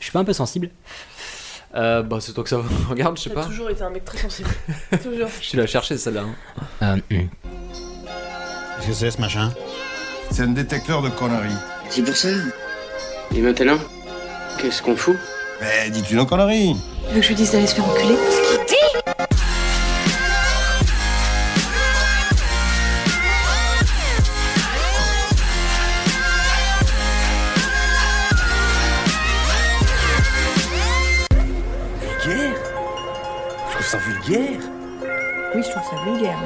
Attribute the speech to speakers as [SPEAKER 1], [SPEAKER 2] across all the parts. [SPEAKER 1] suis un peu sensible.
[SPEAKER 2] Euh, bah, c'est toi que ça regarde, je sais
[SPEAKER 3] T'as
[SPEAKER 2] pas.
[SPEAKER 3] toujours été un mec très sensible. toujours.
[SPEAKER 2] Je suis la chercher celle-là. hein.
[SPEAKER 1] Euh, hum.
[SPEAKER 4] Qu'est-ce que c'est ce machin
[SPEAKER 5] C'est un détecteur de conneries.
[SPEAKER 6] C'est pour ça. Et maintenant Qu'est-ce qu'on fout
[SPEAKER 5] Mais dis-tu nos conneries
[SPEAKER 7] Tu veux que je lui dise d'aller se faire enculer
[SPEAKER 8] Oui, je trouve ça vulgaire.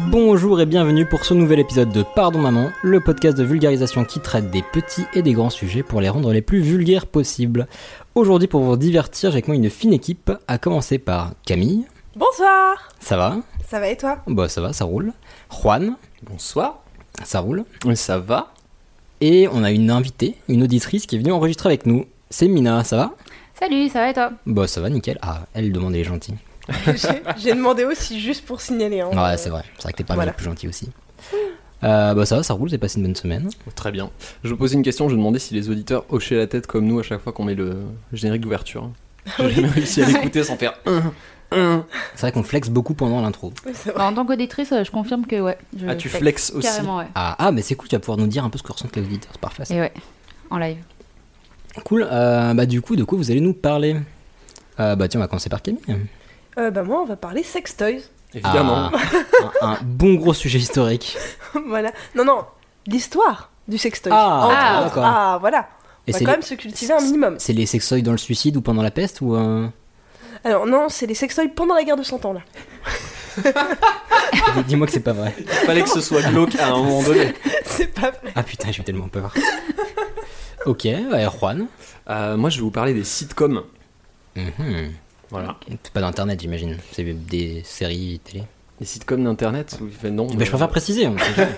[SPEAKER 1] Bonjour et bienvenue pour ce nouvel épisode de Pardon Maman, le podcast de vulgarisation qui traite des petits et des grands sujets pour les rendre les plus vulgaires possibles. Aujourd'hui, pour vous divertir, j'ai avec moi une fine équipe, à commencer par Camille.
[SPEAKER 3] Bonsoir
[SPEAKER 1] Ça va
[SPEAKER 3] Ça va et toi
[SPEAKER 1] Bah, ça va, ça roule. Juan,
[SPEAKER 2] Bonsoir.
[SPEAKER 1] ça roule.
[SPEAKER 2] Ça va
[SPEAKER 1] Et on a une invitée, une auditrice qui est venue enregistrer avec nous. C'est Mina, ça va
[SPEAKER 9] Salut, ça va et toi
[SPEAKER 1] Bah, ça va, nickel. Ah, elle demande elle est gentille.
[SPEAKER 3] J'ai j'ai demandé aussi juste pour signaler. hein.
[SPEAKER 1] Ouais, c'est vrai. C'est vrai que t'es pas mal
[SPEAKER 3] Voilà.
[SPEAKER 1] plus gentil aussi. Euh, bah, ça va, ça roule, j'ai passé une bonne semaine.
[SPEAKER 2] Oh, Très bien. Je vous posais une question, je demandais si les auditeurs hochaient la tête comme nous à chaque fois qu'on met le générique d'ouverture. J'ai jamais réussi à l'écouter sans faire un, un.
[SPEAKER 1] C'est vrai qu'on flexe beaucoup pendant l'intro.
[SPEAKER 3] Oui, c'est vrai.
[SPEAKER 9] En tant qu'auditrice, euh, je confirme que ouais. je
[SPEAKER 2] Ah, tu flexes aussi.
[SPEAKER 9] Carrément, ouais.
[SPEAKER 1] Ah, ah, mais c'est cool, tu vas pouvoir nous dire un peu ce que ressentent les auditeurs, c'est parfait. ça.
[SPEAKER 9] Et ouais, en live.
[SPEAKER 1] Cool, euh, bah du coup, de quoi vous allez nous parler Euh, Bah tiens, on va commencer par Camille.
[SPEAKER 3] Euh, bah moi on va parler sex toys.
[SPEAKER 2] Évidemment.
[SPEAKER 1] Ah, un, un bon gros sujet historique.
[SPEAKER 3] voilà. Non, non, l'histoire du sex toy.
[SPEAKER 1] Ah,
[SPEAKER 9] ah,
[SPEAKER 1] d'accord.
[SPEAKER 3] Ah, voilà.
[SPEAKER 1] Et
[SPEAKER 3] On va
[SPEAKER 1] c'est
[SPEAKER 3] quand
[SPEAKER 1] les-
[SPEAKER 3] même se cultiver un minimum.
[SPEAKER 1] C'est les sextoys dans le suicide ou pendant la peste ou... euh,
[SPEAKER 3] Alors non, c'est les sextoys pendant la guerre de 100 ans là.
[SPEAKER 1] dis- Dis-moi que c'est pas vrai.
[SPEAKER 2] Fallait que ce soit glauque à un moment donné.
[SPEAKER 3] c'est pas vrai.
[SPEAKER 1] Ah putain, j'ai tellement peur. ok, et Juan
[SPEAKER 2] Euh, moi, je vais vous parler des sitcoms.
[SPEAKER 1] Mhm.
[SPEAKER 2] Voilà.
[SPEAKER 1] C'est pas d'internet, j'imagine. C'est des séries télé.
[SPEAKER 2] Les sitcoms d'internet. où- enfin, non,
[SPEAKER 1] Bah, je
[SPEAKER 2] euh,
[SPEAKER 1] préfère préciser. on sait jamais.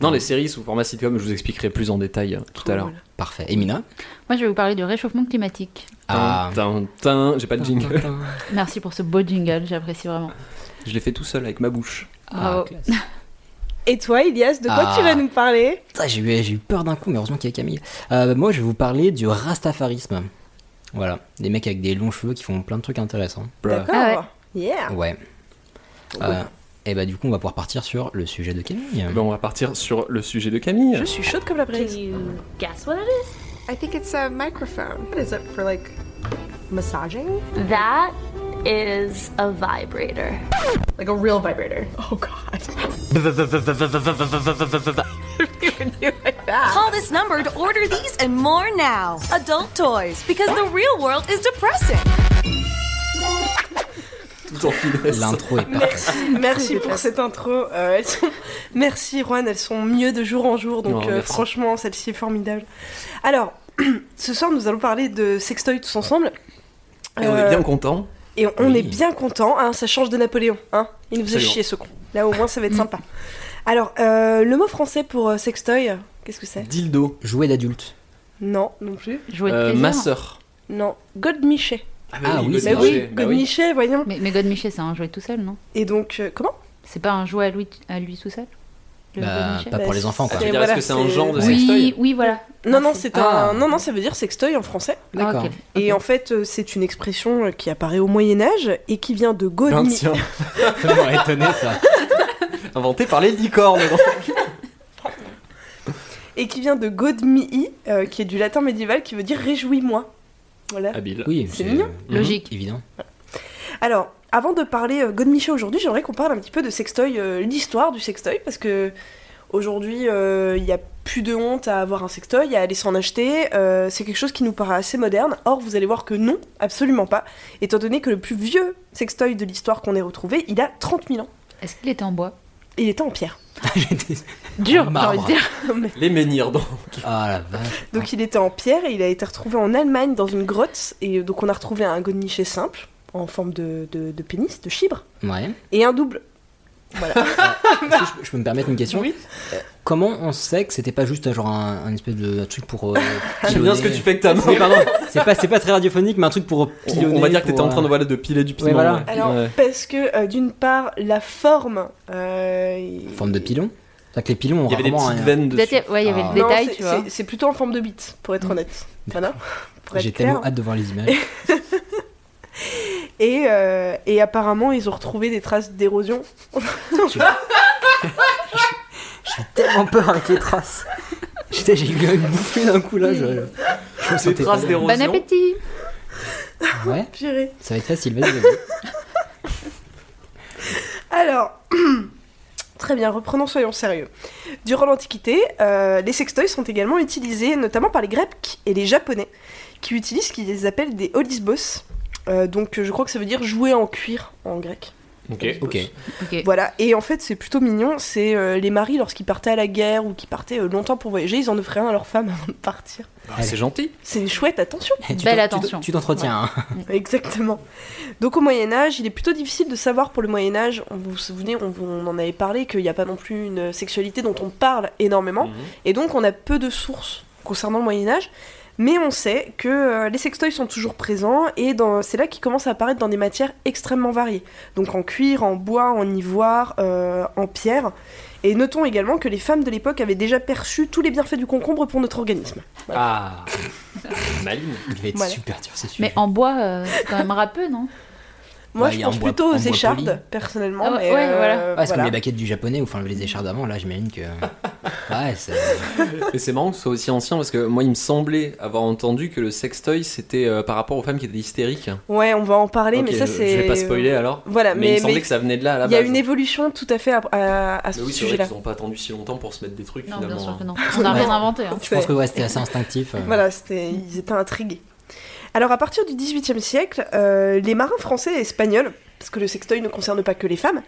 [SPEAKER 2] Non, les séries sous format sitcom, je vous expliquerai plus en détail euh, tout à l'heure.
[SPEAKER 1] Parfait. Et Mina
[SPEAKER 9] Moi, je vais vous parler du réchauffement climatique.
[SPEAKER 1] Ah.
[SPEAKER 2] Tin, tin, tin. J'ai pas de jingle.
[SPEAKER 9] Merci pour ce beau jingle, j'apprécie vraiment.
[SPEAKER 2] Je l'ai fait tout seul avec ma bouche.
[SPEAKER 1] Ah,
[SPEAKER 9] Bravo.
[SPEAKER 1] classe.
[SPEAKER 3] Et toi, Ilias, de quoi
[SPEAKER 1] Ah.
[SPEAKER 3] tu vas nous parler
[SPEAKER 1] Putain, j'ai eu, j'ai eu peur d'un coup, mais heureusement qu'il y a Camille. Euh, moi, je vais vous parler du rastafarisme. Voilà, des mecs avec des longs cheveux qui font plein de trucs intéressants.
[SPEAKER 3] D'accord.
[SPEAKER 9] Ah
[SPEAKER 3] Yeah.
[SPEAKER 1] Ouais. Euh, et bah, du coup, on va pouvoir partir sur le sujet de Camille.
[SPEAKER 2] Eh ben, on va partir sur le sujet de Camille.
[SPEAKER 3] Je suis chaude comme la brise.
[SPEAKER 9] guess what it
[SPEAKER 10] I think it's a microphone. What is it for like massaging?
[SPEAKER 9] is? That is a vibrator.
[SPEAKER 10] Like a real vibrator. Oh god.
[SPEAKER 8] Call this number to order these and more now. Adult toys, because the real world is depressing.
[SPEAKER 2] Tout en finesse.
[SPEAKER 1] L'intro est parfaite.
[SPEAKER 3] Merci pour cette intro. euh, elles sont- Merci, Juan. Elles sont mieux de jour en jour. Donc,
[SPEAKER 2] Non,
[SPEAKER 3] euh,
[SPEAKER 2] merci.
[SPEAKER 3] franchement, celle-ci est formidable. Alors, ce soir, nous allons parler de sextoy tous ensemble.
[SPEAKER 2] Et on est
[SPEAKER 3] Euh,
[SPEAKER 2] bien content.
[SPEAKER 3] Et on
[SPEAKER 1] Oui.
[SPEAKER 3] est bien content, hein, ça change de Napoléon. Hein. Il nous faisait
[SPEAKER 2] Absolument.
[SPEAKER 3] chier ce con. Là au moins ça va être sympa. Alors, euh, le mot français pour euh, sextoy, euh, qu'est-ce que c'est
[SPEAKER 2] Dildo.
[SPEAKER 1] Jouer d'adulte.
[SPEAKER 3] Non, non plus.
[SPEAKER 9] Jouer de
[SPEAKER 2] Euh,
[SPEAKER 9] plaisir.
[SPEAKER 2] ma sœur.
[SPEAKER 3] Non, Godmichet.
[SPEAKER 1] Ah oui,
[SPEAKER 2] Godmichet.
[SPEAKER 1] c'est
[SPEAKER 3] Bah oui,
[SPEAKER 2] Bah oui.
[SPEAKER 3] Godmichet, voyons.
[SPEAKER 9] Mais, mais God Michel, c'est un jouet tout seul, non
[SPEAKER 3] Et donc, euh, comment
[SPEAKER 9] C'est pas un jouet à lui, à lui tout seul Le
[SPEAKER 1] Bah,
[SPEAKER 9] God Michel
[SPEAKER 1] pas pour
[SPEAKER 3] Bah,
[SPEAKER 1] les enfants, quoi.
[SPEAKER 2] Tu veux dire,
[SPEAKER 3] Voilà,
[SPEAKER 2] est-ce que c'est un
[SPEAKER 3] c'est-
[SPEAKER 2] genre de
[SPEAKER 9] Oui,
[SPEAKER 2] sextoy
[SPEAKER 9] oui, voilà.
[SPEAKER 3] Non, non, c'est
[SPEAKER 1] Ah.
[SPEAKER 3] un... non, non, ça veut dire sextoy en français.
[SPEAKER 1] D'accord.
[SPEAKER 9] Ah, ok.
[SPEAKER 3] Et en fait, euh, c'est une expression euh, qui apparaît au Moyen-Âge et qui vient de
[SPEAKER 2] Ben,
[SPEAKER 3] Godmichet.
[SPEAKER 2] tiens,
[SPEAKER 1] Ça m'aurait étonné, ça.
[SPEAKER 2] inventé par les licornes.
[SPEAKER 3] Et qui vient de Godmii, euh, qui est du latin médiéval qui veut dire réjouis-moi. Voilà.
[SPEAKER 2] Habile.
[SPEAKER 1] Oui, Mhm.
[SPEAKER 3] C'est mignon.
[SPEAKER 9] Logique.
[SPEAKER 1] Évident.
[SPEAKER 3] Alors, avant de parler euh, Godmichet aujourd'hui, j'aimerais qu'on parle un petit peu de sextoy, euh, l'histoire du sextoy, parce que aujourd'hui, euh, il n'y a plus de honte à avoir un sextoy, à aller s'en acheter. euh, c'est quelque chose qui nous paraît assez moderne. Or, vous allez voir que non, absolument pas, étant donné que le plus vieux sextoy de l'histoire qu'on ait retrouvé, il a 30 000 ans.
[SPEAKER 9] Est-ce qu'il était en bois
[SPEAKER 3] Et Il était en pierre.
[SPEAKER 1] J'étais-
[SPEAKER 9] Dur, j'ai
[SPEAKER 1] marbre.
[SPEAKER 9] envie de dire.
[SPEAKER 2] Les menhirs, donc.
[SPEAKER 1] Ah la vache.
[SPEAKER 3] Donc, il était en pierre et il a été retrouvé en Allemagne dans une grotte. Et euh, donc, on a retrouvé un Godmichet simple, en forme de, de- de pénis, de chibre,
[SPEAKER 1] Ouais.
[SPEAKER 3] et un double.
[SPEAKER 1] Est-ce que je, je peux me permettre une question Euh, Comment on sait que c'était pas juste euh, genre un, un espèce de truc pour. euh,
[SPEAKER 2] J'aime bien ce que
[SPEAKER 1] pilonner
[SPEAKER 2] tu fais avec ta main.
[SPEAKER 1] Oui, pardon. C'est pas, c'est pas très radiophonique, mais un truc pour
[SPEAKER 2] On,
[SPEAKER 1] pilonner.
[SPEAKER 2] on va dire que t'étais
[SPEAKER 1] pour,
[SPEAKER 2] en train de,
[SPEAKER 1] euh,
[SPEAKER 2] voilà, de piler du piment. hein.
[SPEAKER 1] voilà.
[SPEAKER 2] ouais.
[SPEAKER 3] Alors,
[SPEAKER 2] Ouais.
[SPEAKER 3] parce que euh, d'une part, la forme. euh,
[SPEAKER 1] Forme de pilon C'est-à-dire que les pilons ont
[SPEAKER 2] Il y avait des
[SPEAKER 1] rarement
[SPEAKER 2] petites
[SPEAKER 1] un-
[SPEAKER 2] veines dessus.
[SPEAKER 9] Peut-être- Ouais, il y avait
[SPEAKER 1] Ah.
[SPEAKER 9] le
[SPEAKER 3] Non,
[SPEAKER 9] détail,
[SPEAKER 3] c'est-
[SPEAKER 9] tu vois.
[SPEAKER 3] c'est- C'est plutôt en forme de bite, pour être
[SPEAKER 9] Mm.
[SPEAKER 3] honnête. Voilà. Pour
[SPEAKER 1] J'ai
[SPEAKER 3] être clair.
[SPEAKER 1] tellement hâte de voir les images.
[SPEAKER 3] Et, euh, et apparemment, ils ont retrouvé des traces d'érosion.
[SPEAKER 1] J'ai tellement peur avec les traces. Putain, j'ai eu une bouffée d'un coup là. Je, je me
[SPEAKER 2] Des
[SPEAKER 1] sentais
[SPEAKER 2] traces
[SPEAKER 1] pas bien.
[SPEAKER 2] d'érosion.
[SPEAKER 9] Bon appétit
[SPEAKER 1] Ouais,
[SPEAKER 3] Purée.
[SPEAKER 1] ça va être facile, vas-y, vas-y.
[SPEAKER 3] Alors, très bien, reprenons, soyons sérieux. Durant l'Antiquité, euh, les sextoys sont également utilisés, notamment par les Grecs et les Japonais, qui utilisent ce qu'ils appellent des holisbos. Euh, donc, euh, je crois que ça veut dire jouer en cuir en grec.
[SPEAKER 2] Ok.
[SPEAKER 1] Ok.
[SPEAKER 9] Ok.
[SPEAKER 3] Voilà, et en fait, c'est plutôt mignon. C'est euh, les maris, lorsqu'ils partaient à la guerre ou qui partaient euh, longtemps pour voyager, ils en offraient un à leur femme avant de partir.
[SPEAKER 2] Ah, C'est gentil.
[SPEAKER 3] C'est chouette, attention!
[SPEAKER 1] Eh, tu
[SPEAKER 9] Belle
[SPEAKER 1] t'en- tu
[SPEAKER 9] attention.
[SPEAKER 1] t'en- Tu t'entretiens. hein.
[SPEAKER 3] Exactement. Donc au Moyen Âge, il est plutôt difficile de savoir pour le Moyen Âge, on vous vous souvenez, on, vous- on en avait parlé, qu'il n'y a pas non plus une sexualité dont on parle énormément,
[SPEAKER 1] Mm.
[SPEAKER 2] Mhm.
[SPEAKER 3] et donc on a peu de sources concernant le Moyen Âge, mais on sait que euh, les sextoys sont toujours présents, et dans- c'est là qu'ils commencent à apparaître dans des matières extrêmement variées, donc en cuir, en bois, en ivoire, euh, en pierre, et notons également que les femmes de l'époque avaient déjà perçu tous les bienfaits du concombre pour notre organisme.
[SPEAKER 1] Ah,
[SPEAKER 2] Maline.
[SPEAKER 1] il va être
[SPEAKER 3] Voilà.
[SPEAKER 1] super dur ce sujet.
[SPEAKER 9] Mais en bois, euh, c'est quand même râpeux, non
[SPEAKER 3] Moi
[SPEAKER 1] Bah, il
[SPEAKER 3] je
[SPEAKER 1] y a un
[SPEAKER 3] pense
[SPEAKER 1] bois-
[SPEAKER 3] plutôt
[SPEAKER 1] un
[SPEAKER 3] aux
[SPEAKER 1] bois poli.
[SPEAKER 3] échardes, personnellement,
[SPEAKER 9] Ah ouais,
[SPEAKER 3] mais,
[SPEAKER 9] ouais, voilà.
[SPEAKER 3] euh,
[SPEAKER 1] Ouais, c'est
[SPEAKER 3] voilà.
[SPEAKER 1] comme les baquettes du japonais, ou enfin les échardes avant, là j'imagine que. Ouais, c'est.
[SPEAKER 2] Et c'est marrant que ce soit aussi ancien parce que moi il me semblait avoir entendu que le sextoy c'était euh, par rapport aux femmes qui étaient hystériques.
[SPEAKER 3] Ouais, on va en parler,
[SPEAKER 2] Ok,
[SPEAKER 3] Ah mais ça
[SPEAKER 2] je-
[SPEAKER 3] c'est. euh,
[SPEAKER 2] Je vais pas spoiler alors.
[SPEAKER 3] Voilà,
[SPEAKER 2] mais, il me
[SPEAKER 3] mais, mais
[SPEAKER 2] semblait que ça venait de là à la
[SPEAKER 3] il y a
[SPEAKER 2] base.
[SPEAKER 3] une évolution tout à fait à, à- à
[SPEAKER 2] Mais
[SPEAKER 3] ce
[SPEAKER 2] oui, c'est vrai
[SPEAKER 3] sujet-là.
[SPEAKER 2] qu'ils ont pas attendu si longtemps pour se mettre des trucs
[SPEAKER 9] Non,
[SPEAKER 2] finalement. hein.
[SPEAKER 9] bien sûr que non. On n'a rien inventé. hein.
[SPEAKER 1] Je pense que ouais, c'était assez instinctif. euh.
[SPEAKER 3] Voilà, c'était, ils étaient intrigués. Alors, à partir du XVIIIe siècle, euh, les marins français et espagnols, parce que le sextoy ne concerne pas que les femmes,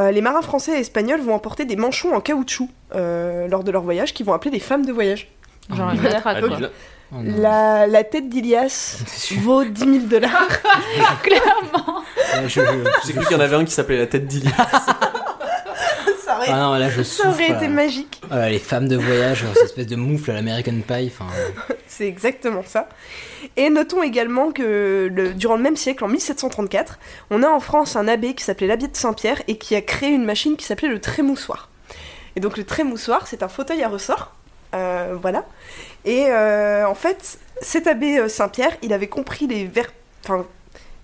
[SPEAKER 3] euh, les marins français et espagnols vont emporter des manchons en caoutchouc euh, lors de leur voyage, qu'ils vont appeler des femmes de voyage.
[SPEAKER 9] Genre une
[SPEAKER 3] Voilà.
[SPEAKER 9] matraque,
[SPEAKER 2] Ah,
[SPEAKER 9] quoi.
[SPEAKER 2] mais là-
[SPEAKER 1] Oh non.
[SPEAKER 3] La, la tête d'Ilias vaut 10 000 dollars.
[SPEAKER 9] Clairement
[SPEAKER 1] Là, je- je-
[SPEAKER 2] J'ai cru qu'il y en avait un qui s'appelait la tête d'Ili.
[SPEAKER 3] ça aurait,
[SPEAKER 1] Ah non, là je
[SPEAKER 3] ça
[SPEAKER 1] souffre.
[SPEAKER 3] aurait été
[SPEAKER 1] là.
[SPEAKER 3] magique.
[SPEAKER 1] Oh là, les femmes de voyage, cette espèce de moufle à l'American Pie. Enfin,
[SPEAKER 3] C'est exactement ça. Et notons également que le- durant le même siècle, en 1734, on a en France un abbé qui s'appelait l'abbé de Saint-Pierre et qui a créé une machine qui s'appelait le trémoussoir. Et donc le trémoussoir, c'est un fauteuil à ressort. euh, voilà. Et euh, en fait, cet abbé euh, Saint-Pierre, il avait compris les ver- enfin,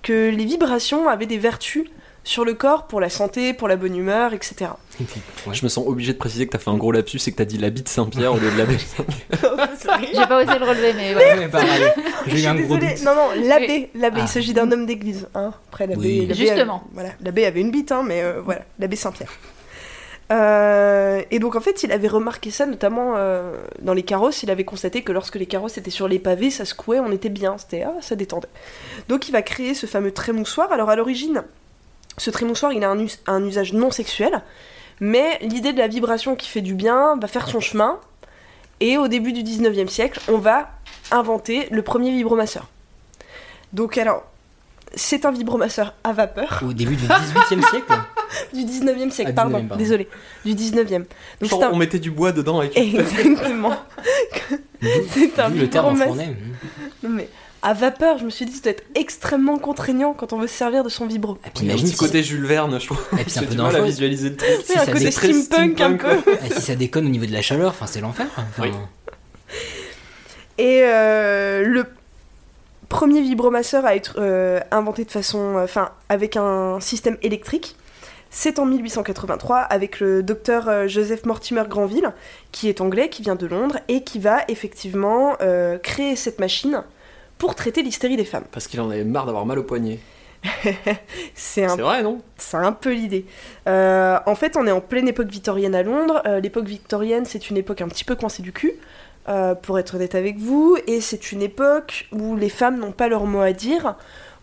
[SPEAKER 3] que les vibrations avaient des vertus sur le corps pour la santé, pour la bonne humeur, etc.
[SPEAKER 1] ouais.
[SPEAKER 2] Je me sens obligé de préciser que t'as fait un gros lapsus et que t'as dit la bite Saint-Pierre au lieu de la bête.
[SPEAKER 9] J'ai pas osé le relever, mais ouais.
[SPEAKER 1] Ouais, pareil.
[SPEAKER 3] Je
[SPEAKER 1] J'ai eu
[SPEAKER 3] suis
[SPEAKER 1] un gros
[SPEAKER 3] désolée.
[SPEAKER 1] doute.
[SPEAKER 3] Non, non, l'abbé, l'abbé,
[SPEAKER 1] Ah.
[SPEAKER 3] il s'agit d'un homme d'église. Hein. Après, l'abbé,
[SPEAKER 1] Oui.
[SPEAKER 3] l'abbé avait-
[SPEAKER 9] Justement.
[SPEAKER 3] voilà, l'abbé avait une bite, hein, mais euh, voilà, l'abbé Saint-Pierre. Euh, et donc en fait, il avait remarqué ça, notamment euh, dans les carrosses. Il avait constaté que lorsque les carrosses étaient sur les pavés, ça secouait, on était bien, c'était ah, ça détendait. Donc il va créer ce fameux trémoussoir. Alors à l'origine, ce trémoussoir, il a un, us- un usage non sexuel, mais l'idée de la vibration qui fait du bien va faire son chemin. Et au début du 19e siècle, on va inventer le premier vibromasseur. Donc alors, c'est un vibromasseur à vapeur
[SPEAKER 1] Au début du 18 e siècle
[SPEAKER 3] du 19e siècle,
[SPEAKER 1] Ah, 19e,
[SPEAKER 3] pardon,
[SPEAKER 1] pardon.
[SPEAKER 3] désolé, du 19e. Donc
[SPEAKER 2] Genre,
[SPEAKER 3] c'est un-
[SPEAKER 2] on mettait du bois dedans avec.
[SPEAKER 3] Exactement. c'est un
[SPEAKER 1] D'où le terme en
[SPEAKER 3] vibromasseur.
[SPEAKER 1] fournée. Hmm.
[SPEAKER 3] Non, mais à vapeur, je me suis dit, ça doit être extrêmement contraignant quand on veut se servir de son vibro.
[SPEAKER 1] Et Ah, puis
[SPEAKER 2] Il y a un
[SPEAKER 1] imagine
[SPEAKER 2] petit
[SPEAKER 1] si,
[SPEAKER 2] côté Jules Verne, je trouve.
[SPEAKER 1] et puis c'est un
[SPEAKER 2] J'ai
[SPEAKER 1] peu
[SPEAKER 2] du mal à
[SPEAKER 1] dangereux.
[SPEAKER 2] visualiser le truc.
[SPEAKER 1] Si
[SPEAKER 3] un
[SPEAKER 1] ça
[SPEAKER 3] côté
[SPEAKER 1] déconne-
[SPEAKER 2] très
[SPEAKER 3] steampunk, un
[SPEAKER 2] steampunk,
[SPEAKER 3] peu.
[SPEAKER 1] eh, si ça déconne au niveau de la chaleur, enfin, c'est l'enfer. Enfin,
[SPEAKER 2] Oui.
[SPEAKER 3] Et euh, le premier vibromasseur à être euh, inventé de façon, enfin, avec un système électrique, c'est en 1883 avec le docteur euh, Joseph Mortimer Granville, qui est anglais, qui vient de Londres et qui va effectivement euh, créer cette machine pour traiter l'hystérie des femmes.
[SPEAKER 2] Parce qu'il en avait marre d'avoir mal au poignet.
[SPEAKER 3] C'est un
[SPEAKER 2] C'est vrai, non
[SPEAKER 3] C'est un peu l'idée. Euh, en fait, on est en pleine époque victorienne à Londres. Euh, L'époque victorienne, c'est une époque un petit peu coincée du cul, euh, pour être honnête avec vous. Et c'est une époque où les femmes n'ont pas leur mot à dire,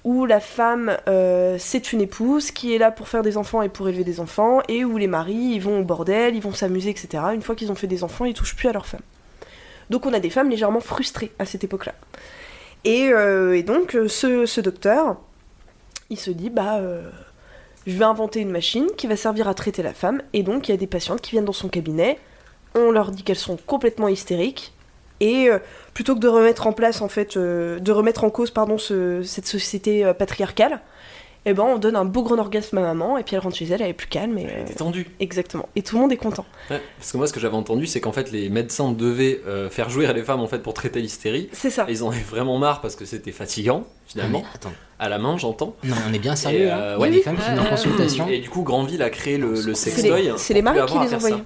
[SPEAKER 3] où la femme, euh, c'est une épouse qui est là pour faire des enfants et pour élever des enfants, et où les maris, ils vont au bordel, ils vont s'amuser, etc. Une fois qu'ils ont fait des enfants, ils touchent plus à leur femme. Donc on a des femmes légèrement frustrées à cette époque-là. Et, euh, et donc, euh, ce, ce docteur, il se dit, bah... euh, je vais inventer une machine qui va servir à traiter la femme. Et donc, il y a des patientes qui viennent dans son cabinet, on leur dit qu'elles sont complètement hystériques. Et euh, plutôt que de remettre en place, en fait, euh, de remettre en cause, pardon, ce- cette société euh, patriarcale, eh ben on donne un beau grand orgasme à maman et puis elle rentre chez elle, elle est plus calme. Et, euh,
[SPEAKER 2] T'es tendu.
[SPEAKER 3] Exactement. Et tout le monde est content.
[SPEAKER 2] Ouais, parce que moi, ce que j'avais entendu, c'est qu'en fait, les médecins devaient euh, faire jouir les femmes en fait pour traiter l'hystérie.
[SPEAKER 3] C'est ça.
[SPEAKER 2] Et Ils en avaient vraiment marre parce que c'était fatigant, finalement.
[SPEAKER 1] mais attends,
[SPEAKER 2] À la main, j'entends.
[SPEAKER 1] non, mais on est bien sérieux. hein.
[SPEAKER 2] euh,
[SPEAKER 1] Il y a
[SPEAKER 2] ouais,
[SPEAKER 1] des femmes qui sont en
[SPEAKER 9] euh,
[SPEAKER 1] consultation.
[SPEAKER 2] Et du coup, Granville a créé le, le
[SPEAKER 3] C'est
[SPEAKER 2] sextoy.
[SPEAKER 3] les- c'est les
[SPEAKER 2] pour plus
[SPEAKER 3] maris qui
[SPEAKER 2] avoir à
[SPEAKER 3] les
[SPEAKER 2] faire
[SPEAKER 3] envoyaient.
[SPEAKER 2] ça.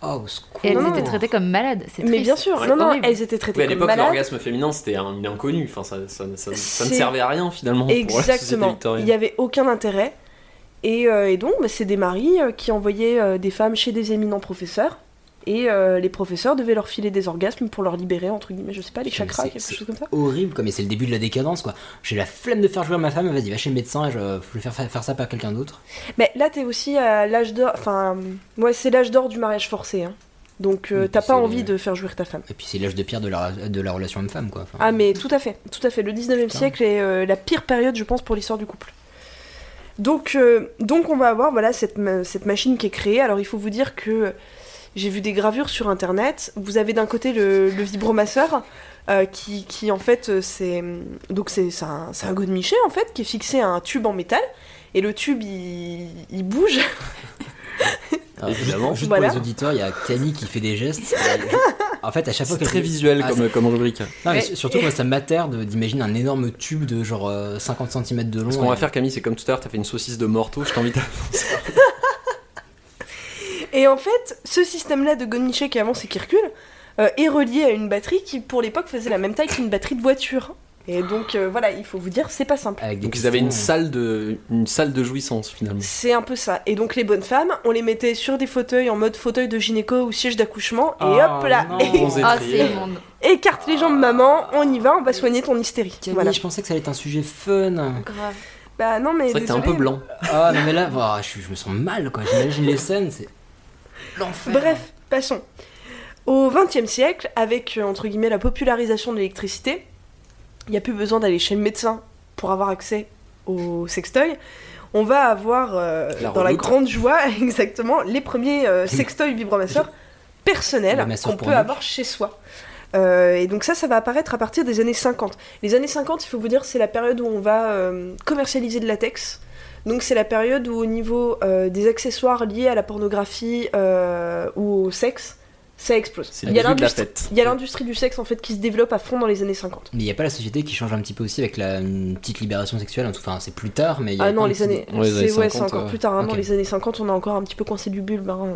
[SPEAKER 1] Oh, au secours.
[SPEAKER 9] Et elles
[SPEAKER 3] Non,
[SPEAKER 9] étaient traitées comme malades, c'est
[SPEAKER 3] Mais
[SPEAKER 9] triste.
[SPEAKER 3] bien sûr,
[SPEAKER 9] C'est
[SPEAKER 3] non, non,
[SPEAKER 9] horrible.
[SPEAKER 3] elles étaient
[SPEAKER 2] Oui,
[SPEAKER 3] traitées
[SPEAKER 2] à
[SPEAKER 3] comme
[SPEAKER 2] l'époque,
[SPEAKER 3] malades.
[SPEAKER 2] l'orgasme féminin, c'était un inconnu. Enfin, ça, ça, ça- ça ne
[SPEAKER 3] C'est-
[SPEAKER 2] servait à rien, finalement, pour la société
[SPEAKER 3] Exactement. Il
[SPEAKER 2] victorienne.
[SPEAKER 3] n'y avait aucun intérêt. Et, euh, et donc, bah, c'est des maris euh, qui envoyaient euh, des femmes chez des éminents professeurs. Et euh, les professeurs devaient leur filer des orgasmes pour leur libérer, entre guillemets, je sais pas, les
[SPEAKER 1] Mais
[SPEAKER 3] chakras,
[SPEAKER 1] c'est-
[SPEAKER 3] quelque
[SPEAKER 1] c'est-
[SPEAKER 3] chose comme ça.
[SPEAKER 1] Horrible, quoi. Mais c'est le début de la décadence, quoi. J'ai la flemme de faire jouer ma femme. Vas-y, va chez le médecin. Je je vais faire, faire ça par quelqu'un d'autre.
[SPEAKER 3] Mais là, t'es aussi à l'âge d'or. Enfin, ouais, c'est l'âge d'or du mariage forcé. hein. Donc, euh,
[SPEAKER 1] Oui,
[SPEAKER 3] t'as
[SPEAKER 1] puis
[SPEAKER 3] pas
[SPEAKER 1] c'est-
[SPEAKER 3] envie de faire jouir ta femme.
[SPEAKER 1] Et puis c'est l'âge de pierre de la, de la relation homme-femme, quoi. Enfin,
[SPEAKER 3] Ah mais tout à fait, tout à fait. Le 19e
[SPEAKER 1] Putain.
[SPEAKER 3] siècle est euh, la pire période, je pense, pour l'histoire du couple. Donc, euh, donc on va avoir voilà cette, ma- cette machine qui est créée. Alors il faut vous dire que j'ai vu des gravures sur internet. Vous avez d'un côté le, le vibromasseur euh, qui, qui en fait euh, c'est donc c'est c'est un, c'est un godemichet en fait qui est fixé à un tube en métal et le tube il, il bouge.
[SPEAKER 1] Alors, Ah, juste-
[SPEAKER 2] évidemment.
[SPEAKER 1] Juste
[SPEAKER 3] Voilà.
[SPEAKER 1] pour les auditeurs, il y a Camille qui fait des gestes. en fait, à chaque fois
[SPEAKER 2] C'est
[SPEAKER 1] qu'elle
[SPEAKER 2] très
[SPEAKER 1] dit-
[SPEAKER 2] visuel
[SPEAKER 1] Ah,
[SPEAKER 2] comme, comme rubrique.
[SPEAKER 1] Non, mais
[SPEAKER 3] Ouais.
[SPEAKER 1] surtout, moi, ça m'atterre de- d'imaginer un énorme tube de genre euh, 50 cm de long.
[SPEAKER 2] Ce qu'on va
[SPEAKER 1] et-
[SPEAKER 2] faire, Camille, c'est comme tout à l'heure, t'as fait une saucisse de morteau, je t'invite à.
[SPEAKER 3] Et en fait ce système là de godemichet qui avance et qui recule euh, est relié à une batterie qui pour l'époque faisait la même taille qu'une batterie de voiture. Et donc euh, voilà, il faut vous dire c'est pas simple.
[SPEAKER 1] avec des
[SPEAKER 2] Donc, ils avaient une
[SPEAKER 1] pistons.
[SPEAKER 2] salle de, une salle de jouissance, finalement.
[SPEAKER 3] C'est un peu ça. Et donc les bonnes femmes, on les mettait sur des fauteuils en mode fauteuil de gynéco ou siège d'accouchement. Et
[SPEAKER 1] Ah,
[SPEAKER 3] hop là,
[SPEAKER 1] non.
[SPEAKER 3] et-
[SPEAKER 2] Bronzé.
[SPEAKER 9] Ah, c'est immonde.
[SPEAKER 3] écarte les jambes maman, on y va, on va soigner ton hystérie.
[SPEAKER 1] Camille,
[SPEAKER 3] Voilà.
[SPEAKER 1] je pensais que ça allait être un sujet fun.
[SPEAKER 9] Grave.
[SPEAKER 3] Bah non mais
[SPEAKER 2] C'est vrai que t'es un peu
[SPEAKER 3] désolée.
[SPEAKER 2] blanc.
[SPEAKER 1] Ah non mais là, bah, je, suis- je me sens mal quoi. J'imagine les scènes, c'est l'enfer.
[SPEAKER 3] Bref, passons. Au XXe siècle, avec euh, entre guillemets la popularisation de l'électricité, il n'y a plus besoin d'aller chez le médecin pour avoir accès au sextoy. On va avoir euh,
[SPEAKER 2] La
[SPEAKER 3] dans la
[SPEAKER 2] redoute.
[SPEAKER 3] grande joie exactement les premiers euh, sextoys vibromasseurs personnels
[SPEAKER 1] Le masseur
[SPEAKER 3] qu'on
[SPEAKER 1] pour
[SPEAKER 3] peut
[SPEAKER 1] nous.
[SPEAKER 3] avoir chez soi. Euh, et donc ça, ça va apparaître à partir des années 50. Les années 50, il faut vous dire, c'est la période où on va euh, commercialiser de latex. Donc c'est la période où au niveau euh, des accessoires liés à la pornographie euh, ou au sexe, ça explose.
[SPEAKER 2] C'est le
[SPEAKER 3] Il y a
[SPEAKER 2] début de la
[SPEAKER 3] l'industrie-
[SPEAKER 2] fête.
[SPEAKER 3] il y a l'industrie du sexe en fait qui se développe à fond dans les années 50.
[SPEAKER 1] Mais il n'y a pas la société qui change un petit peu aussi avec la une petite libération sexuelle. en tout- Enfin, c'est plus tard, mais il y a
[SPEAKER 3] Ah non,
[SPEAKER 1] plein de
[SPEAKER 3] les
[SPEAKER 1] petites-
[SPEAKER 3] années,
[SPEAKER 2] Ouais, les
[SPEAKER 3] c'est
[SPEAKER 2] années
[SPEAKER 3] ouais,
[SPEAKER 2] 50,
[SPEAKER 3] c'est encore
[SPEAKER 2] euh,
[SPEAKER 3] plus tard. hein, non,
[SPEAKER 1] ok.
[SPEAKER 3] les années 50, on a encore un petit peu coincé du bulbe hein, euh,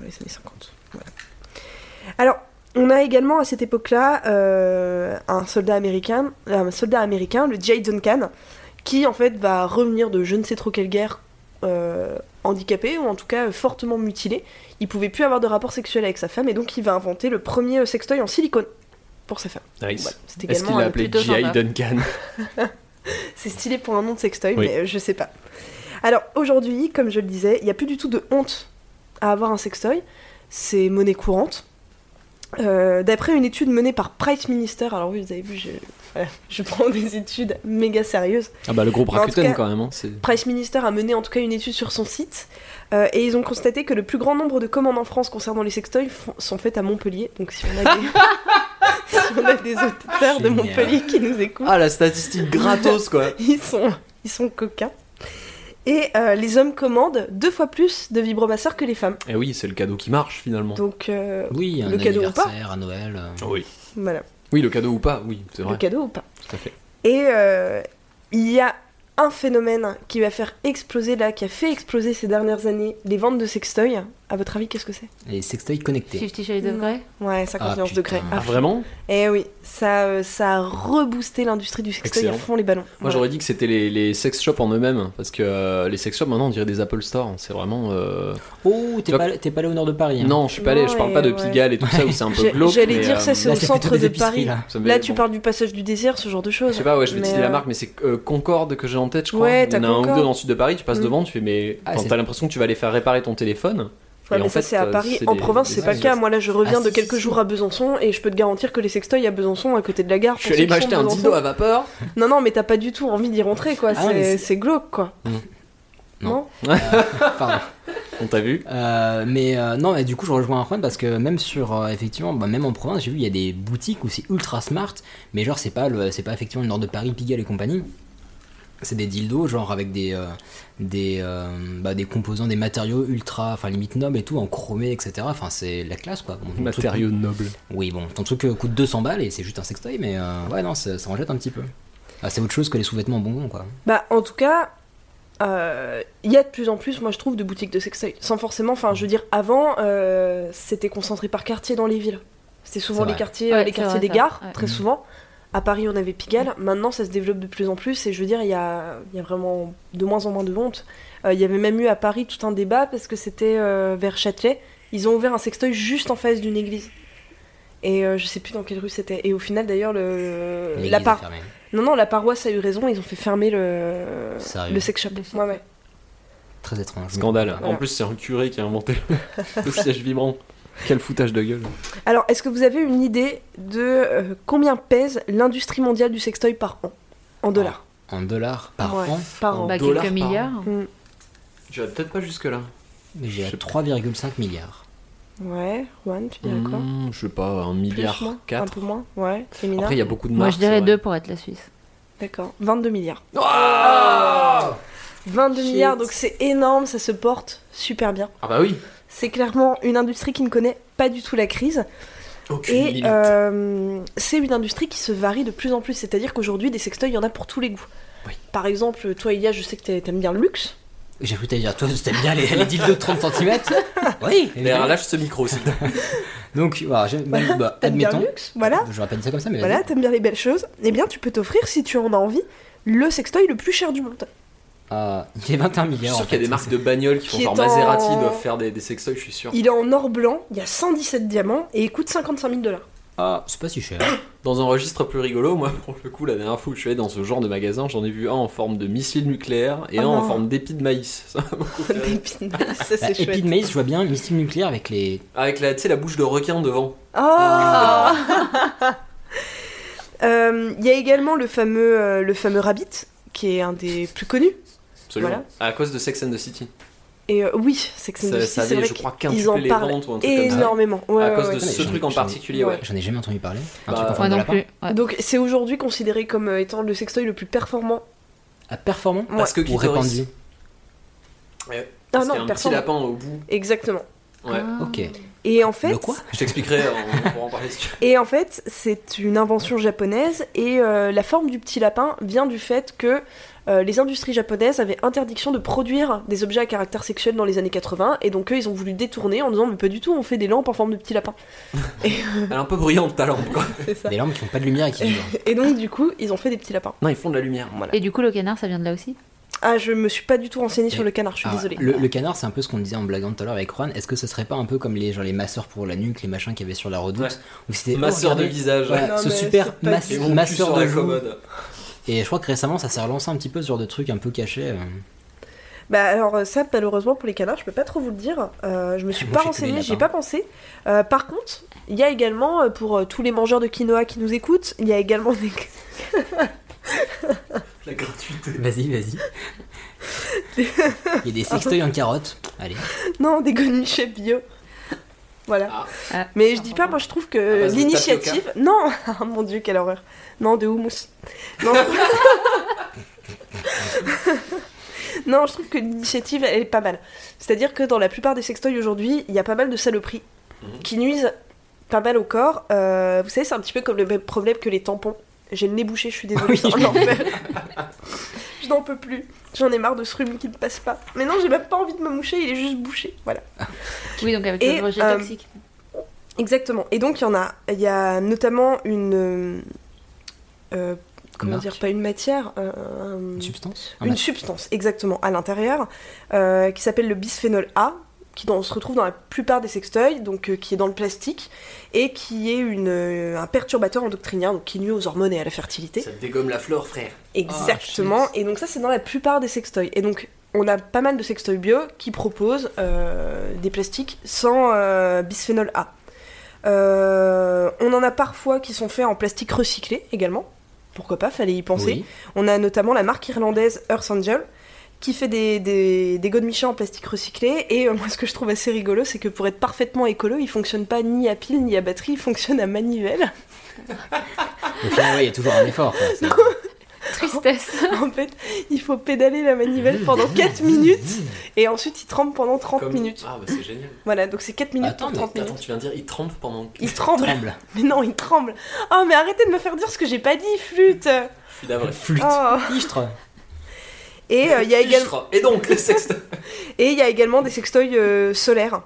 [SPEAKER 3] dans les années 50. Voilà. Alors, on a également à cette époque-là euh, un soldat américain, un soldat américain, le J. Duncan, qui en fait va revenir de je ne sais trop quelle guerre euh, handicapé ou en tout cas euh, fortement mutilé. Il pouvait plus avoir de rapport sexuel avec sa femme et donc il va inventer le premier euh, sextoy en silicone pour sa femme. Voilà.
[SPEAKER 2] Nice.
[SPEAKER 3] C'est
[SPEAKER 2] Est-ce qu'il
[SPEAKER 3] également euh,
[SPEAKER 2] l'a
[SPEAKER 3] un-
[SPEAKER 2] appelé
[SPEAKER 9] plutôt
[SPEAKER 2] G.I.
[SPEAKER 9] sympa.
[SPEAKER 2] Duncan
[SPEAKER 3] c'est stylé pour un nom de sextoy,
[SPEAKER 2] Oui.
[SPEAKER 3] mais euh, je sais pas. Alors aujourd'hui, comme je le disais, il n'y a plus du tout de honte à avoir un sextoy. C'est monnaie courante. Euh, D'après une étude menée par Price Minister, alors oui, vous avez vu, je, voilà, je prends des études méga sérieuses.
[SPEAKER 2] Ah bah le groupe
[SPEAKER 3] En tout
[SPEAKER 2] Rakuten
[SPEAKER 3] cas- Mm.
[SPEAKER 2] quand même. hein, c'est-
[SPEAKER 3] Price Minister a mené en tout cas une étude sur son site euh, et ils ont constaté que le plus grand nombre de commandes en France concernant les sextoys font- sont faites à Montpellier. Donc si on a des, si on a des auditeurs de
[SPEAKER 1] Génial.
[SPEAKER 3] Montpellier qui nous écoutent,
[SPEAKER 2] Ah la statistique gratos quoi.
[SPEAKER 3] ils sont, ils sont coquins. Et euh, les hommes commandent deux fois plus de vibromasseurs que les femmes.
[SPEAKER 2] Et Eh oui, c'est le cadeau qui marche finalement.
[SPEAKER 3] Donc euh,
[SPEAKER 1] Oui, un
[SPEAKER 3] Le cadeau ou pas
[SPEAKER 1] anniversaire, à Noël. euh.
[SPEAKER 2] Oui.
[SPEAKER 3] voilà,
[SPEAKER 2] Oui, le cadeau ou pas, oui, c'est
[SPEAKER 3] le
[SPEAKER 2] vrai.
[SPEAKER 3] cadeau ou pas.
[SPEAKER 2] Tout à fait.
[SPEAKER 3] Et euh, il y a un phénomène qui va faire exploser là, qui a fait exploser ces dernières années les ventes de sextoys. À votre avis, qu'est-ce que c'est
[SPEAKER 1] Et les sextoys connectés.
[SPEAKER 9] Fifty Shades
[SPEAKER 3] Mmh.
[SPEAKER 9] of Grey
[SPEAKER 3] Ouais, 51
[SPEAKER 1] Ah,
[SPEAKER 3] degrés.
[SPEAKER 1] putain.
[SPEAKER 2] Ah vraiment
[SPEAKER 3] Eh oui, ça, euh, ça a reboosté l'industrie du sextoy à
[SPEAKER 2] Excellent.
[SPEAKER 3] fond les ballons.
[SPEAKER 2] Moi
[SPEAKER 3] Voilà.
[SPEAKER 2] j'aurais dit que c'était les, les sex shops en eux-mêmes, parce que euh, les sex shops maintenant on dirait des Apple Store, hein, c'est vraiment... euh,
[SPEAKER 1] Oh, t'es
[SPEAKER 2] Tu vois-
[SPEAKER 1] pas, t'es pas allé au nord de Paris. hein.
[SPEAKER 2] Non, je suis pas allé,
[SPEAKER 3] Non,
[SPEAKER 2] je parle
[SPEAKER 3] et
[SPEAKER 2] pas de
[SPEAKER 3] ouais.
[SPEAKER 2] Pigalle et tout ça où c'est un peu
[SPEAKER 3] J'ai-
[SPEAKER 2] glauque.
[SPEAKER 3] J'allais
[SPEAKER 2] mais,
[SPEAKER 3] dire
[SPEAKER 2] euh,
[SPEAKER 3] ça, c'est
[SPEAKER 1] là,
[SPEAKER 3] au
[SPEAKER 1] c'est plutôt
[SPEAKER 3] centre
[SPEAKER 1] des
[SPEAKER 3] de
[SPEAKER 1] épiceries,
[SPEAKER 3] Paris. Là,
[SPEAKER 1] là.
[SPEAKER 2] ça me fait-
[SPEAKER 3] tu
[SPEAKER 2] bon.
[SPEAKER 3] parles du passage du désir, ce genre de
[SPEAKER 2] Je
[SPEAKER 3] choses.
[SPEAKER 2] sais pas, ouais, je vais te
[SPEAKER 3] Mais,
[SPEAKER 2] citer la
[SPEAKER 3] euh,
[SPEAKER 2] marque, mais c'est euh, Concorde que j'ai en tête, je crois.
[SPEAKER 3] Ouais,
[SPEAKER 2] Il y en a
[SPEAKER 3] t'as
[SPEAKER 2] un ou
[SPEAKER 3] Concorde.
[SPEAKER 2] deux dans le sud de Paris, tu passes
[SPEAKER 3] Mm.
[SPEAKER 2] devant, tu fais mais.
[SPEAKER 1] Ah,
[SPEAKER 2] enfin,
[SPEAKER 1] c'est-
[SPEAKER 2] t'as l'impression que tu vas aller faire réparer ton téléphone.
[SPEAKER 3] Ouais,
[SPEAKER 2] Et
[SPEAKER 3] mais
[SPEAKER 2] en
[SPEAKER 3] ça,
[SPEAKER 2] fait,
[SPEAKER 3] c'est à
[SPEAKER 2] euh,
[SPEAKER 3] Paris.
[SPEAKER 2] c'est
[SPEAKER 3] En
[SPEAKER 2] des-
[SPEAKER 3] province,
[SPEAKER 2] des
[SPEAKER 3] c'est pas le
[SPEAKER 1] des-
[SPEAKER 3] cas. Moi, là, je reviens
[SPEAKER 1] Ah,
[SPEAKER 3] de
[SPEAKER 1] si,
[SPEAKER 3] quelques
[SPEAKER 1] si,
[SPEAKER 3] jours
[SPEAKER 1] si.
[SPEAKER 3] à Besançon et je peux te garantir que les sextoys à Besançon, à côté de la gare.
[SPEAKER 2] Je
[SPEAKER 3] pour
[SPEAKER 2] suis allé
[SPEAKER 3] ceux qui sont
[SPEAKER 2] m'acheter
[SPEAKER 3] de
[SPEAKER 2] un
[SPEAKER 3] Besançon-
[SPEAKER 2] dildo à vapeur.
[SPEAKER 3] Non, non, mais t'as pas du tout envie d'y rentrer, quoi.
[SPEAKER 1] Ah, mais
[SPEAKER 3] C'est-
[SPEAKER 1] c'est-
[SPEAKER 3] c'est glauque, quoi.
[SPEAKER 2] Hmm.
[SPEAKER 1] Mm. Non. Pardon.
[SPEAKER 2] On t'a vu
[SPEAKER 1] Euh, mais euh, non, et du coup, je rejoins Antoine parce que même sur, euh, effectivement, bah, même en province, j'ai vu, il y a des boutiques où c'est ultra smart, mais genre, c'est pas, le- c'est pas effectivement le nord de Paris, Pigalle et compagnie. C'est des dildos, genre avec des, euh, des, euh, bah, des composants, des matériaux ultra, enfin limite nobles et tout, en chromé, etc. Enfin, c'est la classe quoi. Bon, ton truc-
[SPEAKER 2] Matériaux nobles.
[SPEAKER 1] oui, bon, ton truc euh, coûte 200 balles et c'est juste un sextoy, mais euh, ouais, non, ça, ça en jette un petit peu. Ah, c'est autre chose que les sous-vêtements bonbons quoi.
[SPEAKER 3] Bah, en tout cas, euh, il y a de plus en plus, moi je trouve, de boutiques de sextoy. Sans forcément, enfin, je veux dire, avant, euh, c'était concentré par quartier dans les villes. C'était
[SPEAKER 1] C'est
[SPEAKER 3] souvent les
[SPEAKER 1] vrai. Mm.
[SPEAKER 3] quartiers,
[SPEAKER 9] Ouais,
[SPEAKER 3] les
[SPEAKER 9] c'est
[SPEAKER 3] quartiers des
[SPEAKER 9] vrai, ça.
[SPEAKER 3] gares,
[SPEAKER 9] Ouais. Mm.
[SPEAKER 3] très souvent. À Paris, on avait Pigalle. Maintenant, ça se développe de plus en plus et je veux dire, il y a, il y a vraiment de moins en moins de honte. Euh, Il y avait même eu à Paris tout un débat parce que c'était euh, vers Châtelet. Ils ont ouvert un sextoy juste en face d'une église. Et euh, je sais plus dans quelle rue c'était. Et au final, d'ailleurs, le...
[SPEAKER 1] L'église
[SPEAKER 3] la,
[SPEAKER 1] est
[SPEAKER 3] par-
[SPEAKER 1] fermée.
[SPEAKER 3] non, non, la paroisse a eu raison, ils ont fait fermer le,
[SPEAKER 1] Sérieux
[SPEAKER 3] le sex shop.
[SPEAKER 9] Le sex
[SPEAKER 3] Ouais, ouais.
[SPEAKER 1] Très étrange.
[SPEAKER 2] Scandale.
[SPEAKER 3] Voilà.
[SPEAKER 2] En plus, c'est un curé qui a inventé le, le siège vibrant. Quel foutage de gueule.
[SPEAKER 3] Alors, est-ce que vous avez une idée de euh, combien pèse l'industrie mondiale du sextoy par an En dollars.
[SPEAKER 1] En dollars par
[SPEAKER 3] Ouais,
[SPEAKER 1] an,
[SPEAKER 3] Par an.
[SPEAKER 9] Bah,
[SPEAKER 2] dollars
[SPEAKER 9] quelques
[SPEAKER 2] par an.
[SPEAKER 9] milliards.
[SPEAKER 2] J'irais peut-être pas jusque-là.
[SPEAKER 1] j'ai à
[SPEAKER 2] Je sais pas.
[SPEAKER 1] 3,5 milliards.
[SPEAKER 3] Ouais, Juan, tu dirais quoi
[SPEAKER 2] Hmm, je sais pas, un
[SPEAKER 3] Plus,
[SPEAKER 2] milliard
[SPEAKER 3] moins Un
[SPEAKER 2] quatre.
[SPEAKER 3] peu moins Ouais, féminin.
[SPEAKER 2] Après, il y a beaucoup de marques.
[SPEAKER 9] Moi, je dirais
[SPEAKER 2] c'est vrai.
[SPEAKER 9] deux pour être la Suisse.
[SPEAKER 3] D'accord, 22 milliards.
[SPEAKER 2] Ah
[SPEAKER 3] 22
[SPEAKER 9] Shit.
[SPEAKER 3] milliards, donc c'est énorme, ça se porte super bien.
[SPEAKER 2] Ah bah oui
[SPEAKER 3] C'est clairement une industrie qui ne connaît pas du tout la crise.
[SPEAKER 2] Aucune
[SPEAKER 3] Et
[SPEAKER 2] limite.
[SPEAKER 3] euh, c'est une industrie qui se varie de plus en plus. C'est-à-dire qu'aujourd'hui, des sextoys, il y en a pour tous les goûts.
[SPEAKER 2] Oui.
[SPEAKER 3] Par exemple, toi, Ilia, je sais que t'a- t'aimes bien le luxe.
[SPEAKER 1] J'ai cru que t'allais dire, toi, t'aimes bien les, les dildos de 30 cm Oui
[SPEAKER 2] Mais alors, lâche ce micro aussi.
[SPEAKER 1] Donc, voilà, j'ai- bah, bah,
[SPEAKER 3] T'aimes bien
[SPEAKER 1] admettons.
[SPEAKER 3] le luxe, voilà.
[SPEAKER 1] J'aurais pas dit ça comme ça, mais
[SPEAKER 3] Voilà,
[SPEAKER 1] vas-y.
[SPEAKER 3] t'aimes bien les belles choses. Eh bien, tu peux t'offrir, si tu en as envie, le sextoy le plus cher du monde.
[SPEAKER 1] Ah, il est 21 milliards.
[SPEAKER 2] Je suis
[SPEAKER 1] en
[SPEAKER 2] sûr qu'il y a
[SPEAKER 1] fait.
[SPEAKER 2] des marques de bagnoles qui font
[SPEAKER 3] Qui
[SPEAKER 2] genre
[SPEAKER 3] est en-
[SPEAKER 2] Maserati doivent faire des, des sextoys, je suis sûr.
[SPEAKER 3] Il est en or blanc, il y a 117 diamants et il coûte 55 000 dollars.
[SPEAKER 1] Ah, c'est pas si cher.
[SPEAKER 2] Dans un registre plus rigolo, moi, pour le coup, la dernière fois où je suis allé dans ce genre de magasin, j'en ai vu un en forme de missile nucléaire et
[SPEAKER 3] Oh
[SPEAKER 2] un
[SPEAKER 3] non.
[SPEAKER 2] en forme d'épi de maïs. Ça m'a beaucoup fait rire.
[SPEAKER 3] ça
[SPEAKER 1] La
[SPEAKER 2] Bah,
[SPEAKER 3] c'est
[SPEAKER 1] Epi
[SPEAKER 3] chouette.
[SPEAKER 1] de maïs, Bah, je vois bien, missile nucléaire avec les.
[SPEAKER 2] Avec la, tu sais, la bouche de requin devant.
[SPEAKER 3] Oh Euh, Il y a également le fameux, euh, le fameux Rabbit, qui est un des plus connus.
[SPEAKER 2] Absolument.
[SPEAKER 3] Voilà.
[SPEAKER 2] À cause de Sex and the City.
[SPEAKER 3] Et euh, oui, c'est que c'est
[SPEAKER 2] Ça,
[SPEAKER 3] une-
[SPEAKER 2] ça
[SPEAKER 3] c'est
[SPEAKER 2] avait,
[SPEAKER 3] vrai
[SPEAKER 2] je crois,
[SPEAKER 3] qu'ils en
[SPEAKER 2] quintuplé les
[SPEAKER 3] parlent
[SPEAKER 2] ventes ou un truc comme ça.
[SPEAKER 3] énormément. Ouais,
[SPEAKER 2] À
[SPEAKER 3] ouais,
[SPEAKER 2] cause
[SPEAKER 3] ouais.
[SPEAKER 2] de ce
[SPEAKER 1] J'en ai-
[SPEAKER 2] truc en
[SPEAKER 1] j'en ai-
[SPEAKER 2] particulier, ouais.
[SPEAKER 1] J'en ai jamais entendu parler. Un
[SPEAKER 2] Bah,
[SPEAKER 1] truc en
[SPEAKER 9] Moi
[SPEAKER 1] forme de
[SPEAKER 9] non
[SPEAKER 1] lapin.
[SPEAKER 9] plus. ouais.
[SPEAKER 3] Donc c'est aujourd'hui considéré comme euh, étant le sextoy le plus performant.
[SPEAKER 1] Ah, performant
[SPEAKER 2] Parce que
[SPEAKER 1] Ou
[SPEAKER 2] clitoris.
[SPEAKER 1] répandu
[SPEAKER 3] Ah
[SPEAKER 2] Parce qu'il y a
[SPEAKER 3] non,
[SPEAKER 2] un petit
[SPEAKER 3] performant.
[SPEAKER 2] lapin au bout.
[SPEAKER 3] Exactement.
[SPEAKER 2] Ouais.
[SPEAKER 9] Ah.
[SPEAKER 1] Ok.
[SPEAKER 3] Et en fait,
[SPEAKER 1] Le quoi
[SPEAKER 2] Je t'expliquerai, on pourra en parler si tu veux.
[SPEAKER 3] Et en fait, c'est une invention japonaise et euh, la forme du petit lapin vient du fait que euh, les industries japonaises avaient interdiction de produire des objets à caractère sexuel dans les années 80 et donc eux ils ont voulu détourner en disant mais pas du tout on fait des lampes en forme de petit lapin.
[SPEAKER 2] Elle est un peu brillante ta lampe quoi.
[SPEAKER 3] C'est ça.
[SPEAKER 1] Des lampes qui font pas de lumière et qui vibrent.
[SPEAKER 3] Et donc du coup ils ont fait des petits lapins.
[SPEAKER 2] Non, ils font de la lumière.
[SPEAKER 9] Et du coup, le canard, ça vient de là aussi
[SPEAKER 3] Ah je me suis pas du tout renseignée sur
[SPEAKER 1] Et-
[SPEAKER 3] le canard, je suis
[SPEAKER 1] Ah,
[SPEAKER 3] désolée.
[SPEAKER 1] Le, le canard, c'est un peu ce qu'on disait en blaguant tout à l'heure avec Juan. Est-ce que ce serait pas un peu comme les, genre, les masseurs pour la nuque, les machins qu'il y avait sur la redoute
[SPEAKER 2] Ouais.
[SPEAKER 1] où c'était, oh,
[SPEAKER 2] Masseur de
[SPEAKER 1] regardez,
[SPEAKER 2] visage.
[SPEAKER 1] voilà,
[SPEAKER 3] Non,
[SPEAKER 1] ce
[SPEAKER 3] mais
[SPEAKER 1] super
[SPEAKER 3] c'est pas
[SPEAKER 1] masse-
[SPEAKER 3] du-
[SPEAKER 2] Et mon cul
[SPEAKER 1] masseur
[SPEAKER 2] sur
[SPEAKER 1] de
[SPEAKER 2] la
[SPEAKER 1] joue.
[SPEAKER 2] commode.
[SPEAKER 1] Et je crois que récemment, ça s'est relancé un petit peu ce genre de truc un peu caché. euh.
[SPEAKER 3] Bah alors euh, ça malheureusement pour les canards je peux pas trop vous le dire, Euh, je me suis
[SPEAKER 1] Moi,
[SPEAKER 3] pas
[SPEAKER 1] j'ai que des
[SPEAKER 3] renseignée, j'y ai
[SPEAKER 1] lapins.
[SPEAKER 3] pas pensé. Euh, par contre il y a également euh, pour euh, tous les mangeurs de quinoa qui nous écoutent, il y a également des...
[SPEAKER 2] La gratuité.
[SPEAKER 1] Vas-y, vas-y. Il y a des sextoys en carotte. Allez.
[SPEAKER 3] Non, des godmichets bio. Voilà.
[SPEAKER 2] Ah.
[SPEAKER 9] Ah.
[SPEAKER 3] Mais je dis pas, moi je trouve
[SPEAKER 2] À
[SPEAKER 3] que
[SPEAKER 2] base de
[SPEAKER 3] l'initiative. Non Ah, Mon dieu, quelle horreur Non, de houmous. Non, non je trouve que l'initiative, elle est pas mal. C'est-à-dire que dans la plupart des sextoys aujourd'hui, il y a pas mal de saloperies
[SPEAKER 2] Mhm.
[SPEAKER 3] qui nuisent pas mal au corps. Euh, vous savez, c'est un petit peu comme le même problème que les tampons. J'ai le nez bouché, je suis désolée,
[SPEAKER 1] Oui.
[SPEAKER 3] c'est un enfer. Je n'en peux plus. J'en ai marre de ce rhume qui ne passe pas. Mais non, j'ai même pas envie de me moucher, il est juste bouché. Voilà.
[SPEAKER 9] Oui, donc avec
[SPEAKER 3] Et,
[SPEAKER 9] le rejet
[SPEAKER 3] euh,
[SPEAKER 9] toxique.
[SPEAKER 3] Exactement. Et donc, il y en a. Il y a notamment une. euh, euh, comment
[SPEAKER 1] Marque.
[SPEAKER 3] dire Pas une matière. euh, un-
[SPEAKER 1] Une substance
[SPEAKER 3] une substance, exactement, à l'intérieur, euh, qui s'appelle le bisphénol A, qui dans- se retrouve dans la plupart des sextoys, donc euh, qui est dans le plastique, et qui est une, euh, un perturbateur endocrinien, donc qui nuit aux hormones et à la fertilité.
[SPEAKER 2] Ça te dégomme la flore, frère.
[SPEAKER 3] Exactement. et donc ça, c'est dans la plupart des sextoys. Et donc, on a pas mal de sextoys bio qui proposent euh, des plastiques sans euh, bisphénol A. Euh, on en a parfois qui sont faits en plastique recyclé également. Pourquoi pas, fallait y penser.
[SPEAKER 1] Oui.
[SPEAKER 3] On a notamment la marque irlandaise Earth Angel qui fait des, des, des godemichets en plastique recyclé. Et euh, moi, ce que je trouve assez rigolo, c'est que pour être parfaitement écolo, ils fonctionnent pas ni à pile ni à batterie, ils fonctionnent à manivelle.
[SPEAKER 1] Au final, ouais, il y a toujours un effort. quoi. C'est-
[SPEAKER 9] Triste. tristesse.
[SPEAKER 3] En fait, il faut pédaler la manivelle pendant 4 minutes et ensuite il trempe pendant 30
[SPEAKER 2] Comme-
[SPEAKER 3] minutes.
[SPEAKER 2] Ah, bah c'est génial.
[SPEAKER 3] Voilà, donc c'est 4 minutes
[SPEAKER 2] Attends,
[SPEAKER 3] pour
[SPEAKER 2] mais-
[SPEAKER 3] 30 minutes.
[SPEAKER 2] attends, tu viens de dire, il trempe pendant.
[SPEAKER 3] Il tremble.
[SPEAKER 1] Tremble.
[SPEAKER 3] Mais non, il tremble. Oh, mais arrêtez de me faire dire ce que j'ai pas dit, flûte.
[SPEAKER 2] Je suis d'avril.
[SPEAKER 1] Flûte.
[SPEAKER 3] Oh.
[SPEAKER 1] Istre.
[SPEAKER 3] Et euh, il y a également
[SPEAKER 2] Et donc, les sextes.
[SPEAKER 3] et il y a également des sextoys euh, solaires.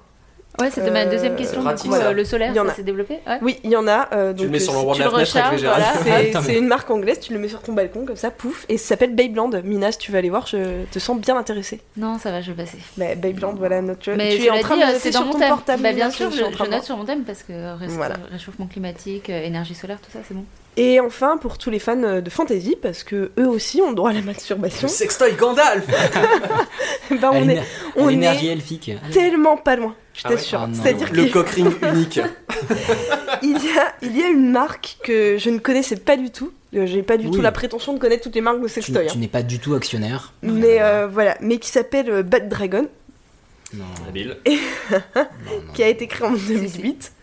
[SPEAKER 9] Ouais, c'était ma
[SPEAKER 3] Euh,
[SPEAKER 9] deuxième question. Du coup,
[SPEAKER 2] Ratissa.
[SPEAKER 9] euh, le solaire,
[SPEAKER 3] Il y en
[SPEAKER 9] ça
[SPEAKER 3] a.
[SPEAKER 9] s'est développé Ouais.
[SPEAKER 3] Oui, il y en a. euh,
[SPEAKER 2] Tu
[SPEAKER 3] donc
[SPEAKER 2] le mets sur
[SPEAKER 3] euh,
[SPEAKER 2] le roi de
[SPEAKER 9] tu
[SPEAKER 2] la
[SPEAKER 9] le
[SPEAKER 2] fenêtre avec
[SPEAKER 9] recharges,
[SPEAKER 2] Gérard.
[SPEAKER 9] voilà.
[SPEAKER 3] c'est-
[SPEAKER 1] Attends, mais-
[SPEAKER 3] c'est une marque anglaise, tu le mets sur ton balcon comme ça, pouf, et ça s'appelle Babeland. Mina, si tu veux aller voir, je te sens bien intéressée.
[SPEAKER 9] Non, ça va, je vais passer.
[SPEAKER 3] Bah, Babeland, voilà, notre tu
[SPEAKER 9] Mais
[SPEAKER 3] tu es en
[SPEAKER 9] cela
[SPEAKER 3] train
[SPEAKER 9] dit,
[SPEAKER 3] de
[SPEAKER 9] euh,
[SPEAKER 3] noter
[SPEAKER 9] c'est
[SPEAKER 3] sur
[SPEAKER 9] dans mon
[SPEAKER 3] ton
[SPEAKER 9] thème.
[SPEAKER 3] portable.
[SPEAKER 9] Bah, bien
[SPEAKER 3] Mina,
[SPEAKER 9] sûr,
[SPEAKER 3] tu
[SPEAKER 9] je,
[SPEAKER 3] es en train
[SPEAKER 9] je
[SPEAKER 3] de
[SPEAKER 9] note sur mon thème parce que euh, ré-
[SPEAKER 3] Voilà.
[SPEAKER 9] réchauffement climatique, euh, énergie solaire, tout ça, c'est bon.
[SPEAKER 3] Et enfin, pour tous les fans euh, de fantasy, parce que eux aussi ont droit à la masturbation,
[SPEAKER 2] Le sextoy Gandalf
[SPEAKER 3] bah, on est, on
[SPEAKER 1] L'énergie
[SPEAKER 3] est
[SPEAKER 1] elfique.
[SPEAKER 3] tellement pas loin, je
[SPEAKER 2] Ah ouais
[SPEAKER 3] t'assure.
[SPEAKER 1] Ah non.
[SPEAKER 3] C'est-à-dire
[SPEAKER 2] Le
[SPEAKER 3] qu'il
[SPEAKER 2] cock ring unique.
[SPEAKER 3] y, a- il y a une marque que je ne connaissais pas du tout. Euh, J'ai pas du
[SPEAKER 1] Oui.
[SPEAKER 3] tout la prétention de connaître toutes les marques de
[SPEAKER 1] Tu,
[SPEAKER 3] sextoy.
[SPEAKER 1] tu
[SPEAKER 3] hein.
[SPEAKER 1] n'es pas du tout actionnaire.
[SPEAKER 3] Mais euh, voilà, mais qui s'appelle euh, Bad Dragon,
[SPEAKER 1] Non,
[SPEAKER 2] Habile.
[SPEAKER 1] non, non.
[SPEAKER 3] qui a été créé en 2008.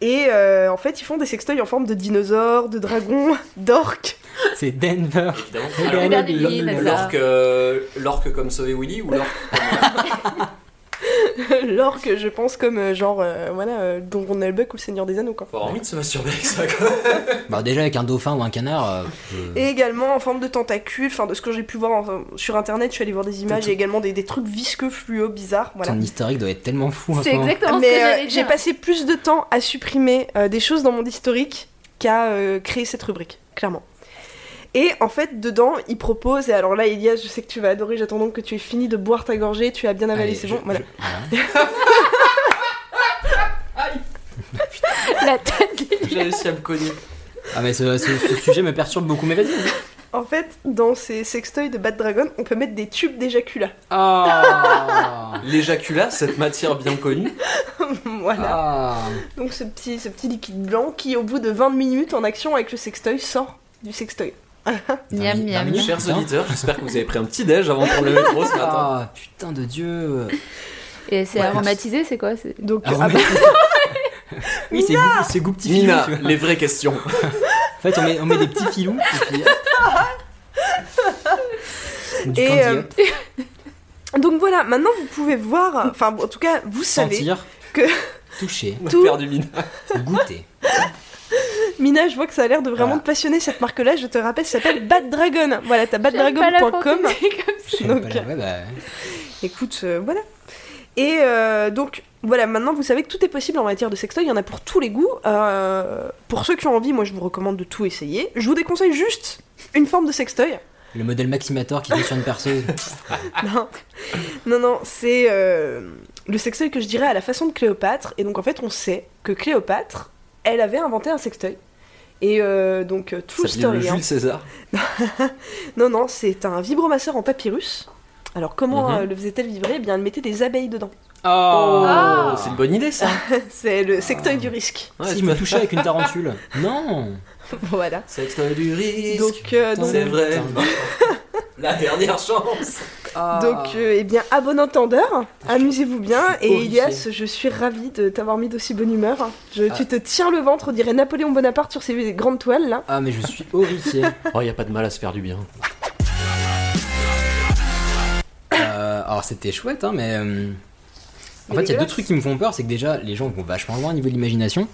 [SPEAKER 3] Et euh, en fait, ils font des sextoys en forme de dinosaures, de dragons, d'orques.
[SPEAKER 1] C'est Denver.
[SPEAKER 2] Évidemment. Ah,
[SPEAKER 1] Et
[SPEAKER 2] Alors,
[SPEAKER 1] Daniel
[SPEAKER 9] Daniel
[SPEAKER 1] Bill.
[SPEAKER 9] Bill.
[SPEAKER 2] L'orque, euh, l'orque comme Sauvé Willy ou l'orque
[SPEAKER 3] L'orque, je pense, comme euh, genre, euh, voilà, euh, Don Rondelbuck ou le Seigneur des Anneaux, quoi.
[SPEAKER 2] Faut avoir envie de se masturber avec ça quoi.
[SPEAKER 1] Bah, déjà avec un dauphin ou un canard. euh, je-
[SPEAKER 3] Et également en forme de tentacule, enfin de ce que j'ai pu voir en- sur internet, je suis allée voir des images, il y a également des, des trucs visqueux, fluo, bizarres, voilà.
[SPEAKER 1] Ton historique doit être tellement fou. hein, en ce
[SPEAKER 9] C'est
[SPEAKER 1] moment.
[SPEAKER 9] exactement ce que
[SPEAKER 3] Mais euh,
[SPEAKER 9] j'allais
[SPEAKER 3] j'ai
[SPEAKER 9] dire.
[SPEAKER 3] passé plus de temps à supprimer euh, des choses dans mon historique qu'à euh, créer cette rubrique, clairement. Et en fait, dedans, il propose, et alors là, Elias, je sais que tu vas adorer, j'attends donc que tu aies fini de boire ta gorgée, tu as bien avalé,
[SPEAKER 1] Allez,
[SPEAKER 3] Ah, c'est
[SPEAKER 1] je-
[SPEAKER 3] bon, voilà.
[SPEAKER 1] je- voilà.
[SPEAKER 9] La tête des-
[SPEAKER 2] J'ai réussi à me cogner.
[SPEAKER 1] Ah, mais ce, ce- ce sujet me perturbe beaucoup. Mais vas-y.
[SPEAKER 3] En fait, dans ces sextoys de Bad Dragon, on peut mettre des tubes d'éjaculat.
[SPEAKER 1] Ah
[SPEAKER 2] L'éjaculat, cette matière bien connue.
[SPEAKER 3] voilà.
[SPEAKER 1] Ah
[SPEAKER 3] Donc ce petit, ce petit liquide blanc qui, au bout de 20 minutes en action avec le sextoy, sort du sextoy.
[SPEAKER 9] Miam,
[SPEAKER 1] Vingt-
[SPEAKER 9] miam,
[SPEAKER 1] vingt minutes,
[SPEAKER 9] miam.
[SPEAKER 2] Chers
[SPEAKER 1] putain.
[SPEAKER 2] auditeurs, j'espère que vous avez pris un petit déj avant de prendre le métro ce matin.
[SPEAKER 1] Ah putain de dieu
[SPEAKER 9] Et c'est
[SPEAKER 1] Ouais.
[SPEAKER 9] aromatisé, c'est quoi c'est-
[SPEAKER 3] Donc
[SPEAKER 1] Ah,
[SPEAKER 3] ah
[SPEAKER 1] on
[SPEAKER 3] bah,
[SPEAKER 1] met- Oui, c'est goût, c'est goût petit filou,
[SPEAKER 2] Nina,
[SPEAKER 1] tu vois.
[SPEAKER 2] les vraies questions.
[SPEAKER 1] En fait, on met, on met des petits filous. Et puis... Du
[SPEAKER 3] Et,
[SPEAKER 1] candy
[SPEAKER 3] euh,
[SPEAKER 1] hop,
[SPEAKER 3] bah, donc voilà, maintenant vous pouvez voir, enfin en tout cas vous savez,
[SPEAKER 1] sentir,
[SPEAKER 3] que-
[SPEAKER 1] toucher,
[SPEAKER 2] On a
[SPEAKER 3] Tout.
[SPEAKER 2] perdu Nina.
[SPEAKER 1] goûter.
[SPEAKER 3] Mina je vois que ça a l'air de vraiment
[SPEAKER 2] Ah.
[SPEAKER 1] Voilà.
[SPEAKER 3] te passionner cette marque-là, je te rappelle, ça s'appelle Bad Dragon. Voilà, t'as
[SPEAKER 9] J'aime pas la
[SPEAKER 3] baddragon.com.
[SPEAKER 9] fantaisie comme ça.
[SPEAKER 1] Je savais pas
[SPEAKER 3] Donc,
[SPEAKER 1] la- ouais, bah,
[SPEAKER 3] Écoute, euh, voilà. Et euh, donc, voilà, maintenant vous savez que tout est possible en matière de sextoy, il y en a pour tous les goûts. Euh, pour ceux qui ont envie, moi je vous recommande de tout essayer. Je vous déconseille juste une forme de sextoy.
[SPEAKER 1] le modèle Maximator qui vient sur une perceuse.
[SPEAKER 2] Ah.
[SPEAKER 3] Non, non, non, c'est euh, le sextoy que je dirais à la façon de Cléopâtre. Et donc en fait, on sait que Cléopâtre, elle avait inventé un sextoy. Et euh, donc euh, tout
[SPEAKER 2] Ça s'appelle le
[SPEAKER 3] historien.
[SPEAKER 2] Jules César.
[SPEAKER 3] Non, non, c'est un vibromasseur en papyrus. Alors comment
[SPEAKER 2] Mhm.
[SPEAKER 3] euh, le faisait-elle vibrer Eh bien, elle mettait des abeilles dedans.
[SPEAKER 1] Oh,
[SPEAKER 9] Ah.
[SPEAKER 2] C'est une bonne idée ça.
[SPEAKER 3] c'est le sextoy du risque.
[SPEAKER 2] Ouais,
[SPEAKER 1] Si
[SPEAKER 2] c'est-
[SPEAKER 1] je me touchais avec une tarentule. Non
[SPEAKER 3] voilà.
[SPEAKER 2] Sextoy du risque.
[SPEAKER 3] Donc,
[SPEAKER 1] Ah,
[SPEAKER 3] euh, donc,
[SPEAKER 2] C'est vrai.
[SPEAKER 1] Putain.
[SPEAKER 2] La dernière chance. Ah.
[SPEAKER 3] donc, euh, eh bien, à bon entendeur, amusez-vous bien.
[SPEAKER 1] suis
[SPEAKER 3] Et
[SPEAKER 1] horrifié.
[SPEAKER 3] Elias, je suis ravie de t'avoir mis d'aussi bonne humeur.
[SPEAKER 2] Ah.
[SPEAKER 3] Je- Tu te tiens le ventre, on dirait Napoléon Bonaparte sur ses grandes toiles là.
[SPEAKER 1] Ah, mais je suis horrifié.
[SPEAKER 2] Oh, y a pas de mal à se faire du bien.
[SPEAKER 1] Euh, alors c'était chouette, hein, mais euh, en fait il y a
[SPEAKER 3] Mais
[SPEAKER 1] deux
[SPEAKER 3] dégueulasse.
[SPEAKER 1] trucs qui me font peur, c'est que déjà les gens vont vachement loin au niveau de l'imagination,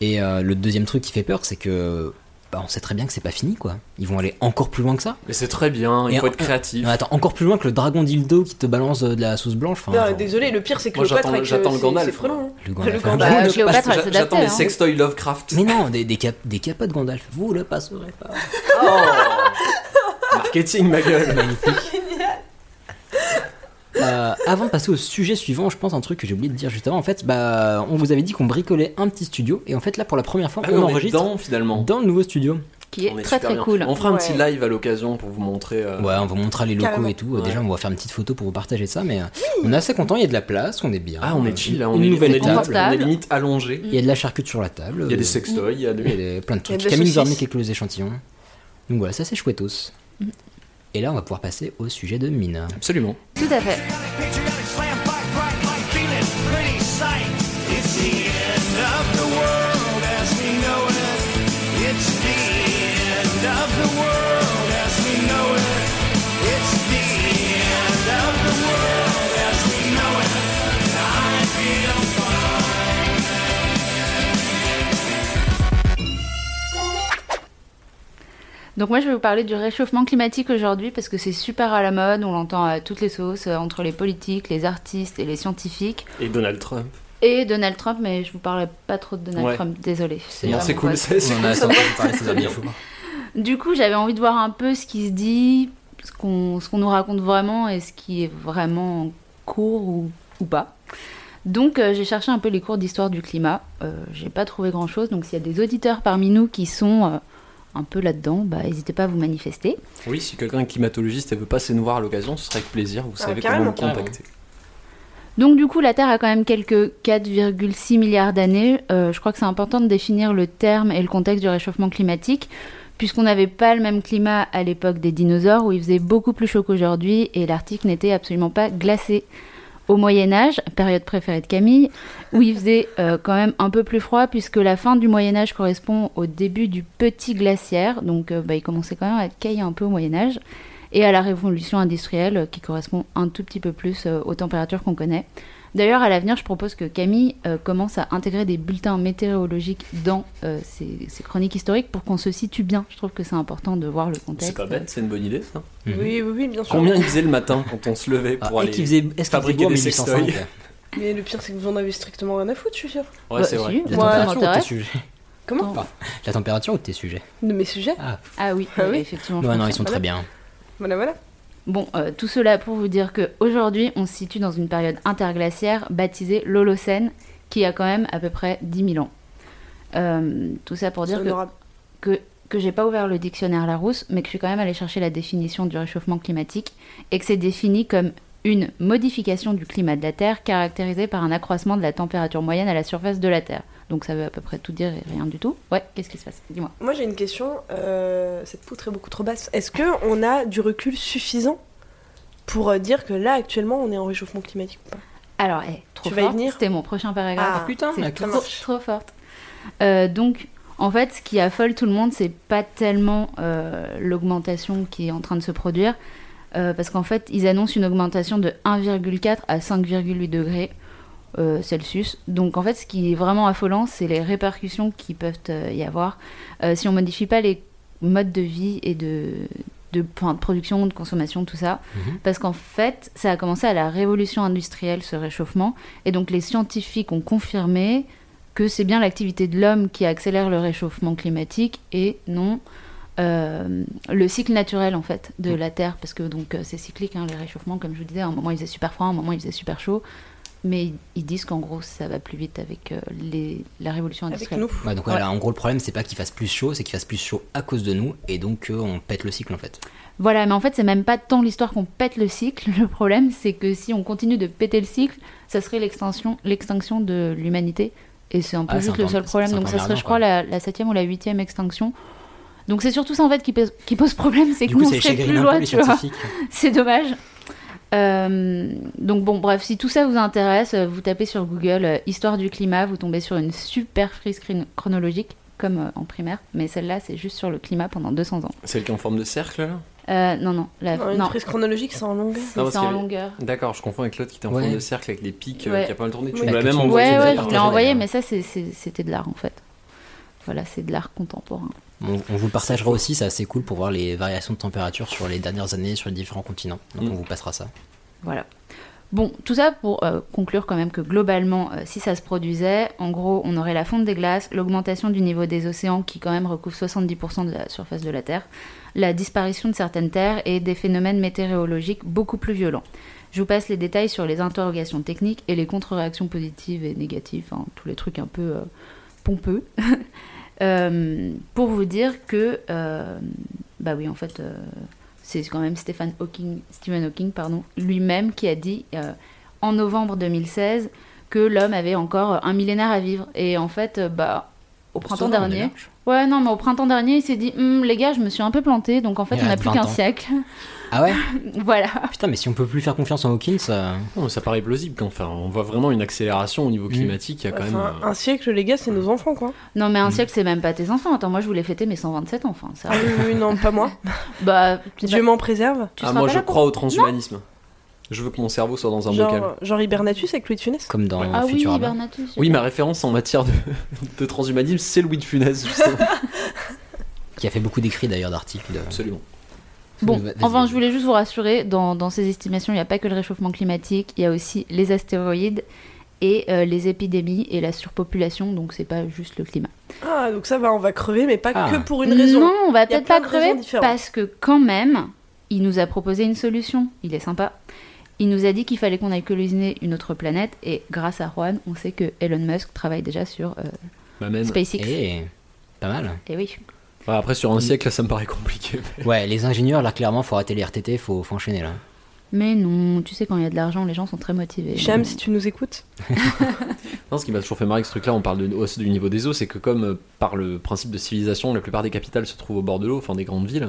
[SPEAKER 1] et euh, le deuxième truc qui fait peur, c'est que bah, on sait très bien que c'est pas fini, quoi. Ils vont aller encore plus loin que ça.
[SPEAKER 2] Mais c'est très bien, il
[SPEAKER 1] Et
[SPEAKER 2] faut
[SPEAKER 1] en-
[SPEAKER 2] être créatif.
[SPEAKER 1] Non, attends, encore plus loin que le dragon dildo qui te balance euh, de la sauce blanche. enfin,
[SPEAKER 3] Non,
[SPEAKER 1] genre,
[SPEAKER 3] désolé, le pire c'est que
[SPEAKER 2] Ah, Moi,
[SPEAKER 3] Cléopâtre
[SPEAKER 2] j'attends-
[SPEAKER 3] avec
[SPEAKER 2] j'attends le
[SPEAKER 3] c'est-
[SPEAKER 2] Gandalf.
[SPEAKER 3] C'est frelon. hein.
[SPEAKER 1] le Gandalf.
[SPEAKER 3] le Gandalf.
[SPEAKER 1] Vous
[SPEAKER 9] Bah,
[SPEAKER 1] le
[SPEAKER 9] Cléopâtre,
[SPEAKER 1] passerez-
[SPEAKER 2] J'a-
[SPEAKER 9] elle s'adaptait,
[SPEAKER 2] J'attends des
[SPEAKER 9] hein.
[SPEAKER 2] sextoys Lovecraft.
[SPEAKER 1] Mais non, des, des, cap- des capotes Gandalf. Vous le passerez pas.
[SPEAKER 2] Oh. Marketing, ma gueule.
[SPEAKER 1] Euh, avant de passer au sujet suivant, je pense un truc que j'ai oublié de dire juste avant. En fait, bah, on vous avait dit qu'on bricolait un petit studio, et en fait là pour la première fois,
[SPEAKER 2] Ah,
[SPEAKER 1] on
[SPEAKER 2] on est
[SPEAKER 1] enregistre
[SPEAKER 2] dedans, finalement.
[SPEAKER 1] dans le nouveau studio.
[SPEAKER 9] Qui
[SPEAKER 2] On
[SPEAKER 9] est
[SPEAKER 2] est
[SPEAKER 9] très
[SPEAKER 2] super
[SPEAKER 9] très
[SPEAKER 2] bien.
[SPEAKER 9] cool.
[SPEAKER 2] On fera un petit
[SPEAKER 3] Ouais.
[SPEAKER 2] live à l'occasion pour vous montrer. euh,
[SPEAKER 1] Ouais, on vous montrera les locaux
[SPEAKER 3] Carrément.
[SPEAKER 1] et tout. Euh,
[SPEAKER 2] Ouais.
[SPEAKER 1] Déjà, on va faire une petite photo pour vous partager ça, mais euh, on est assez content. Il y a de la place, on est bien.
[SPEAKER 2] Ah, on est chill, là, on
[SPEAKER 1] Une
[SPEAKER 2] est
[SPEAKER 1] nouvelle
[SPEAKER 2] on est limite-
[SPEAKER 1] étape.
[SPEAKER 2] On est
[SPEAKER 9] Portable.
[SPEAKER 2] limite allongé.
[SPEAKER 1] Il y a de la charcute sur la table.
[SPEAKER 2] Il y a des
[SPEAKER 1] euh,
[SPEAKER 2] sextoys, il y
[SPEAKER 1] Il y
[SPEAKER 2] a
[SPEAKER 1] a
[SPEAKER 2] des.
[SPEAKER 1] des- plein de trucs.
[SPEAKER 3] de la
[SPEAKER 1] Camille nous a
[SPEAKER 3] saucisse.
[SPEAKER 1] remis quelques échantillons. Donc voilà, ça c'est chouettos. Et là, on va pouvoir passer au sujet de Mina.
[SPEAKER 2] Absolument.
[SPEAKER 9] Tout à fait.
[SPEAKER 7] It's the end of the world as we know it.
[SPEAKER 9] Donc moi je vais vous parler du réchauffement climatique aujourd'hui parce que c'est super à la mode, on l'entend à toutes les sauces, euh, entre les politiques, les artistes et les scientifiques.
[SPEAKER 2] Et Donald Trump.
[SPEAKER 9] Et Donald Trump, mais je vous parle pas trop de Donald
[SPEAKER 2] Ouais.
[SPEAKER 9] Trump, désolé.
[SPEAKER 1] Non,
[SPEAKER 2] Non,
[SPEAKER 1] pas
[SPEAKER 2] c'est cool. c'est- c'est-
[SPEAKER 1] On en a sans doute parlé ces derniers jours.
[SPEAKER 9] Du coup j'avais envie de voir un peu ce qui se dit, ce qu'on ce qu'on nous raconte vraiment et ce qui est vraiment en cours ou, ou pas. Donc euh, j'ai cherché un peu les cours d'histoire du climat, Euh, j'ai pas trouvé grand chose, donc s'il y a des auditeurs parmi nous qui sont euh, un peu là-dedans, bah n'hésitez pas à vous manifester.
[SPEAKER 2] Oui, si quelqu'un est climatologiste et veut passer nous voir à l'occasion, ce serait avec plaisir. Vous savez comment
[SPEAKER 3] carrément,
[SPEAKER 2] nous contacter.
[SPEAKER 9] Donc du coup, la Terre a quand même quelques 4,6 milliards d'années. Euh, je crois que c'est important de définir le terme et le contexte du réchauffement climatique, puisqu'on n'avait pas le même climat à l'époque des dinosaures, où il faisait beaucoup plus chaud qu'aujourd'hui, et l'Arctique n'était absolument pas glacé. Au Moyen Âge, période préférée de Camille, où il faisait euh, quand même un peu plus froid, puisque la fin du Moyen Âge correspond au début du petit glaciaire, donc euh, bah, il commençait quand même à cailler un peu au Moyen Âge, et à la révolution industrielle, euh, qui correspond un tout petit peu plus euh, aux températures qu'on connaît. D'ailleurs, à l'avenir, je propose que Camille euh, commence à intégrer des bulletins météorologiques dans euh, ses, ses chroniques historiques pour qu'on se situe bien. Je trouve que c'est important de voir le contexte. euh,
[SPEAKER 2] C'est pas bête, c'est une bonne idée ça.
[SPEAKER 1] Mhm.
[SPEAKER 3] Oui, oui, oui, bien sûr.
[SPEAKER 2] Combien il faisait le matin quand on se levait
[SPEAKER 1] Ah,
[SPEAKER 2] pour
[SPEAKER 1] et
[SPEAKER 2] aller.
[SPEAKER 1] qui faisait, est-ce qu'il faisait
[SPEAKER 2] fabriquer
[SPEAKER 1] beau en
[SPEAKER 2] des
[SPEAKER 1] 1805
[SPEAKER 2] sextoys.
[SPEAKER 3] Mais le pire, c'est que vous en avez strictement rien à foutre, je suis sûre.
[SPEAKER 2] Ouais, c'est
[SPEAKER 9] Bah,
[SPEAKER 2] vrai.
[SPEAKER 9] si,
[SPEAKER 1] La
[SPEAKER 9] moi, ça
[SPEAKER 1] température ou tes
[SPEAKER 9] m'intéresse.
[SPEAKER 1] sujets
[SPEAKER 3] Comment
[SPEAKER 1] Pardon. La température ou tes sujets
[SPEAKER 3] De mes sujets
[SPEAKER 9] Ah oui,
[SPEAKER 3] Ah oui.
[SPEAKER 9] effectivement. je
[SPEAKER 1] Ouais, non,
[SPEAKER 9] pense
[SPEAKER 1] ils sont
[SPEAKER 9] que-
[SPEAKER 1] très bien.
[SPEAKER 3] Voilà, voilà.
[SPEAKER 9] Bon, euh, tout cela pour vous dire que aujourd'hui, on se situe dans une période interglaciaire baptisée l'Holocène, qui a quand même à peu près 10 000 ans. Euh, tout ça pour
[SPEAKER 3] C'est
[SPEAKER 9] dire que
[SPEAKER 3] honorable.
[SPEAKER 9] que, que j'ai pas ouvert le dictionnaire Larousse, mais que je suis quand même allée chercher la définition du réchauffement climatique, et que c'est défini comme une modification du climat de la Terre caractérisée par un accroissement de la température moyenne à la surface de la Terre. Donc ça veut à peu près tout dire et rien du tout. Ouais, qu'est-ce qui se passe Dis-moi.
[SPEAKER 3] Moi, j'ai une question. euh, cette poutre est beaucoup trop basse. Est-ce que on a du recul suffisant pour euh, dire que là, actuellement, on est en réchauffement climatique ou pas
[SPEAKER 9] Alors, hé, trop
[SPEAKER 3] Tu vas y
[SPEAKER 9] forte,
[SPEAKER 3] venir
[SPEAKER 9] c'était mon prochain paragraphe.
[SPEAKER 3] Ah, putain,
[SPEAKER 9] c'est
[SPEAKER 3] la
[SPEAKER 9] trop,
[SPEAKER 3] classe.
[SPEAKER 9] trop forte. Euh, donc, en fait, ce qui affole tout le monde, c'est pas tellement euh, l'augmentation qui est en train de se produire, euh, parce qu'en fait, ils annoncent une augmentation de 1,4 à 5,8 degrés euh, Celsius. Donc, en fait, ce qui est vraiment affolant, c'est les répercussions qui peuvent euh, y avoir euh, si on modifie pas les modes de vie et de, de, enfin, de production, de consommation, tout ça.
[SPEAKER 1] Mhm.
[SPEAKER 9] Parce qu'en fait, ça a commencé à la révolution industrielle, ce réchauffement. Et donc, les scientifiques ont confirmé que c'est bien l'activité de l'homme qui accélère le réchauffement climatique et non euh, le cycle naturel, en fait, de la Terre. Parce que donc, euh, c'est cyclique, hein, les réchauffements, comme je vous disais. À un moment, il faisait super froid, à un moment, il faisait super chaud. Mais ils- ils disent qu'en gros, ça va plus vite avec euh, les, la révolution
[SPEAKER 3] Avec
[SPEAKER 9] industrielle.
[SPEAKER 3] nous
[SPEAKER 1] Ouais, Bah, donc voilà, en gros, le problème, c'est pas qu'il fasse plus chaud, c'est qu'il fasse plus chaud à cause de nous, et donc euh, on pète le cycle en fait.
[SPEAKER 9] Voilà, mais en fait, c'est même pas tant l'histoire qu'on pète le cycle. Le problème, c'est que si on continue de péter le cycle, ça serait l'extinction, l'extinction de l'humanité. Et c'est un peu
[SPEAKER 1] Ah, c'est
[SPEAKER 9] juste le
[SPEAKER 1] encore-
[SPEAKER 9] seul problème.
[SPEAKER 1] c'est
[SPEAKER 9] Donc,
[SPEAKER 1] encore
[SPEAKER 9] ça serait, je
[SPEAKER 1] emmerdant,
[SPEAKER 9] crois, la, la septième ou la huitième extinction. Donc, c'est surtout ça, en fait, qui pose, qui pose problème. C'est que
[SPEAKER 1] Du coup,
[SPEAKER 9] nous, on
[SPEAKER 1] ça
[SPEAKER 9] serait
[SPEAKER 1] échagrine
[SPEAKER 9] plus
[SPEAKER 1] un peu
[SPEAKER 9] loin,
[SPEAKER 1] les
[SPEAKER 9] tu vois.
[SPEAKER 1] scientifiques.
[SPEAKER 9] C'est dommage. Euh, donc bon, bref, si tout ça vous intéresse, euh, vous tapez sur Google euh, Histoire du climat, vous tombez sur une super frise chron- chronologique, comme euh, en primaire, mais celle-là, c'est juste sur le climat pendant 200 ans.
[SPEAKER 2] Celle qui est en forme de cercle là
[SPEAKER 9] Euh, non, non, la,
[SPEAKER 3] Non, une
[SPEAKER 9] non,
[SPEAKER 3] prise chronologique, c'est en longueur.
[SPEAKER 9] c'est
[SPEAKER 2] parce
[SPEAKER 9] c'est
[SPEAKER 2] qu'il
[SPEAKER 9] en
[SPEAKER 2] y avait-
[SPEAKER 9] longueur.
[SPEAKER 2] D'accord, je confonds avec l'autre qui était en
[SPEAKER 1] Ouais.
[SPEAKER 2] forme de cercle avec les pics euh,
[SPEAKER 9] Ouais.
[SPEAKER 2] qui a pas mal tourné. Tu
[SPEAKER 3] Ouais.
[SPEAKER 2] me l'as
[SPEAKER 1] Bah,
[SPEAKER 2] même
[SPEAKER 1] que tu-
[SPEAKER 2] envoyé.
[SPEAKER 9] Ouais,
[SPEAKER 1] vous
[SPEAKER 9] ouais,
[SPEAKER 1] avez
[SPEAKER 9] je l'ai
[SPEAKER 1] partagé,
[SPEAKER 9] envoyé,
[SPEAKER 1] d'ailleurs.
[SPEAKER 9] mais ça, c'est- c'est- c'était de l'art en fait. Voilà, c'est de l'art contemporain.
[SPEAKER 1] On, on vous le partagera aussi, c'est assez cool pour voir les variations de température sur les dernières années sur les différents continents. Donc
[SPEAKER 2] Mm.
[SPEAKER 1] on vous passera ça.
[SPEAKER 9] Voilà. Bon, tout ça pour euh, conclure quand même que globalement, euh, si ça se produisait, en gros, on aurait la fonte des glaces, l'augmentation du niveau des océans qui quand même recouvre 70% de la surface de la Terre, la disparition de certaines terres et des phénomènes météorologiques beaucoup plus violents. Je vous passe les détails sur les interrogations techniques et les contre-réactions positives et négatives, hein, tous les trucs un peu euh, pompeux, Euh, pour vous dire que, euh, bah oui, en fait, euh, c'est quand même Stephen Hawking, Stephen Hawking pardon, lui-même qui a dit euh, en novembre 2016 que l'homme avait encore un millénaire à vivre. Et en fait, euh, bah, au printemps
[SPEAKER 1] Ça va, on est
[SPEAKER 9] dernier,
[SPEAKER 1] large.
[SPEAKER 9] ouais, non, mais au printemps dernier, il s'est dit, Hum, les gars, je me suis un peu planté, donc en fait,
[SPEAKER 1] Il
[SPEAKER 9] on n'a
[SPEAKER 1] reste
[SPEAKER 9] plus
[SPEAKER 1] 20
[SPEAKER 9] qu'un
[SPEAKER 1] ans.
[SPEAKER 9] siècle.
[SPEAKER 1] Ah ouais
[SPEAKER 9] voilà.
[SPEAKER 1] Putain, mais si on peut plus faire confiance en Hawkins, euh, ça.
[SPEAKER 2] Non, ça paraît plausible. Enfin, on voit vraiment une accélération au niveau climatique. Il y a quand même.
[SPEAKER 3] Enfin,
[SPEAKER 2] euh,
[SPEAKER 3] un siècle, les gars, c'est nos enfants, quoi.
[SPEAKER 9] Non, mais un siècle, c'est même pas tes enfants. Attends, moi, je voulais fêter mes 127 ans, enfin, ça.
[SPEAKER 3] Ah oui, oui, non, pas moi.
[SPEAKER 9] bah, tu-
[SPEAKER 3] Dieu m'en préserve.
[SPEAKER 9] tu
[SPEAKER 2] Ah,
[SPEAKER 9] seras
[SPEAKER 2] moi
[SPEAKER 9] pas
[SPEAKER 2] je
[SPEAKER 9] là pour-
[SPEAKER 2] crois au transhumanisme. Je veux que mon cerveau soit dans un bocal.
[SPEAKER 3] Genre, euh, genre Hibernatus avec Louis de Funès.
[SPEAKER 1] Comme dans
[SPEAKER 9] Ah oui,
[SPEAKER 1] Futurama.
[SPEAKER 9] Hibernatus.
[SPEAKER 2] Oui, ma référence en matière de, de transhumanisme, c'est Louis de Funès, justement.
[SPEAKER 1] qui a fait beaucoup d'écrits d'ailleurs d'articles.
[SPEAKER 2] Absolument.
[SPEAKER 9] Bon,
[SPEAKER 1] Vas-y,
[SPEAKER 9] enfin,
[SPEAKER 1] vas-y.
[SPEAKER 9] je voulais juste vous rassurer, dans, dans ces estimations, il n'y a pas que le réchauffement climatique, il y a aussi les astéroïdes et euh, les épidémies et la surpopulation, donc c'est pas juste le climat.
[SPEAKER 3] Ah, donc ça va, on va crever, mais pas
[SPEAKER 1] Ah.
[SPEAKER 3] que pour une raison.
[SPEAKER 9] Non, on
[SPEAKER 3] Il
[SPEAKER 9] va
[SPEAKER 3] y a
[SPEAKER 9] peut-être pas
[SPEAKER 3] plein de raisons
[SPEAKER 9] crever
[SPEAKER 3] différentes.
[SPEAKER 9] parce que quand même, il nous a proposé une solution. Il est sympa. Il nous a dit qu'il fallait qu'on aille coloniser une autre planète et grâce à Juan, on sait que Elon Musk travaille déjà sur euh,
[SPEAKER 2] Bah, même.
[SPEAKER 9] SpaceX. Et...
[SPEAKER 1] Et Eh, pas mal.
[SPEAKER 9] oui.
[SPEAKER 2] Bah, après, sur un siècle, ça me paraît compliqué.
[SPEAKER 1] Ouais, les ingénieurs là clairement faut arrêter les RTT, faut, faut enchaîner là.
[SPEAKER 9] Mais non, tu sais quand il y a de l'argent, les gens sont très motivés.
[SPEAKER 3] Cham, si tu nous écoutes.
[SPEAKER 2] Non, ce qui m'a toujours fait marrer avec ce truc-là, on parle de hausse du niveau des eaux, c'est que comme euh, par le principe de civilisation, la plupart des capitales se trouvent au bord de l'eau, enfin des grandes villes,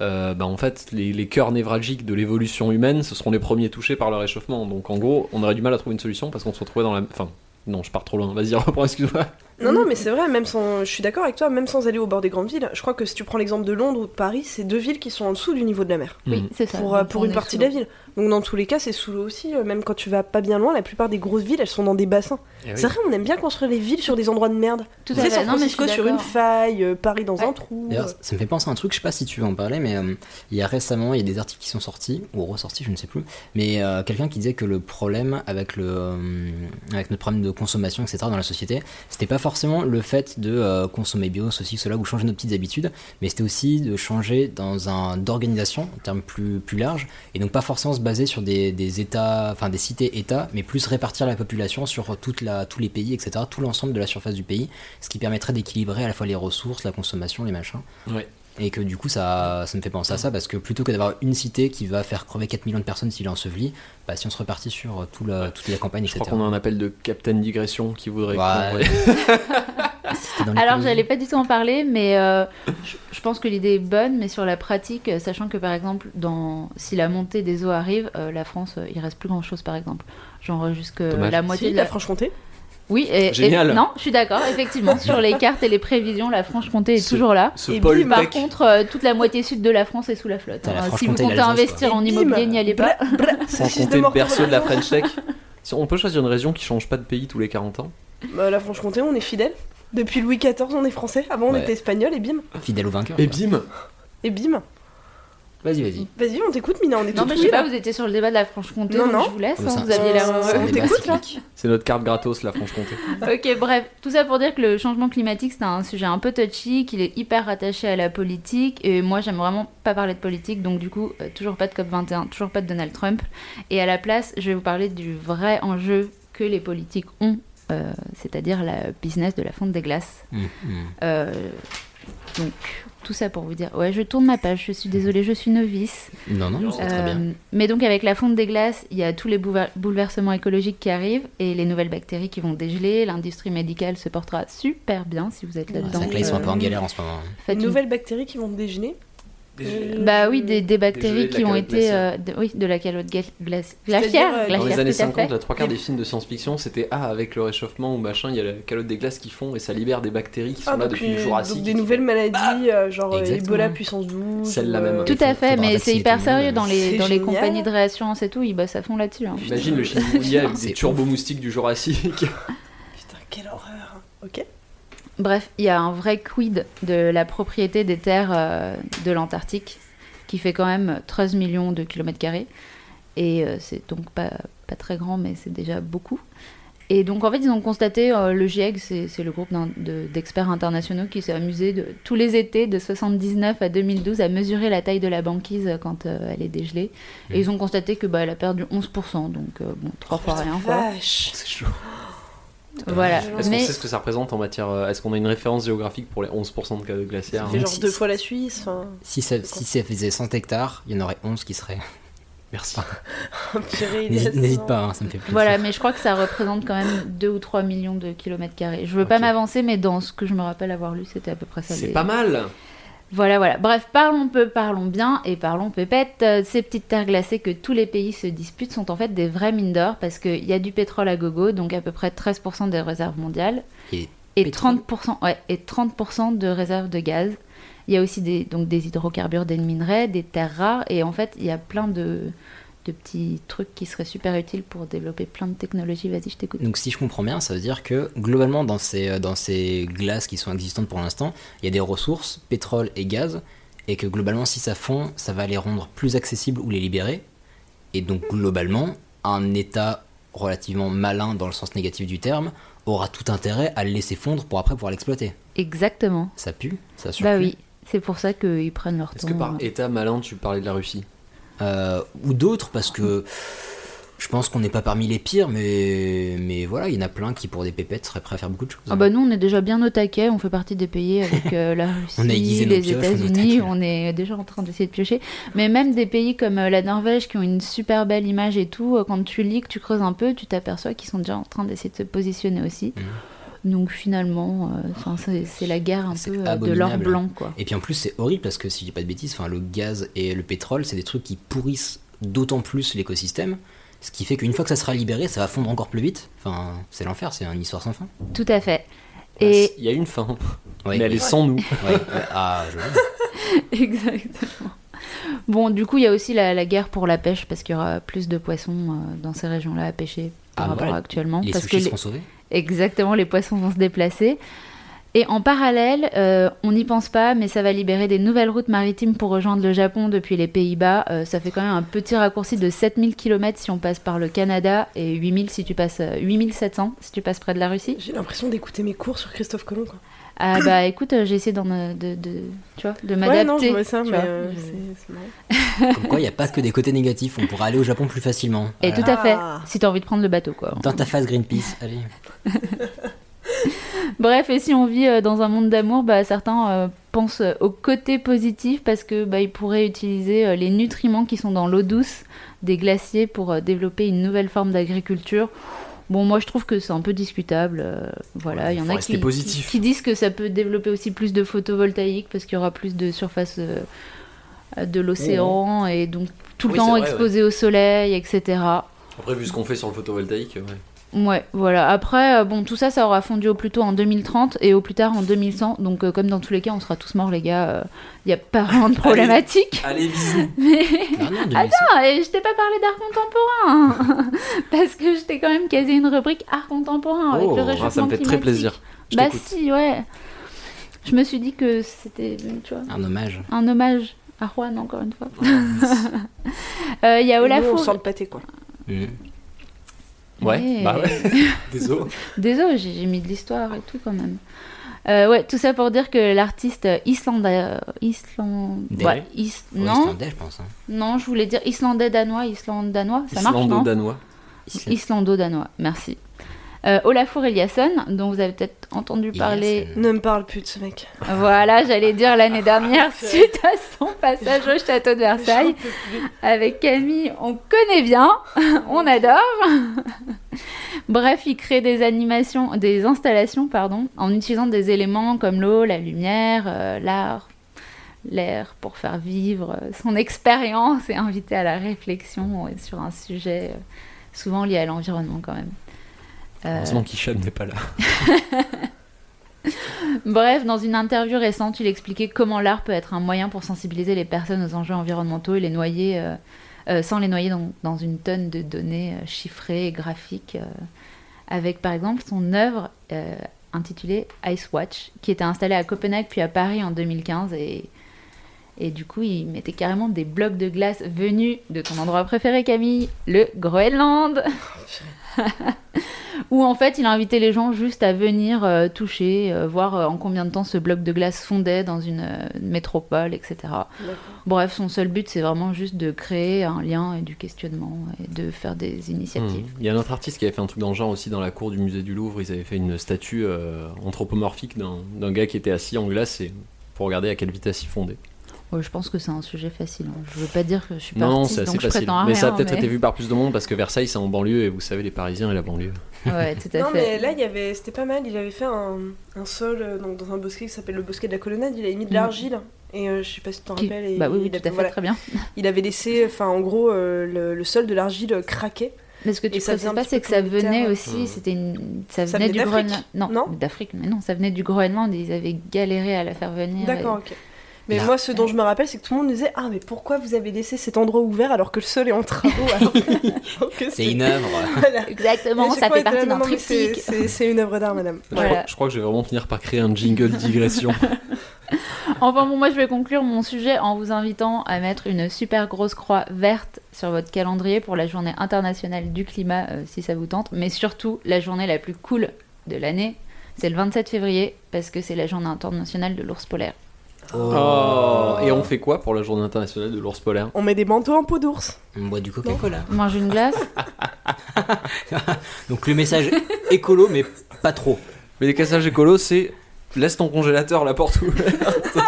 [SPEAKER 2] euh, bah, en fait, les, les cœurs névralgiques de l'évolution humaine, ce seront les premiers touchés par le réchauffement. Donc en gros, on aurait du mal à trouver une solution parce qu'on se retrouvait dans la... Enfin, non, je pars trop loin, vas-y, reprends, excuse-moi.
[SPEAKER 3] Non, non, mais c'est vrai, même sans, je suis d'accord avec toi, même sans aller au bord des grandes villes, je crois que si tu prends l'exemple de Londres ou de Paris, c'est deux villes qui sont en dessous du niveau de la mer.
[SPEAKER 9] Oui, c'est ça.
[SPEAKER 3] Pour, euh,
[SPEAKER 9] Donc,
[SPEAKER 3] pour
[SPEAKER 9] on
[SPEAKER 3] une
[SPEAKER 9] est
[SPEAKER 3] partie de
[SPEAKER 9] sous
[SPEAKER 3] la ville. Donc dans tous les cas, c'est sous l'eau aussi. euh, Même quand tu vas pas bien loin, la plupart des grosses villes, elles sont dans des bassins.
[SPEAKER 2] Eh oui.
[SPEAKER 3] C'est vrai, on aime bien construire les villes sur des endroits de merde.
[SPEAKER 9] l'eau. Tout
[SPEAKER 3] Tu
[SPEAKER 9] à
[SPEAKER 3] sais,
[SPEAKER 9] fait.
[SPEAKER 3] San
[SPEAKER 9] Non, mais je suis
[SPEAKER 3] Francisco sur une
[SPEAKER 9] d'accord.
[SPEAKER 3] faille, euh, Paris dans un trou.
[SPEAKER 1] D'ailleurs, ça me fait penser à un truc, je sais pas si tu veux en parler, mais euh, il y a récemment, il y a des articles qui sont sortis, ou ressortis, je ne sais plus, mais euh, quelqu'un qui disait que le problème avec, le, euh, avec notre problème de consommation, etc., dans la société, c'était pas forcément le fait de euh, consommer bio, ceci, cela, ou changer nos petites habitudes, mais c'était aussi de changer dans un, d'organisation, en termes plus, plus large, et donc pas forcément se baser sur des, des états, enfin des cités-états, mais plus répartir la population sur toute la, tous les pays, etc., tout l'ensemble de la surface du pays, ce qui permettrait d'équilibrer à la fois les ressources, la consommation, les machins.
[SPEAKER 2] Ouais.
[SPEAKER 1] Et que du coup, ça, ça me fait penser à ça, parce que plutôt que d'avoir une cité qui va faire crever 4 millions de personnes s'il est enseveli, bah, si on se repartit sur euh, tout la, toute la campagne,
[SPEAKER 2] Je
[SPEAKER 1] etc.
[SPEAKER 2] crois qu'on a un appel de Captain Digression qui voudrait... qu'on-
[SPEAKER 1] Ouais. C'était dans les
[SPEAKER 9] Alors,
[SPEAKER 1] coulisses.
[SPEAKER 9] j'allais pas du tout en parler, mais euh, je, je pense que l'idée est bonne, mais sur la pratique, euh, sachant que par exemple, dans, si la montée des eaux arrive, euh, la France, euh, il reste plus grand chose par exemple. Genre euh, jusque
[SPEAKER 2] Dommage.
[SPEAKER 9] la
[SPEAKER 3] Moi,
[SPEAKER 9] moitié
[SPEAKER 3] si,
[SPEAKER 9] de
[SPEAKER 3] la
[SPEAKER 9] la.
[SPEAKER 3] Franche-Comté.
[SPEAKER 9] Oui, et, et-
[SPEAKER 2] Génial.
[SPEAKER 9] non, je suis d'accord, effectivement. sur les cartes et les prévisions, la Franche-Comté est
[SPEAKER 2] Ce-
[SPEAKER 9] toujours là.
[SPEAKER 2] Ce
[SPEAKER 3] Et
[SPEAKER 2] Paul
[SPEAKER 3] bim,
[SPEAKER 9] Par
[SPEAKER 2] Peck.
[SPEAKER 9] contre, euh, toute la moitié sud de la France est sous la flotte.
[SPEAKER 1] T'as la
[SPEAKER 9] hein. Si vous
[SPEAKER 1] Franche-Comté et
[SPEAKER 9] comptez
[SPEAKER 1] l'Alsace,
[SPEAKER 9] investir
[SPEAKER 3] quoi.
[SPEAKER 9] en
[SPEAKER 3] Et bim.
[SPEAKER 9] immobilier, n'y allez pas.
[SPEAKER 2] Sans
[SPEAKER 3] Fils de
[SPEAKER 2] compter le
[SPEAKER 3] mort,
[SPEAKER 2] berceau de la
[SPEAKER 3] Colorado.
[SPEAKER 2] French Tech. Si On peut choisir une région qui change pas de pays tous les 40 ans.
[SPEAKER 3] Bah, la Franche-Comté, on est fidèle. Depuis Louis XIV, on est français. Avant, on
[SPEAKER 1] Ouais.
[SPEAKER 3] était espagnol et bim.
[SPEAKER 1] Fidèle au vainqueur.
[SPEAKER 2] Et
[SPEAKER 1] quoi.
[SPEAKER 2] bim
[SPEAKER 3] Et bim.
[SPEAKER 1] Vas-y, vas-y.
[SPEAKER 3] Vas-y, on t'écoute, Mina, on est
[SPEAKER 9] Non,
[SPEAKER 3] tous
[SPEAKER 9] mais je sais
[SPEAKER 3] là.
[SPEAKER 9] pas, vous étiez sur le débat de la Franche-Comté,
[SPEAKER 3] Non,
[SPEAKER 9] donc
[SPEAKER 3] non.
[SPEAKER 9] je vous laisse,
[SPEAKER 1] Oh,
[SPEAKER 9] hein,
[SPEAKER 1] ça-
[SPEAKER 9] vous aviez l'air.
[SPEAKER 3] ça-
[SPEAKER 9] euh,
[SPEAKER 1] C'est un
[SPEAKER 3] on
[SPEAKER 1] débat
[SPEAKER 3] t'écoute, là.
[SPEAKER 1] cyclique.
[SPEAKER 2] C'est notre carte gratos, la Franche-Comté.
[SPEAKER 9] Ok, bref, tout ça pour dire que le changement climatique, c'est un sujet un peu touchy, qu'il est hyper rattaché à la politique, et moi j'aime vraiment pas parler de politique, donc du coup, euh, toujours pas de COP21, toujours pas de Donald Trump, et à la place, je vais vous parler du vrai enjeu que les politiques ont, euh, c'est-à-dire la business de la fonte des glaces.
[SPEAKER 2] Mm,
[SPEAKER 1] Hum, hum.
[SPEAKER 9] Euh, donc, tout ça pour vous dire, ouais, je tourne ma page, je suis désolée, je suis novice.
[SPEAKER 1] Non, non, c'est très bien.
[SPEAKER 9] Euh, mais donc avec la fonte des glaces, il y a tous les bouver- bouleversements écologiques qui arrivent et les nouvelles bactéries qui vont dégeler. L'industrie médicale se portera super bien si vous êtes
[SPEAKER 1] Ouais,
[SPEAKER 9] là-dedans.
[SPEAKER 1] C'est
[SPEAKER 9] Euh,
[SPEAKER 1] vrai que là, ils sont un peu en galère en ce moment.
[SPEAKER 9] Faites une-
[SPEAKER 3] Nouvelles bactéries qui vont déjeuner.
[SPEAKER 9] Bah oui, des, des
[SPEAKER 2] euh, Dégeler
[SPEAKER 9] bactéries
[SPEAKER 2] de la
[SPEAKER 9] qui ont
[SPEAKER 2] calotte
[SPEAKER 9] été...
[SPEAKER 2] glaciaire.
[SPEAKER 9] euh, de, oui, de la calotte gla- glace-
[SPEAKER 3] C'est-à-dire,
[SPEAKER 9] glaciaire.
[SPEAKER 3] euh,
[SPEAKER 2] Dans les
[SPEAKER 9] glaciaire,
[SPEAKER 2] années
[SPEAKER 9] tout à
[SPEAKER 2] 50,
[SPEAKER 9] fait.
[SPEAKER 2] la trois quarts des films de science-fiction, c'était Ah, avec le réchauffement ou machin, il y a la calotte des glaces qui fond et ça libère des bactéries qui sont
[SPEAKER 3] Ah,
[SPEAKER 2] là
[SPEAKER 3] donc,
[SPEAKER 2] depuis
[SPEAKER 3] une-
[SPEAKER 2] le
[SPEAKER 3] donc
[SPEAKER 2] Jurassique.
[SPEAKER 3] des nouvelles maladies, euh, genre euh,
[SPEAKER 1] Exactement.
[SPEAKER 3] Ebola puissance 12.
[SPEAKER 2] Ah, Celle-là
[SPEAKER 3] ou,
[SPEAKER 2] même.
[SPEAKER 3] euh,
[SPEAKER 9] Tout à fait,
[SPEAKER 1] faudra
[SPEAKER 9] mais c'est
[SPEAKER 1] vacciner
[SPEAKER 9] hyper
[SPEAKER 1] tout le monde.
[SPEAKER 9] sérieux dans les,
[SPEAKER 3] C'est
[SPEAKER 9] dans les
[SPEAKER 3] génial.
[SPEAKER 9] compagnies de réassurance et tout, ils bossent à fond là-dessus. hein.
[SPEAKER 2] Imagine le chikungunya avec
[SPEAKER 1] C'est
[SPEAKER 2] des turbo-moustiques du Jurassique.
[SPEAKER 3] Putain, quelle horreur. hein. Ok.
[SPEAKER 9] Bref, il y a un vrai quid de la propriété des terres euh, de l'Antarctique, qui fait quand même 13 millions de kilomètres carrés. Et euh, c'est donc pas, pas très grand, mais c'est déjà beaucoup. Et donc en fait, ils ont constaté, euh, le GIEC, c'est c'est le groupe d'un- de- d'experts internationaux qui s'est amusé de, tous les étés de 79 à 2012 à mesurer la taille de la banquise quand euh, elle est dégelée.
[SPEAKER 2] Mmh.
[SPEAKER 9] Et ils ont constaté que bah, elle a perdu 11%, donc euh, bon, trois
[SPEAKER 2] Oh,
[SPEAKER 9] fois rien. Quoi.
[SPEAKER 3] Vache.
[SPEAKER 2] C'est chaud.
[SPEAKER 9] Voilà.
[SPEAKER 2] Est-ce qu'on
[SPEAKER 9] Mais
[SPEAKER 2] sait ce que ça représente en matière. euh, Est-ce qu'on a une référence géographique pour les 11% de calottes glaciaires
[SPEAKER 3] Ça
[SPEAKER 2] hein
[SPEAKER 3] fait genre
[SPEAKER 1] si-
[SPEAKER 3] deux
[SPEAKER 1] si-
[SPEAKER 3] fois la Suisse. enfin,
[SPEAKER 1] Si ça, si ça faisait 100 hectares, il y en aurait 11 qui seraient.
[SPEAKER 2] Merci.
[SPEAKER 3] purée, il y a
[SPEAKER 1] N'hésite n'hésite
[SPEAKER 3] cent.
[SPEAKER 1] pas, hein, ça me fait plaisir.
[SPEAKER 9] Voilà, mais je crois que ça représente quand même 2 ou 3 millions de kilomètres carrés. Je veux pas
[SPEAKER 1] Ok.
[SPEAKER 9] m'avancer, mais dans ce que je me rappelle avoir lu, c'était à peu près ça.
[SPEAKER 2] C'est
[SPEAKER 9] les-
[SPEAKER 2] pas mal
[SPEAKER 9] Voilà, voilà. Bref, parlons peu, parlons bien et parlons pépette. Euh, Ces petites terres glacées que tous les pays se disputent sont en fait des vraies mines d'or parce qu'il y a du pétrole à gogo, donc à peu près 13% des réserves mondiales.
[SPEAKER 1] Et
[SPEAKER 9] Et
[SPEAKER 1] pétrole.
[SPEAKER 9] 30%, ouais, et 30% de réserves de gaz. Il y a aussi des, donc des hydrocarbures, des minerais, des terres rares, et en fait, il y a plein de, de petits trucs qui seraient super utiles pour développer plein de technologies. Vas-y, je t'écoute.
[SPEAKER 1] Donc si je comprends bien, ça veut dire que globalement dans ces, euh, dans ces glaces qui sont existantes pour l'instant, il y a des ressources, pétrole et gaz, et que globalement si ça fond, ça va les rendre plus accessibles ou les libérer. Et donc globalement, un État relativement malin dans le sens négatif du terme aura tout intérêt à le laisser fondre pour après pouvoir l'exploiter.
[SPEAKER 9] Exactement.
[SPEAKER 1] Ça pue, ça surpue.
[SPEAKER 9] Bah oui, c'est pour ça qu'ils prennent leur
[SPEAKER 2] Est-ce
[SPEAKER 9] temps. euh,
[SPEAKER 2] que par état malin, tu parlais de la Russie
[SPEAKER 1] Euh, ou d'autres parce que je pense qu'on n'est pas parmi les pires, mais, mais voilà, il y en a plein qui pour des pépettes seraient prêts à faire beaucoup de choses.
[SPEAKER 9] Ah bah nous on est déjà bien au taquet, on fait partie des pays avec euh, la Russie,
[SPEAKER 1] On a aiguisé nos
[SPEAKER 9] les
[SPEAKER 1] pioches, on est au
[SPEAKER 9] États-Unis,
[SPEAKER 1] taquet.
[SPEAKER 9] on est déjà en train d'essayer de piocher. Mais même des pays comme euh, la Norvège qui ont une super belle image et tout, euh, quand tu lis, que tu creuses un peu, tu t'aperçois qu'ils sont déjà en train d'essayer de se positionner aussi. Donc finalement, euh, enfin, c'est- c'est la guerre un
[SPEAKER 1] Mmh. C'est
[SPEAKER 9] peu euh, de l'or
[SPEAKER 1] abominable.
[SPEAKER 9] blanc quoi.
[SPEAKER 1] Et puis en plus, c'est horrible parce que si je dis pas de bêtises, enfin, le gaz et le pétrole, c'est des trucs qui pourrissent d'autant plus l'écosystème. Ce qui fait qu'une fois que ça sera libéré, ça va fondre encore plus vite. Enfin, c'est l'enfer, c'est une histoire sans fin.
[SPEAKER 9] Tout à fait.
[SPEAKER 2] Ah,
[SPEAKER 9] Et
[SPEAKER 2] Il y a une fin,
[SPEAKER 1] Ouais.
[SPEAKER 2] mais elle est sans nous.
[SPEAKER 1] Ouais. Ah, joli.
[SPEAKER 9] Exactement. Bon, du coup, il y a aussi la, la guerre pour la pêche parce qu'il y aura plus de poissons euh, dans ces régions-là à pêcher par
[SPEAKER 1] Ah,
[SPEAKER 9] rapport
[SPEAKER 1] voilà.
[SPEAKER 9] à actuellement.
[SPEAKER 1] Les
[SPEAKER 9] parce
[SPEAKER 1] sushis
[SPEAKER 9] que les-
[SPEAKER 1] seront sauvés.
[SPEAKER 9] Exactement, les poissons vont se déplacer. Et en parallèle, euh, on n'y pense pas, mais ça va libérer des nouvelles routes maritimes pour rejoindre le Japon depuis les Pays-Bas. Euh, ça fait quand même un petit raccourci de 7000 km si on passe par le Canada et 8000 si tu passes, euh, 8700 si tu passes près de la Russie.
[SPEAKER 3] J'ai l'impression d'écouter mes cours sur Christophe Colomb. Quoi.
[SPEAKER 9] Ah bah écoute, euh, j'ai essayé d'en, euh, de, de, tu vois, de
[SPEAKER 3] Ouais, non, je
[SPEAKER 9] m'adapter.
[SPEAKER 3] vois ça,
[SPEAKER 9] tu
[SPEAKER 3] mais
[SPEAKER 9] vois. Mmh.
[SPEAKER 3] euh, c'est- c'est marrant.
[SPEAKER 1] Comme quoi, il n'y a pas que des côtés négatifs. On pourra aller au Japon plus facilement.
[SPEAKER 9] Et
[SPEAKER 1] Voilà.
[SPEAKER 9] tout à fait,
[SPEAKER 3] Ah.
[SPEAKER 9] si t'as envie de prendre le bateau quoi.
[SPEAKER 1] Dans ta face Greenpeace, allez.
[SPEAKER 9] Bref, et si on vit euh, dans un monde d'amour, bah, certains euh, pensent euh, au côté positif parce que bah, ils pourraient utiliser euh, les nutriments qui sont dans l'eau douce des glaciers pour euh, développer une nouvelle forme d'agriculture. Bon, moi je trouve que c'est un peu discutable. euh, voilà,
[SPEAKER 2] Ouais,
[SPEAKER 9] il y en
[SPEAKER 2] faut
[SPEAKER 9] a
[SPEAKER 2] rester
[SPEAKER 9] qui,
[SPEAKER 2] positif.
[SPEAKER 9] qui- qui disent que ça peut développer aussi plus de photovoltaïque parce qu'il y aura plus de surface euh, euh, de l'océan et donc tout
[SPEAKER 2] Oh.
[SPEAKER 9] le
[SPEAKER 2] Oui,
[SPEAKER 9] temps
[SPEAKER 2] c'est vrai,
[SPEAKER 9] exposé au soleil, etc.
[SPEAKER 2] Après, vu ce qu'on fait sur le photovoltaïque, ouais.
[SPEAKER 9] Ouais, voilà. Après, euh, bon, tout ça, ça aura fondu au plus tôt en 2030 et au plus tard en 2100. Donc, euh, comme dans tous les cas, on sera tous morts, les gars. Il n'y a pas vraiment
[SPEAKER 2] Ah
[SPEAKER 9] de problématique.
[SPEAKER 2] Allez, bisous
[SPEAKER 1] Non, non, 2005.
[SPEAKER 9] Attends, et je t'ai pas parlé d'art contemporain. hein. Parce que je t'ai quand même casé une rubrique art contemporain avec
[SPEAKER 1] Oh,
[SPEAKER 9] le
[SPEAKER 1] ah, ça
[SPEAKER 9] réchauffement
[SPEAKER 2] Ça me fait très
[SPEAKER 9] climatique.
[SPEAKER 2] plaisir. Je
[SPEAKER 9] Bah
[SPEAKER 2] t'écoute.
[SPEAKER 9] si, ouais. Je me suis dit que c'était, tu vois,
[SPEAKER 1] Un hommage.
[SPEAKER 9] un hommage à Juan, encore une fois. Euh, Il y a
[SPEAKER 3] Nous, on
[SPEAKER 9] Olafo.
[SPEAKER 3] sent le pâté, quoi.
[SPEAKER 1] Mhm.
[SPEAKER 2] Ouais,
[SPEAKER 9] Ouais.
[SPEAKER 2] bah ouais. Désolé.
[SPEAKER 9] Désolé, j'ai j'ai mis de l'histoire et tout quand même. Euh, ouais, tout ça pour dire que l'artiste islandais. Island...
[SPEAKER 1] Des-
[SPEAKER 9] ouais, is-
[SPEAKER 1] Oh,
[SPEAKER 9] Non,
[SPEAKER 1] Islandais, je pense. hein.
[SPEAKER 9] non, je voulais dire islandais-danois, islandanois, ça marche, non
[SPEAKER 2] Islando-danois.
[SPEAKER 1] Islandais.
[SPEAKER 9] Islando-danois, merci. Euh, Olafur Eliasson, dont vous avez peut-être entendu parler,
[SPEAKER 1] Eliasson.
[SPEAKER 3] Ne me parle plus de ce mec.
[SPEAKER 9] voilà, j'allais dire l'année dernière, suite à son passage au château de Versailles. Avec Camille, on connaît bien, on adore. Bref, il crée des animations, des installations, pardon, en utilisant des éléments comme l'eau, la lumière, euh, l'art, l'air pour faire vivre euh, son expérience et inviter à la réflexion euh, sur un sujet euh, souvent lié à l'environnement quand même. Euh,
[SPEAKER 2] Heureusement qu'Hicham n'est pas là.
[SPEAKER 9] Bref, dans une interview récente, il expliquait comment l'art peut être un moyen pour sensibiliser les personnes aux enjeux environnementaux et les noyer, euh, euh, sans les noyer dans, dans une tonne de données euh, chiffrées et graphiques, euh, avec par exemple son œuvre euh, intitulée Ice Watch, qui était installée à Copenhague puis à Paris en 2015 et et du coup, il mettait carrément des blocs de glace venus de ton endroit préféré, Camille, le Groenland. Où en fait, il a invité les gens juste à venir euh, toucher, euh, voir euh, en combien de temps ce bloc de glace fondait dans une euh, métropole, etc. Bref, son seul but, c'est vraiment juste de créer un lien et du questionnement et de faire des initiatives.
[SPEAKER 2] Mhm. Il y a un autre artiste qui avait fait un truc dans le genre aussi dans la cour du musée du Louvre. Ils avaient fait une statue euh, anthropomorphique d'un d'un gars qui était assis en glace et pour regarder à quelle vitesse il fondait.
[SPEAKER 9] Ouais, je pense que c'est un sujet facile. hein. Je veux pas dire que je suis pas
[SPEAKER 2] Non,
[SPEAKER 9] artiste,
[SPEAKER 2] c'est assez
[SPEAKER 9] donc je
[SPEAKER 2] facile.
[SPEAKER 9] prétends à
[SPEAKER 2] mais
[SPEAKER 9] rien,
[SPEAKER 2] ça a peut-être
[SPEAKER 9] mais-
[SPEAKER 2] été vu par plus de monde parce que Versailles, c'est en banlieue et vous savez, les Parisiens et la banlieue.
[SPEAKER 9] Ouais, tout à
[SPEAKER 3] Non,
[SPEAKER 9] fait.
[SPEAKER 3] mais là, il y avait... c'était pas mal. Il avait fait un, un sol euh, donc, dans un bosquet qui s'appelle le bosquet de la colonnade. Il avait mis de
[SPEAKER 9] Mhm.
[SPEAKER 3] l'argile. Et euh, je sais pas si tu t'en
[SPEAKER 9] Qui-
[SPEAKER 3] rappelles. et
[SPEAKER 9] Bah oui, oui,
[SPEAKER 3] il
[SPEAKER 9] tout à
[SPEAKER 3] avait-
[SPEAKER 9] fait,
[SPEAKER 3] voilà.
[SPEAKER 9] très bien.
[SPEAKER 3] Il avait laissé, enfin, en gros, euh, le, le sol de l'argile craquait.
[SPEAKER 9] Mais ce que tu
[SPEAKER 3] Et ça
[SPEAKER 9] ne sais
[SPEAKER 3] faisait un
[SPEAKER 9] pas,
[SPEAKER 3] petit
[SPEAKER 9] c'est
[SPEAKER 3] peu
[SPEAKER 9] que ça
[SPEAKER 3] comme des
[SPEAKER 9] venait
[SPEAKER 3] terres.
[SPEAKER 9] aussi,
[SPEAKER 2] Mhm.
[SPEAKER 9] c'était une... ça venait,
[SPEAKER 3] Ça venait
[SPEAKER 9] du
[SPEAKER 3] d'Afrique,
[SPEAKER 9] Groenland. Non,
[SPEAKER 3] non
[SPEAKER 9] d'Afrique, mais non, ça venait du Groenland et ils avaient galéré à la faire venir. et-
[SPEAKER 3] D'accord, ok. Mais
[SPEAKER 1] Là.
[SPEAKER 3] moi, ce dont je me rappelle, c'est que tout le monde nous disait Ah, mais pourquoi vous avez laissé cet endroit ouvert alors que le sol est en travaux alors que- alors que
[SPEAKER 1] C'est une œuvre.
[SPEAKER 3] Voilà.
[SPEAKER 9] Exactement,
[SPEAKER 3] Mais je
[SPEAKER 9] ça
[SPEAKER 3] crois
[SPEAKER 9] fait
[SPEAKER 3] que-
[SPEAKER 9] partie
[SPEAKER 3] non,
[SPEAKER 9] d'un
[SPEAKER 3] non, mais c'est-
[SPEAKER 9] triptyque.
[SPEAKER 3] c'est- C'est une œuvre d'art, madame.
[SPEAKER 2] Je,
[SPEAKER 9] Voilà.
[SPEAKER 2] crois, je crois que je vais vraiment finir par créer un jingle digression.
[SPEAKER 9] Enfin bon, moi je vais conclure mon sujet en vous invitant à mettre une super grosse croix verte sur votre calendrier pour la journée internationale du climat euh, si ça vous tente, mais surtout la journée la plus cool de l'année, c'est le 27 février parce que c'est la journée internationale de l'ours polaire.
[SPEAKER 2] Oh. Et on fait quoi pour la journée internationale de l'ours polaire
[SPEAKER 3] On met des manteaux en peau d'ours.
[SPEAKER 1] On boit du Coca-Cola.
[SPEAKER 9] Mange une glace
[SPEAKER 1] Donc le message écolo, mais pas trop.
[SPEAKER 2] Mais les cassages écolos, c'est laisse ton congélateur à la porte ouverte.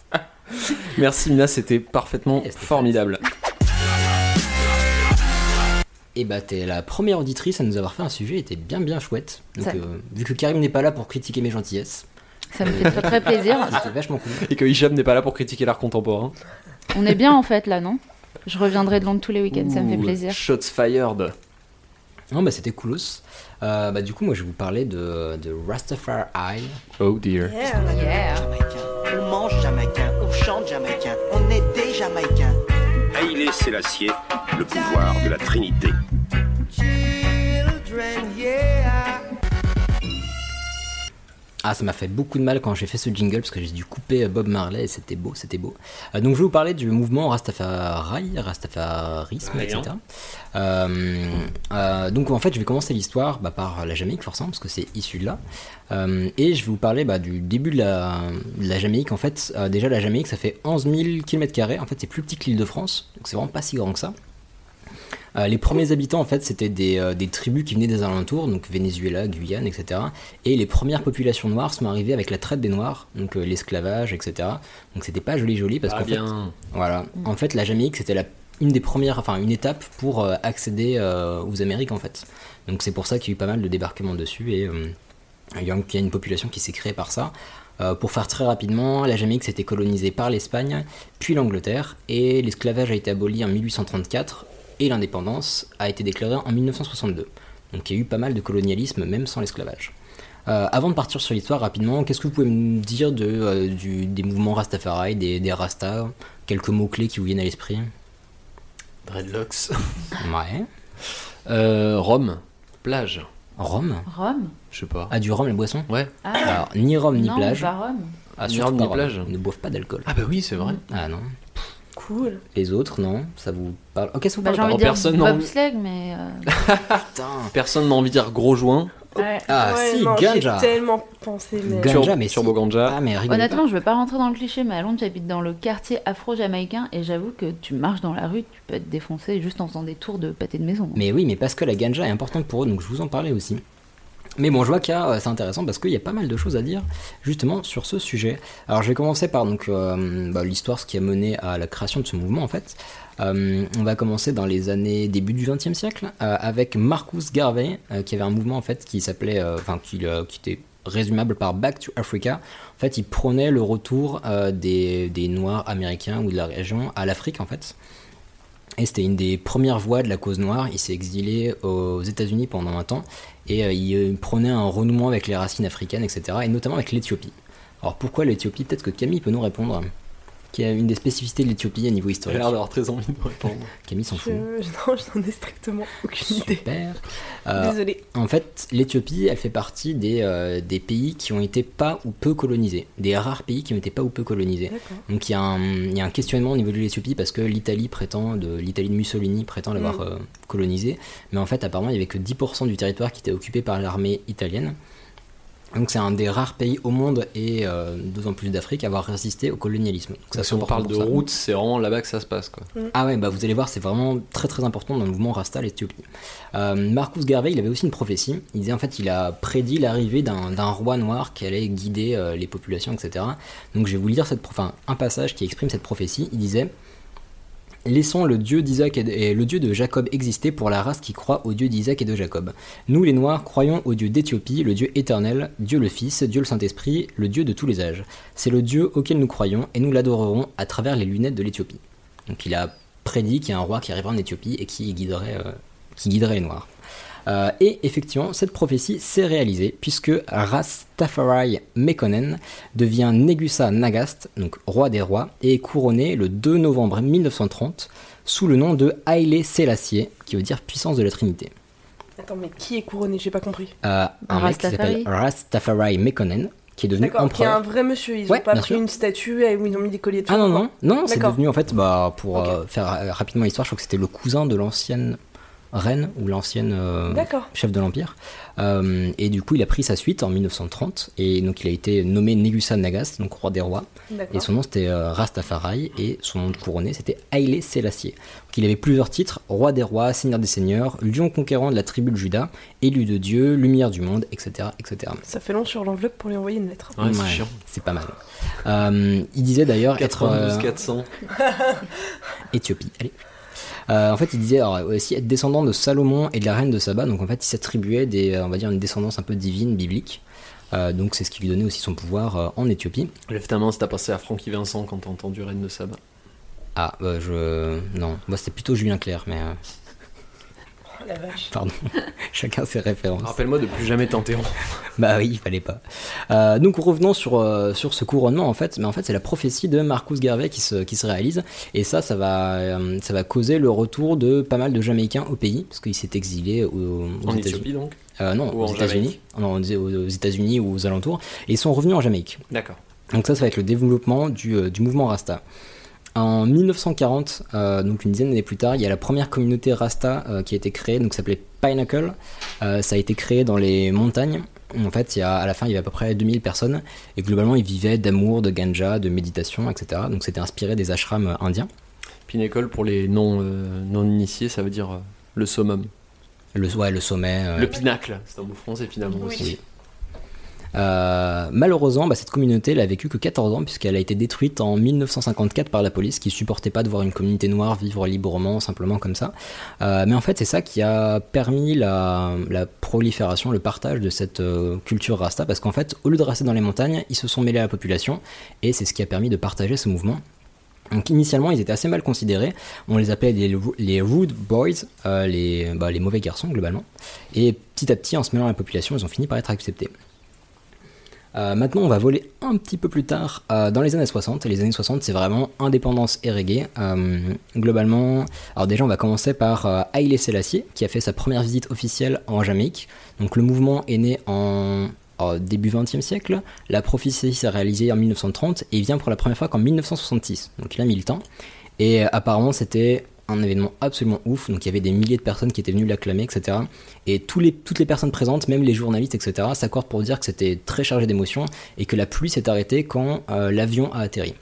[SPEAKER 2] Merci Mina, c'était parfaitement
[SPEAKER 1] Yes, c'était
[SPEAKER 2] formidable.
[SPEAKER 1] Et bah, t'es la première auditrice à nous avoir fait un sujet, était bien bien chouette. Donc,
[SPEAKER 9] Ça-
[SPEAKER 1] euh, vu que Karim n'est pas là pour critiquer mes gentillesses,
[SPEAKER 9] Ça me fait très très plaisir.
[SPEAKER 1] c'était vachement cool.
[SPEAKER 2] Et que Hicham n'est pas là pour critiquer l'art contemporain.
[SPEAKER 9] On est bien en fait là, non Je reviendrai de Londres tous les week-ends, ça me fait
[SPEAKER 2] Ouh,
[SPEAKER 9] plaisir.
[SPEAKER 2] Shots fired.
[SPEAKER 1] Non, bah, c'était coolos. Euh, bah, du coup, moi, je vais vous parler de, de Rastafari.
[SPEAKER 2] Oh dear.
[SPEAKER 9] Yeah.
[SPEAKER 7] On mange jamaïcain, on chante jamaïcain, on est des jamaïcains.
[SPEAKER 5] Haïlé Sélassié, le pouvoir de la Trinité.
[SPEAKER 7] Children, yeah.
[SPEAKER 1] Ah, ça m'a fait beaucoup de mal quand j'ai fait ce jingle parce que j'ai dû couper euh, Bob Marley et c'était beau, c'était beau. Euh, donc je vais vous parler du mouvement Rastafari, Rastafarisme,
[SPEAKER 2] Très
[SPEAKER 1] etc.
[SPEAKER 2] bien.
[SPEAKER 1] Euh, euh, donc en fait, je vais commencer l'histoire bah, par la Jamaïque forcément parce que c'est issu de là. Euh, et je vais vous parler bah, du début de la, de la Jamaïque. En fait, euh, déjà la Jamaïque, ça fait 11 000 km En fait, c'est plus petit que l'île de France, donc c'est vraiment pas si grand que ça. Euh, les premiers habitants, en fait, c'était des, euh, des tribus qui venaient des alentours, donc Venezuela, Guyane, etc. Et les premières populations noires sont arrivées avec la traite des noirs, donc euh, l'esclavage, etc. Donc c'était pas joli joli parce
[SPEAKER 2] Ah
[SPEAKER 1] qu'en fait,
[SPEAKER 2] bien.
[SPEAKER 1] voilà. En fait, la Jamaïque, c'était la- une des premières, enfin une étape pour euh, accéder euh, aux Amériques en fait. Donc c'est pour ça qu'il y a eu pas mal de débarquements dessus et euh, il y a il y a une population qui s'est créée par ça. Euh, pour faire très rapidement, la Jamaïque s'était colonisée par l'Espagne, puis l'Angleterre, et l'esclavage a été aboli en 1834 et l'indépendance a été déclarée en 1962. Donc il y a eu pas mal de colonialisme même sans l'esclavage. Euh, avant de partir sur l'histoire rapidement, qu'est-ce que vous pouvez me dire de, euh, du- des mouvements Rastafari, des, des Rastas Quelques mots-clés qui vous viennent à l'esprit
[SPEAKER 2] Dreadlocks.
[SPEAKER 1] Ouais.
[SPEAKER 2] Euh, Rome. Plage.
[SPEAKER 1] Rhum
[SPEAKER 9] Rome
[SPEAKER 2] Je sais pas.
[SPEAKER 1] Ah, du rhum, la boisson
[SPEAKER 2] Ouais.
[SPEAKER 9] Ah,
[SPEAKER 1] Alors, ni rhum, ni
[SPEAKER 9] non,
[SPEAKER 1] plage.
[SPEAKER 9] pas Rome.
[SPEAKER 1] Ah,
[SPEAKER 2] bah. Ni
[SPEAKER 1] surtout
[SPEAKER 2] rhum,
[SPEAKER 1] pas
[SPEAKER 2] ni
[SPEAKER 1] rhum.
[SPEAKER 2] plage.
[SPEAKER 1] Ne boivent pas d'alcool.
[SPEAKER 2] Ah bah oui, c'est vrai.
[SPEAKER 1] Ah non.
[SPEAKER 3] Cool.
[SPEAKER 1] Les autres, non Ça vous parle Ok, ça vous
[SPEAKER 9] Bah,
[SPEAKER 1] parle
[SPEAKER 9] J'ai envie
[SPEAKER 2] en
[SPEAKER 9] de dire
[SPEAKER 2] personne, non.
[SPEAKER 9] bobsleigh, mais... euh,
[SPEAKER 1] pas Putain.
[SPEAKER 2] Personne n'a envie de dire gros joint.
[SPEAKER 9] ouais.
[SPEAKER 1] Ah
[SPEAKER 3] Ouais,
[SPEAKER 1] si,
[SPEAKER 3] non,
[SPEAKER 1] ganja
[SPEAKER 3] J'ai tellement pensé, mais.
[SPEAKER 1] Ganja,
[SPEAKER 2] Turbo-
[SPEAKER 1] mais si.
[SPEAKER 2] Turbo ganja.
[SPEAKER 1] Ah, mais rigole.
[SPEAKER 9] Honnêtement, je veux pas rentrer dans le cliché, mais à Londres, j'habite dans le quartier afro-jamaïcain et j'avoue que tu marches dans la rue, tu peux être défoncé juste en faisant des tours de pâté de maison.
[SPEAKER 1] Mais oui, mais parce que la ganja est importante pour eux, donc je vous en parlais aussi. Mais bon, je vois qu'il y a, euh, c'est intéressant parce qu'il y a pas mal de choses à dire justement sur ce sujet. Alors je vais commencer par donc euh, bah, l'histoire, ce qui a mené à la création de ce mouvement en fait. Euh, on va commencer dans les années début du XXe siècle euh, avec Marcus Garvey euh, qui avait un mouvement en fait qui s'appelait, euh, enfin qui, euh, qui était résumable par Back to Africa. En fait, il prônait le retour euh, des, des Noirs américains ou de la région à l'Afrique en fait. Et c'était une des premières voix de la cause noire. Il s'est exilé aux États-Unis pendant un temps et euh, il euh, prenait un renouement avec les racines africaines, etc. Et notamment avec l'Éthiopie. Alors pourquoi l'Éthiopie Peut-être que Camille peut nous répondre. Qui est une des spécificités de l'Éthiopie à niveau
[SPEAKER 2] J'ai
[SPEAKER 1] historique.
[SPEAKER 2] l'air d'avoir très envie de répondre.
[SPEAKER 1] Camille s'en
[SPEAKER 3] Je...
[SPEAKER 1] fout.
[SPEAKER 3] Non, je n'en ai strictement aucune idée.
[SPEAKER 1] Super. Euh,
[SPEAKER 3] Désolée.
[SPEAKER 1] En fait, l'Éthiopie, elle fait partie des, euh, des pays qui ont été pas ou peu colonisés, des rares pays qui ont été pas ou peu colonisés.
[SPEAKER 3] D'accord.
[SPEAKER 1] Donc il y, a un- il y a un questionnement au niveau de l'Éthiopie parce que l'Italie prétend, de l'Italie de Mussolini prétend l'avoir
[SPEAKER 3] Mm.
[SPEAKER 1] euh, colonisé, mais en fait apparemment il y avait que 10% du territoire qui était occupé par l'armée italienne. Donc c'est un des rares pays au monde et euh, d'autant plus d'Afrique à avoir résisté au colonialisme. Donc,
[SPEAKER 2] Ça, si
[SPEAKER 1] c'est
[SPEAKER 2] on
[SPEAKER 1] important
[SPEAKER 2] parle de
[SPEAKER 1] pour ça.
[SPEAKER 2] route, c'est vraiment là-bas que ça se passe quoi.
[SPEAKER 1] Ah ouais, bah vous allez voir, c'est vraiment très très important dans le mouvement Rasta, l'Éthiopie. Euh, Marcus Garvey, il avait aussi une prophétie. Il disait en fait, il a prédit l'arrivée d'un d'un roi noir qui allait guider euh, les populations, etc. Donc je vais vous lire cette, pro- enfin, un passage qui exprime cette prophétie. Il disait Laissons le Dieu d'Isaac et, de- et le Dieu de Jacob exister pour la race qui croit au Dieu d'Isaac et de Jacob. Nous, les Noirs, croyons au Dieu d'Éthiopie, le Dieu éternel, Dieu le Fils, Dieu le Saint-Esprit, le Dieu de tous les âges. C'est le Dieu auquel nous croyons et nous l'adorerons à travers les lunettes de l'Éthiopie. Donc il a prédit qu'il y a un roi qui arriverait en Éthiopie et qui guiderait, euh, qui guiderait les Noirs. Euh, et effectivement, cette prophétie s'est réalisée puisque Rastafari Mekonnen devient Negusa Nagast, donc roi des rois, et est couronné le 2 novembre 1930 sous le nom de Haile Selassie, qui veut dire puissance de la Trinité.
[SPEAKER 3] Attends, mais qui est couronné J'ai pas compris.
[SPEAKER 1] Euh, un mec qui
[SPEAKER 9] Rastafari.
[SPEAKER 1] s'appelle Rastafari Mekonnen, qui est devenu
[SPEAKER 3] D'accord, qui est un
[SPEAKER 1] empereur.
[SPEAKER 3] vrai monsieur. Ils
[SPEAKER 1] Ouais,
[SPEAKER 3] ont pas
[SPEAKER 1] bien
[SPEAKER 3] pris
[SPEAKER 1] sûr.
[SPEAKER 3] une statue et où ils ont mis des colliers de
[SPEAKER 1] Ah
[SPEAKER 3] fleurs,
[SPEAKER 1] non,
[SPEAKER 3] quoi.
[SPEAKER 1] non, non, c'est
[SPEAKER 3] D'accord.
[SPEAKER 1] devenu en fait, bah, pour
[SPEAKER 3] Ok.
[SPEAKER 1] euh, faire euh, rapidement l'histoire, je crois que c'était le cousin de l'ancienne reine ou l'ancienne euh,
[SPEAKER 3] D'accord.
[SPEAKER 1] chef de l'Empire. Euh, et du coup, il a pris sa suite en 1930, et donc il a été nommé Negusa Nagast, donc roi des rois. Et
[SPEAKER 3] D'accord.
[SPEAKER 1] son nom c'était euh, Rastafari, et son nom de couronné c'était Haile Selassie. Donc il avait plusieurs titres roi des rois, seigneur des seigneurs, lion conquérant de la tribu de Juda, élu de Dieu, lumière du monde, etc. etc.
[SPEAKER 3] Ça fait long sur l'enveloppe pour lui envoyer une lettre.
[SPEAKER 2] Ouais, c'est
[SPEAKER 1] Ouais,
[SPEAKER 2] chiant.
[SPEAKER 1] c'est pas mal. Euh, il disait d'ailleurs être. euh,
[SPEAKER 2] 92 400.
[SPEAKER 1] Éthiopie. Allez. Euh, en fait, il disait alors, aussi être descendant de Salomon et de la reine de Saba. Donc, en fait, il s'attribuait des, euh, on va dire, une descendance un peu divine, biblique. Euh, donc, c'est ce qui lui donnait aussi son pouvoir euh, en Éthiopie.
[SPEAKER 2] Lève ta main si t'as passé à Francky Vincent quand t'as entendu Reine de Saba.
[SPEAKER 1] Ah, bah, je, non, moi c'était plutôt Julien Clerc, mais euh,
[SPEAKER 3] Oh la vache.
[SPEAKER 1] pardon, chacun ses références.
[SPEAKER 2] Rappelle-moi de plus jamais t'interrompre.
[SPEAKER 1] Bah oui, il fallait pas. Euh, donc revenons sur, euh, sur ce couronnement en fait, mais en fait c'est la prophétie de Marcus Garvey qui se, qui se réalise et ça ça va, euh, ça va causer le retour de pas mal de Jamaïcains au pays parce qu'il s'est exilé aux, aux
[SPEAKER 2] En
[SPEAKER 1] États-Unis.
[SPEAKER 2] Éthiopie donc
[SPEAKER 1] Euh, non,
[SPEAKER 2] Ou
[SPEAKER 1] aux
[SPEAKER 2] en
[SPEAKER 1] États-Unis.
[SPEAKER 2] Jamaïque.
[SPEAKER 1] Non, on disait aux aux États-Unis ou aux alentours. Et ils sont revenus en Jamaïque.
[SPEAKER 2] D'accord.
[SPEAKER 1] Donc ça, ça va être le développement du, euh, du mouvement Rasta. En 1940, euh, donc une dizaine d'années plus tard, il y a la première communauté Rasta euh, qui a été créée, donc ça s'appelait Pinnacle. Euh, ça a été créé dans les montagnes. En fait, il y a, à la fin, il y avait à peu près 2000 personnes. Et globalement, ils vivaient d'amour, de ganja, de méditation, etc. Donc c'était inspiré des ashrams indiens.
[SPEAKER 2] Pinnacle pour les non, euh, non initiés, ça veut dire euh, le summum.
[SPEAKER 1] Le, ouais, le sommet. euh,
[SPEAKER 2] Le pinacle, c'est un mot français finalement
[SPEAKER 3] Oui.
[SPEAKER 2] aussi.
[SPEAKER 1] Euh, malheureusement, bah, cette communauté elle a vécu que 14 ans puisqu'elle a été détruite en 1954 par la police qui supportait pas de voir une communauté noire vivre librement, simplement comme ça. Euh, mais en fait, c'est ça qui a permis la, la prolifération, le partage de cette euh, culture rasta parce qu'en fait, au lieu de rester dans les montagnes, ils se sont mêlés à la population et c'est ce qui a permis de partager ce mouvement. Donc initialement, ils étaient assez mal considérés. On les appelait les, ru- les rude boys, euh, les, bah, les mauvais garçons globalement. Et petit à petit, en se mêlant à la population, ils ont fini par être acceptés. Euh, maintenant, on va voler un petit peu plus tard euh, dans les années 60. Et les années 60, c'est vraiment indépendance et reggae. Euh, globalement, alors déjà, on va commencer par euh, Haile Selassie, qui a fait sa première visite officielle en Jamaïque. Donc, le mouvement est né en euh, début 20e siècle. La prophétie s'est réalisée en 1930 et il vient pour la première fois qu'en 1966. Donc, il a militant. Et euh, apparemment, c'était un événement absolument ouf. Donc, il y avait des milliers de personnes qui étaient venues l'acclamer, etc. Et tous les, toutes les personnes présentes, même les journalistes, etc., s'accordent pour dire que c'était très chargé d'émotions et que la pluie s'est arrêtée quand euh, l'avion a atterri.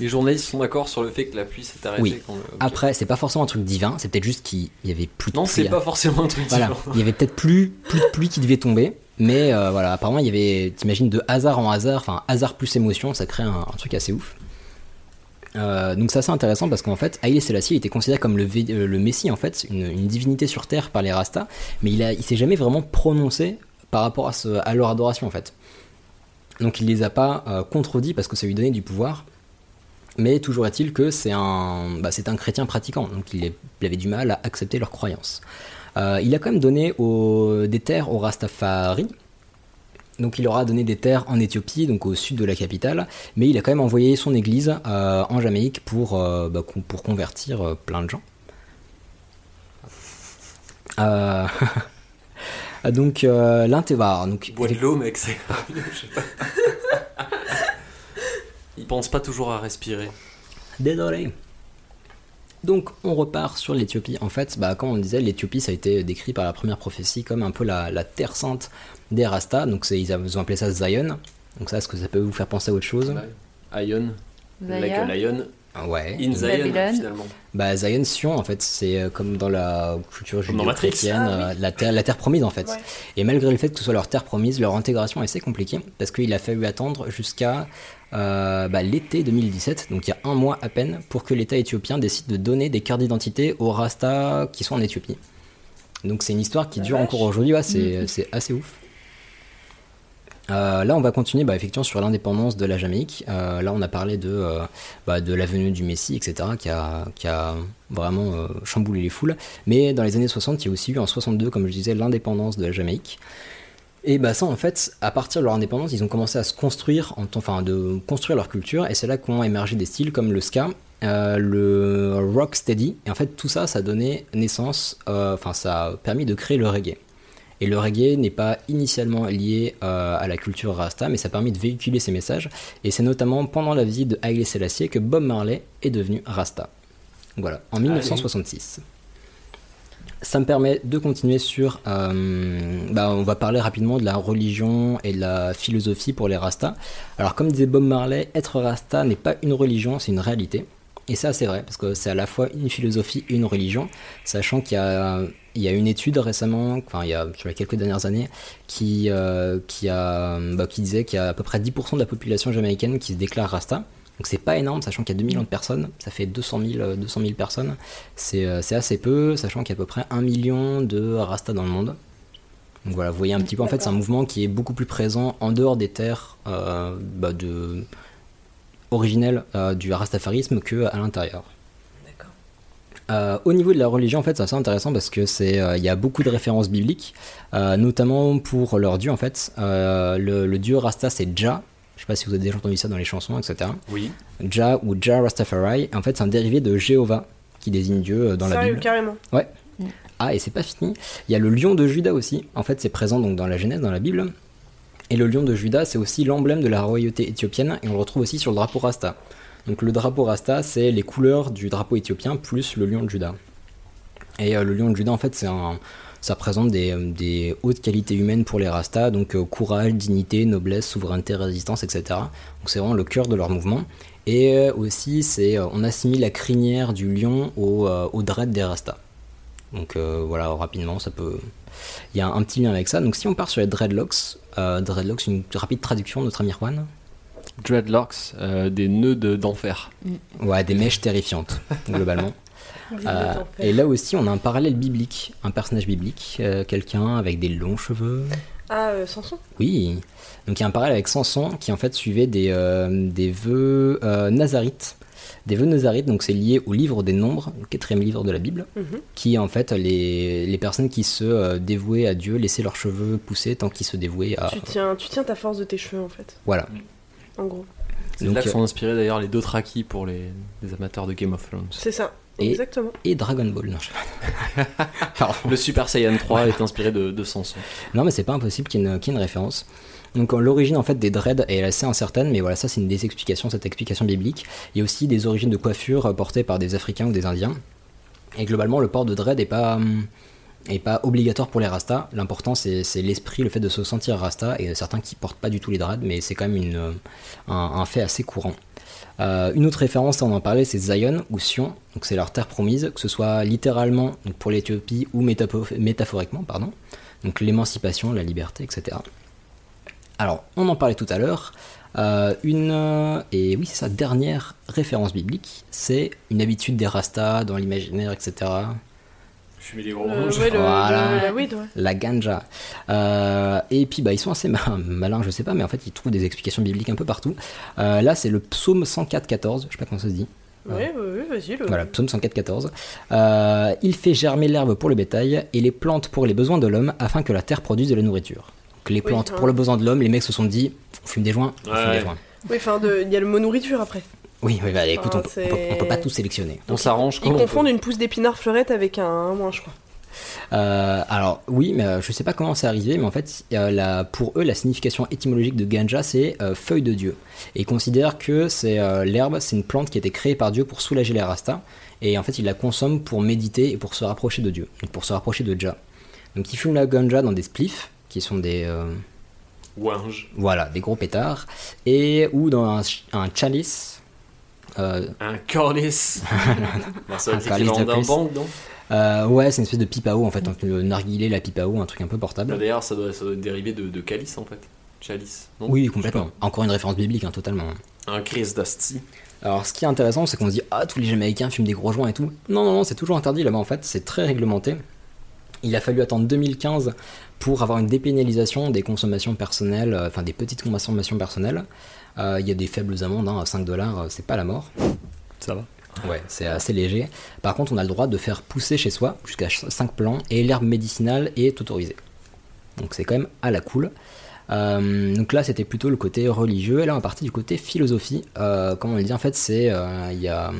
[SPEAKER 2] Les journalistes sont d'accord sur le fait que la pluie s'est arrêtée
[SPEAKER 1] Oui.
[SPEAKER 2] quand le-
[SPEAKER 1] Après, c'est pas forcément un truc divin, c'est peut-être juste qu'il y avait plus de
[SPEAKER 2] Non,
[SPEAKER 1] pluie
[SPEAKER 2] c'est
[SPEAKER 1] à-
[SPEAKER 2] pas forcément un truc
[SPEAKER 1] Voilà,
[SPEAKER 2] différent.
[SPEAKER 1] il y avait peut-être plus, plus de pluie qui devait tomber, mais euh, voilà, apparemment il y avait, t'imagines, de hasard en hasard, enfin hasard plus émotion, ça crée un, un truc assez ouf. Euh, donc c'est assez intéressant parce qu'en fait, Haile Selassie il était considéré comme le, vé- euh, le Messie, en fait, une, une divinité sur Terre par les Rastas, mais il, a- il s'est jamais vraiment prononcé par rapport à, ce- à leur adoration en fait. Donc il les a pas euh, contredits parce que ça lui donnait du pouvoir. Mais toujours est-il que c'est un, bah, c'est un chrétien pratiquant, donc il, est- il avait du mal à accepter leurs croyances. Euh, il a quand même donné au- des terres aux Rastafari. Donc il leur a donné des terres en Éthiopie, donc au sud de la capitale, mais il a quand même envoyé son église euh, en Jamaïque pour, euh, bah, con- pour convertir euh, plein de gens. Euh, donc euh, l'intérêt- bah, donc
[SPEAKER 2] Bois de l'eau, mec, c'est pas mieux, je sais pas. Ils pensent pas toujours à respirer.
[SPEAKER 1] Désolé. Donc on repart sur l'Éthiopie. En fait, bah, comme on le disait, l'Éthiopie ça a été décrit par la première prophétie comme un peu la, la terre sainte des Rastas. Donc c'est- ils a- ils ont appelé ça Zion. Donc ça, est-ce que ça peut vous faire penser à autre chose
[SPEAKER 2] Ion, like
[SPEAKER 9] Zaya.
[SPEAKER 2] a lion,
[SPEAKER 1] Ah Ouais.
[SPEAKER 2] in Zion,
[SPEAKER 9] Babylone.
[SPEAKER 2] finalement.
[SPEAKER 1] Bah Zion, Sion en fait, c'est euh, comme dans la culture
[SPEAKER 2] Comme dans Matrix.
[SPEAKER 1] judéo-chrétienne,
[SPEAKER 3] Ah,
[SPEAKER 1] euh, la, terre, la terre promise en fait.
[SPEAKER 3] Ouais.
[SPEAKER 1] Et malgré le fait que ce soit leur terre promise, leur intégration est assez compliquée parce qu'il a fallu attendre jusqu'à euh, bah, l'été 2017, donc il y a un mois à peine, pour que l'État éthiopien décide de donner des cartes d'identité aux Rastas qui sont en Éthiopie. Donc c'est une histoire qui
[SPEAKER 3] La
[SPEAKER 1] dure
[SPEAKER 3] vache. Mm-hmm.
[SPEAKER 1] encore aujourd'hui, ouais, c'est c'est assez ouf. Euh, là, on va continuer bah, effectivement sur l'indépendance de la Jamaïque. Euh, là, on a parlé de, euh, bah, de la venue du Messie, etc., qui a, qui a vraiment euh, chamboulé les foules. Mais dans les années 60, il y a aussi eu en 62, comme je disais, l'indépendance de la Jamaïque. Et bah ça, en fait, à partir de leur indépendance, ils ont commencé à se construire, en tant- enfin, de construire leur culture, et c'est là qu'ont émergé des styles comme le ska, euh, le rocksteady, et en fait, tout ça, ça a donné naissance, euh, enfin, ça a permis de créer le reggae. Et le reggae n'est pas initialement lié euh, à la culture rasta, mais ça a permis de véhiculer ces messages, et c'est notamment pendant la visite de Haile Selassie que Bob Marley est devenu rasta. Voilà, en 1966 ça me permet de continuer sur. euh, bah, on va parler rapidement de la religion et de la philosophie pour les Rastas. Alors, comme disait Bob Marley, être Rasta n'est pas une religion, c'est une réalité. Et ça, c'est vrai, parce que c'est à la fois une philosophie et une religion, sachant qu'il y a, il y a une étude récemment, enfin, il y a, sur les quelques dernières années, qui, euh, qui, a, bah, qui disait qu'il y a à peu près 10% de la population jamaïcaine qui se déclare Rasta. Donc c'est pas énorme, sachant qu'il y a 2 millions de personnes, ça fait 200 000, euh, 200 000 personnes. C'est euh, c'est assez peu, sachant qu'il y a à peu près 1 million de Rasta dans le monde. Donc voilà, vous voyez un petit peu, en fait, c'est un mouvement qui est beaucoup plus présent en dehors des terres euh, bah, de... originelles euh, du rastafarisme que à l'intérieur. Euh, au niveau de la religion, en fait, c'est assez intéressant parce que c'est, euh, il y a beaucoup de références bibliques, euh, notamment pour leur dieu, en fait. Euh, le, le dieu Rasta, c'est Jah. Je sais pas si vous avez déjà entendu ça dans les chansons, etc.
[SPEAKER 2] Oui.
[SPEAKER 1] Jah ou Jah Rastafari, en fait, c'est un dérivé de Jéhovah qui désigne Dieu euh, dans la
[SPEAKER 3] Sérieux,
[SPEAKER 1] Bible.
[SPEAKER 3] carrément.
[SPEAKER 1] Ouais. Ah, et c'est pas fini. Il y a le lion de Juda aussi. En fait, c'est présent donc dans la Genèse, dans la Bible. Et le lion de Juda, c'est aussi l'emblème de la royauté éthiopienne et on le retrouve aussi sur le drapeau Rasta. Donc le drapeau Rasta, c'est les couleurs du drapeau éthiopien plus le lion de Juda. Et euh, le lion de Juda, en fait, c'est un- ça présente des, des hautes qualités humaines pour les Rastas, donc euh, courage, dignité, noblesse, souveraineté, résistance, etc. Donc c'est vraiment le cœur de leur mouvement. Et euh, aussi, c'est, euh, on assimile la crinière du lion au, euh, au dread des Rastas. Donc euh, voilà, rapidement, ça peut. Il y a un petit lien avec ça. Donc si on part sur les dreadlocks, euh, dreadlocks, une rapide traduction, notre ami Juan.
[SPEAKER 2] Dreadlocks, euh, des nœuds de- d'enfer.
[SPEAKER 1] Ouais, des mèches terrifiantes, globalement.
[SPEAKER 2] Envie de
[SPEAKER 1] Euh,
[SPEAKER 2] t'en faire.
[SPEAKER 1] et là aussi, on a un parallèle biblique, un personnage biblique, euh, quelqu'un avec des longs cheveux.
[SPEAKER 3] Ah, euh, Samson
[SPEAKER 1] Oui. Donc il y a un parallèle avec Samson qui en fait suivait des, euh, des vœux euh, nazarites. Des vœux nazarites, donc c'est lié au livre des nombres, le quatrième livre de la Bible,
[SPEAKER 3] Mhm.
[SPEAKER 1] qui est en fait les, les personnes qui se euh, dévouaient à Dieu, laissaient leurs cheveux pousser tant qu'ils se dévouaient à...
[SPEAKER 3] tu, tiens, tu tiens ta force de tes cheveux, en fait.
[SPEAKER 1] Voilà.
[SPEAKER 3] En gros.
[SPEAKER 2] C'est de
[SPEAKER 1] Donc,
[SPEAKER 2] là que
[SPEAKER 1] euh,
[SPEAKER 2] sont inspirés d'ailleurs les Dothraki pour les, les amateurs de Game of Thrones.
[SPEAKER 3] C'est ça.
[SPEAKER 1] Et-
[SPEAKER 3] Exactement.
[SPEAKER 1] Et Dragon Ball, non, je sais pas.
[SPEAKER 2] Le Super Saiyan 3 est inspiré de, de Samson.
[SPEAKER 1] Non, mais c'est pas impossible qu'il y, ait une- qu'il y ait une référence. Donc euh, l'origine en fait des dreads est assez incertaine, mais voilà, ça c'est une des explications, cette explication biblique. Il y a aussi des origines de coiffure euh, portées par des Africains ou des Indiens. Et globalement, le port de dread est pas hum, est pas obligatoire pour les rastas. L'important c'est c'est l'esprit, le fait de se sentir rasta. Et il y a certains qui portent pas du tout les dreads, mais c'est quand même une, euh, un, un fait assez courant. Euh, une autre référence, on en parlait, c'est Zion ou Sion, donc c'est leur terre promise, que ce soit littéralement donc pour l'Éthiopie ou métapo- métaphoriquement, pardon. Donc l'émancipation, la liberté, etc. Alors, on en parlait tout à l'heure. Euh, une euh, et oui, c'est sa dernière référence biblique. C'est une habitude des rastas dans l'imaginaire, etc.
[SPEAKER 2] Fumer les gros
[SPEAKER 3] Euh, ouais, le-
[SPEAKER 1] Oh, Voilà.
[SPEAKER 3] le- la weed, ouais.
[SPEAKER 1] La ganja. Euh, et puis, bah, ils sont assez ma- malins, je sais pas, mais en fait, ils trouvent des explications bibliques un peu partout. Euh, là, c'est le psaume 104,14. Je sais pas comment ça se dit.
[SPEAKER 3] Ouais, ouais, ouais, vas-y. Le...
[SPEAKER 1] Voilà, psaume 104,14. Euh, il fait germer l'herbe pour le bétail et les plantes pour les besoins de l'homme afin que la terre produise de la nourriture. Donc les
[SPEAKER 3] Oui,
[SPEAKER 1] plantes
[SPEAKER 3] hein.
[SPEAKER 1] pour le besoin de l'homme, les mecs se sont dit on fume des joints, on fume
[SPEAKER 2] Ouais.
[SPEAKER 1] des joints.
[SPEAKER 3] Oui, enfin, de- il y a le mot nourriture après.
[SPEAKER 1] Oui, oui, bah, écoute,
[SPEAKER 3] Ah,
[SPEAKER 1] on, peut,
[SPEAKER 3] c'est-
[SPEAKER 1] on peut- on peut pas tout sélectionner.
[SPEAKER 2] On s'arrange
[SPEAKER 3] Ils
[SPEAKER 1] Oh.
[SPEAKER 2] comme on peut.
[SPEAKER 3] confondent une pousse d'épinard fleurette avec un, un moins, je crois.
[SPEAKER 1] Euh, alors oui, mais euh, je sais pas comment c'est arrivé, mais en fait, euh, la- pour eux, la signification étymologique de ganja, c'est euh, feuille de Dieu. Et ils considèrent que c'est euh, l'herbe, c'est une plante qui a été créée par Dieu pour soulager les rastas. Et en fait, ils la consomment pour méditer et pour se rapprocher de Dieu, donc pour se rapprocher de Jah. Donc ils fument la ganja dans des spliffs, qui sont des euh,
[SPEAKER 2] Ouinge.
[SPEAKER 1] voilà, des gros pétards, et ou dans un, ch- un chalice. euh,
[SPEAKER 2] Un cornice. Bah, ça va
[SPEAKER 1] Un
[SPEAKER 2] être
[SPEAKER 1] cornice
[SPEAKER 2] l'équivalent
[SPEAKER 1] de
[SPEAKER 2] d'un
[SPEAKER 1] plus.
[SPEAKER 2] banc, non
[SPEAKER 1] euh, ouais, c'est une espèce de pipe à eau en fait, donc le narguilé, la pipe à eau, un truc un peu portable.
[SPEAKER 2] Bah, D'ailleurs, ça doit, ça doit être dérivé de, de calice en fait. Chalice. non
[SPEAKER 1] Oui,
[SPEAKER 2] Je sais
[SPEAKER 1] complètement. Encore une référence biblique, hein, totalement.
[SPEAKER 2] pas. Un crise d'asti.
[SPEAKER 1] Alors, ce qui est intéressant, c'est qu'on se dit Ah, tous les Jamaïcains fument des gros joints et tout. Non, non, non, c'est toujours interdit là-bas en fait, c'est très réglementé. Il a fallu attendre 2015 pour avoir une dépénalisation des consommations personnelles, euh, enfin des petites consommations personnelles. Euh, Il y a des faibles amendes, hein, 5 dollars, c'est pas la mort.
[SPEAKER 2] Ça va.
[SPEAKER 1] Ouais, c'est assez léger. Par contre, on a le droit de faire pousser chez soi jusqu'à 5 plants et l'herbe médicinale est autorisée. Donc c'est quand même à la cool. Euh, donc là, c'était plutôt le côté religieux. Et là, on est parti du côté philosophie. Euh, comme on le dit, en fait, c'est euh, il y a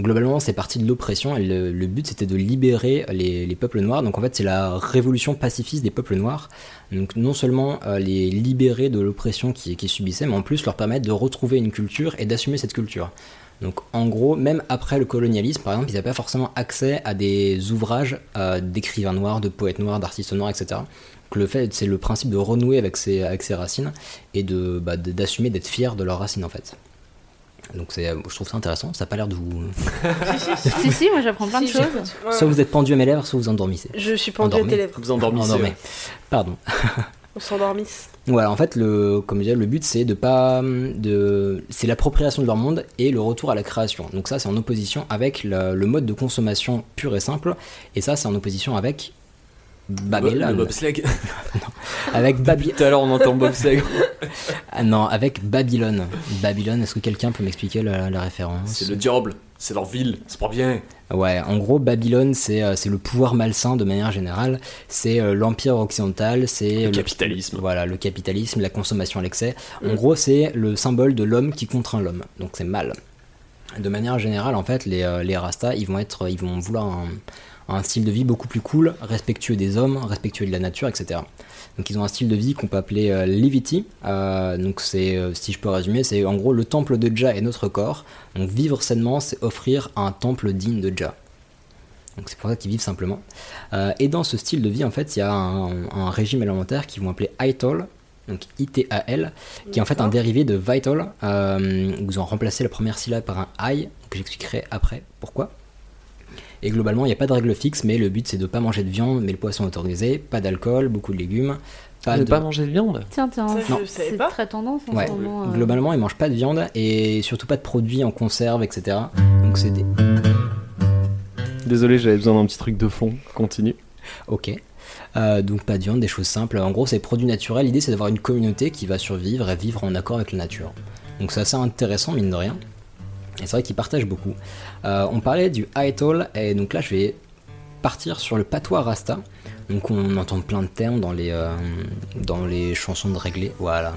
[SPEAKER 1] globalement c'est parti de l'oppression. Et le, le but, c'était de libérer les, les peuples noirs. Donc en fait, c'est la révolution pacifiste des peuples noirs. Donc non seulement euh, les libérer de l'oppression qu'ils qu'ils subissaient, mais en plus leur permettre de retrouver une culture et d'assumer cette culture. Donc en gros, même après le colonialisme, par exemple, ils n'avaient pas forcément accès à des ouvrages euh, d'écrivains noirs, de poètes noirs, d'artistes noirs, etc. Donc le fait, c'est le principe de renouer avec ses, avec ses racines et de bah, de- d'assumer d'être fier de leurs racines en fait. Donc c'est, euh, je trouve ça intéressant. Ça n'a pas l'air de vous.
[SPEAKER 9] si, si, moi j'apprends plein de
[SPEAKER 3] Si,
[SPEAKER 9] choses.
[SPEAKER 3] Ouais.
[SPEAKER 1] Soit vous êtes pendu à mes lèvres, soit vous endormissez.
[SPEAKER 3] Je suis pendue à
[SPEAKER 1] Endormi.
[SPEAKER 3] tes lèvres.
[SPEAKER 2] Vous endormissez.
[SPEAKER 1] Endormez.
[SPEAKER 2] ouais.
[SPEAKER 1] Pardon.
[SPEAKER 3] On s'endormisse.
[SPEAKER 1] Voilà, en fait, le, comme je disais, le but c'est de pas, de, c'est l'appropriation de leur monde et le retour à la création. Donc ça, c'est en opposition avec le, le mode de consommation pur et simple, et ça, c'est en opposition avec
[SPEAKER 2] Le
[SPEAKER 1] Babylone,
[SPEAKER 2] bobsleigh.
[SPEAKER 1] avec Baby,
[SPEAKER 2] Tout à l'heure, on entend bobsleigh.
[SPEAKER 1] ah non, avec Babylone. Babylone, est-ce que quelqu'un peut m'expliquer la, la référence
[SPEAKER 2] C'est le diable. C'est leur ville. C'est pas bien.
[SPEAKER 1] Ouais, en gros, Babylone, c'est euh, c'est le pouvoir malsain de manière générale. C'est euh, l'empire occidental, c'est
[SPEAKER 2] Le capitalisme.
[SPEAKER 1] Voilà, le capitalisme, la consommation à l'excès. En gros, c'est le symbole de l'homme qui contraint l'homme. Donc c'est mal. De manière générale, en fait, les, euh, les Rastas, ils vont être, ils vont vouloir un, un style de vie beaucoup plus cool, respectueux des hommes, respectueux de la nature, etc. Donc ils ont un style de vie qu'on peut appeler euh, Levity. Euh, donc c'est, euh, si je peux résumer, c'est en gros le temple de Jah est notre corps. Donc vivre sainement, c'est offrir un temple digne de Jah. Donc c'est pour ça qu'ils vivent simplement. Euh, et dans ce style de vie, en fait, il y a un, un régime alimentaire qu'ils vont appeler ITAL, donc I-T-A-L, qui est en fait un dérivé de Vital. Euh, ils ont remplacé la première syllabe par un I, que j'expliquerai après pourquoi. Et globalement, il n'y a pas de règle fixe, mais le but c'est de ne pas manger de viande, mais le poisson est autorisé, pas d'alcool, beaucoup de légumes, pas
[SPEAKER 2] ne
[SPEAKER 1] de...
[SPEAKER 2] manger de viande.
[SPEAKER 9] Tiens, tiens,
[SPEAKER 3] Ça, je
[SPEAKER 9] c'est-
[SPEAKER 3] savais
[SPEAKER 9] c'est
[SPEAKER 3] pas.
[SPEAKER 9] très tendance en
[SPEAKER 1] Ouais,
[SPEAKER 9] ce moment. euh.
[SPEAKER 1] globalement, ils mangent pas de viande et surtout pas de produits en conserve, etc. Donc c'est des...
[SPEAKER 2] Désolé, j'avais besoin d'un petit truc de fond. Continue.
[SPEAKER 1] Ok. Euh, donc pas de viande, des choses simples. En gros, c'est produits naturels. L'idée, c'est d'avoir une communauté qui va survivre et vivre en accord avec la nature. Donc c'est assez intéressant, mine de rien. Et c'est vrai qu'ils partagent beaucoup. Euh, on parlait du Aetol, et donc là, je vais partir sur le patois rasta. Donc on entend plein de termes dans les, euh, dans les chansons de réglé, voilà,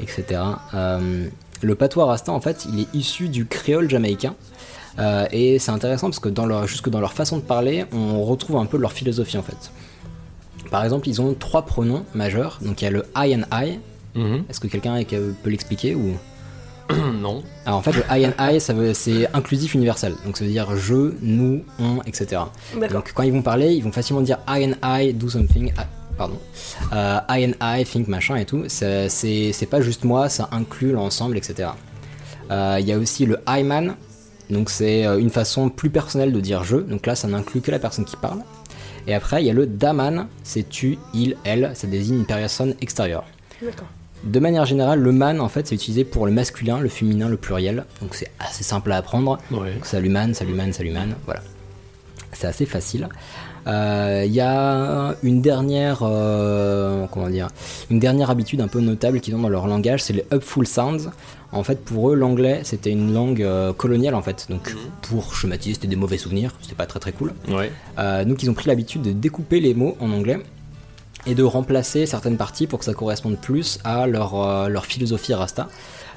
[SPEAKER 1] etc. Euh, le patois rasta, en fait, il est issu du créole jamaïcain. Euh, et c'est intéressant parce que dans leur, jusque dans leur façon de parler, on retrouve un peu leur philosophie en fait. Par exemple, ils ont trois pronoms majeurs. Donc il y a le I and I. Est-ce que quelqu'un est- peut l'expliquer ou
[SPEAKER 2] Mhm. Mm, non.
[SPEAKER 1] Alors Ah, en fait, le I and I, ça veut- c'est inclusif universel. Donc ça veut dire je, nous, on, etc.
[SPEAKER 3] D'accord.
[SPEAKER 1] Donc quand ils vont parler, ils vont facilement dire I and I do something. I- Pardon. Euh, I and I think machin et tout. Ça- C'est c'est pas juste moi, ça inclut l'ensemble, etc. Euh, Il y a aussi le I man. Donc c'est euh, une façon plus personnelle de dire je. Donc là, ça n'inclut que la personne qui parle. Et après, il y a le daman. C'est tu, il, elle. Ça désigne une personne extérieure.
[SPEAKER 3] D'accord.
[SPEAKER 1] De manière générale, le man, en fait, c'est utilisé pour le masculin, le féminin, le pluriel. Donc c'est assez simple à apprendre.
[SPEAKER 2] Ouais.
[SPEAKER 1] Donc salut man, salut man, salut man, voilà. C'est assez facile. Euh, Il y a une dernière, euh, comment dire, une dernière habitude un peu notable qu'ils ont dans leur langage, c'est les upful sounds. En fait, pour eux, l'anglais c'était une langue euh, coloniale en fait. Donc, pour schématiser, c'était des mauvais souvenirs, c'était pas très très cool.
[SPEAKER 2] Ouais.
[SPEAKER 1] Euh, donc ils ont pris l'habitude de découper les mots en anglais et de remplacer certaines parties pour que ça corresponde plus à leur, euh, leur philosophie rasta.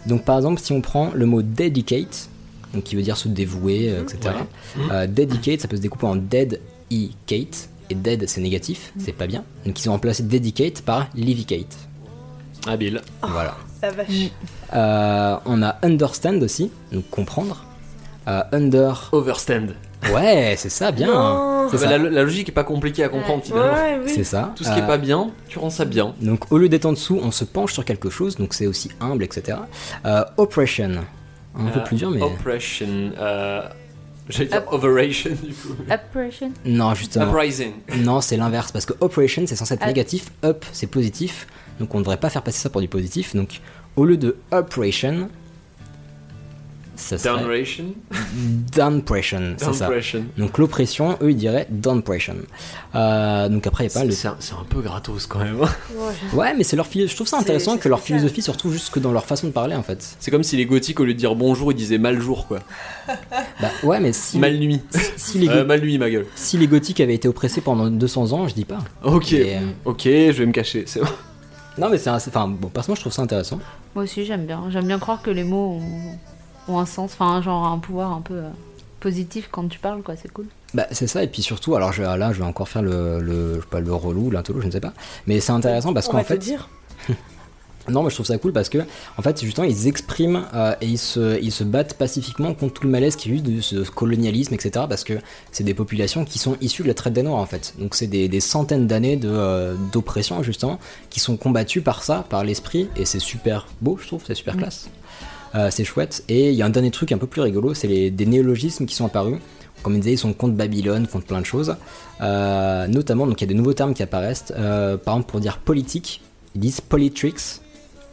[SPEAKER 1] Donc par exemple, si on prend le mot dedicate, donc qui veut dire se dévouer, euh, etc. euh, dedicate, ça peut se découper en dead e kate et dead c'est négatif, c'est pas bien. Donc ils ont remplacé dedicate par livicate.
[SPEAKER 2] Habile.
[SPEAKER 1] Voilà.
[SPEAKER 3] La vache.
[SPEAKER 1] Euh, on a understand aussi, donc comprendre. Euh, under.
[SPEAKER 2] Overstand.
[SPEAKER 1] Ouais, c'est ça, bien.
[SPEAKER 3] Non.
[SPEAKER 1] C'est
[SPEAKER 2] Bah,
[SPEAKER 1] ça.
[SPEAKER 2] la, la logique est pas compliquée à comprendre finalement.
[SPEAKER 3] Ouais, oui.
[SPEAKER 1] C'est ça.
[SPEAKER 2] Tout ce qui
[SPEAKER 1] Euh,
[SPEAKER 2] est pas bien, tu rends ça bien.
[SPEAKER 1] Donc au lieu d'être en dessous, on se penche sur quelque chose, donc c'est aussi humble, etc. Euh, oppression. Un peu
[SPEAKER 2] Euh,
[SPEAKER 1] plus dur, mais...
[SPEAKER 2] Oppression. Euh... J'allais dire overration du coup.
[SPEAKER 9] Oppression.
[SPEAKER 1] Non, justement.
[SPEAKER 2] Uprising.
[SPEAKER 1] Non, c'est l'inverse, parce que oppression, c'est censé être
[SPEAKER 9] Ah.
[SPEAKER 1] négatif, up, c'est positif, donc on ne devrait pas faire passer ça pour du positif, donc au lieu de oppression, ça serait
[SPEAKER 2] Downration
[SPEAKER 1] downpression, c'est ça.
[SPEAKER 2] Downpression.
[SPEAKER 1] Donc l'oppression, eux ils diraient downpression. Euh, donc après il y a pas
[SPEAKER 2] C'est
[SPEAKER 1] le
[SPEAKER 2] c'est un, c'est un peu gratos quand même.
[SPEAKER 1] Ouais, mais c'est leur philo- je trouve ça
[SPEAKER 3] C'est-
[SPEAKER 1] intéressant
[SPEAKER 3] c'est
[SPEAKER 1] que leur
[SPEAKER 3] spécial.
[SPEAKER 1] philosophie se retrouve jusque dans leur façon de parler en fait.
[SPEAKER 2] C'est comme si les gothiques, au lieu de dire bonjour, ils disaient mal jour, quoi.
[SPEAKER 1] Bah ouais, mais si,
[SPEAKER 2] Mal nuit.
[SPEAKER 1] si les, go-
[SPEAKER 2] Euh, mal nuit, ma gueule.
[SPEAKER 1] si les gothiques avaient été oppressés pendant 200 ans, je dis pas.
[SPEAKER 2] Ok,
[SPEAKER 1] Et, euh,
[SPEAKER 2] ok, je vais me cacher. C'est bon.
[SPEAKER 1] Non, mais c'est un- c'est- enfin bon, personnellement je trouve ça intéressant.
[SPEAKER 9] Moi aussi, j'aime bien. J'aime bien croire que les mots ont, ont un sens, enfin, un genre, un pouvoir un peu euh, positif quand tu parles, quoi. C'est cool.
[SPEAKER 1] Bah c'est ça et puis surtout alors je, là je vais encore faire le le je sais pas le relou, l'intolo, je ne sais pas. Mais c'est intéressant parce
[SPEAKER 3] On
[SPEAKER 1] qu'en
[SPEAKER 3] va te
[SPEAKER 1] fait
[SPEAKER 3] dire.
[SPEAKER 1] Non, mais je trouve ça cool parce que, en fait, justement, ils expriment euh, et ils se, ils se battent pacifiquement contre tout le malaise qui est juste de ce colonialisme, etc. Parce que c'est des populations qui sont issues de la traite des Noirs, en fait. Donc, c'est des, des centaines d'années de, euh, d'oppression, justement, qui sont combattues par ça, par l'esprit. Et c'est super beau, je trouve, c'est super classe. Euh, c'est chouette. Et il y a un dernier truc un peu plus rigolo, c'est les, des néologismes qui sont apparus. Comme on disait, ils sont contre Babylone, contre plein de choses. Euh, notamment, donc il y a des nouveaux termes qui apparaissent. Euh, par exemple, pour dire politique, ils disent politrix.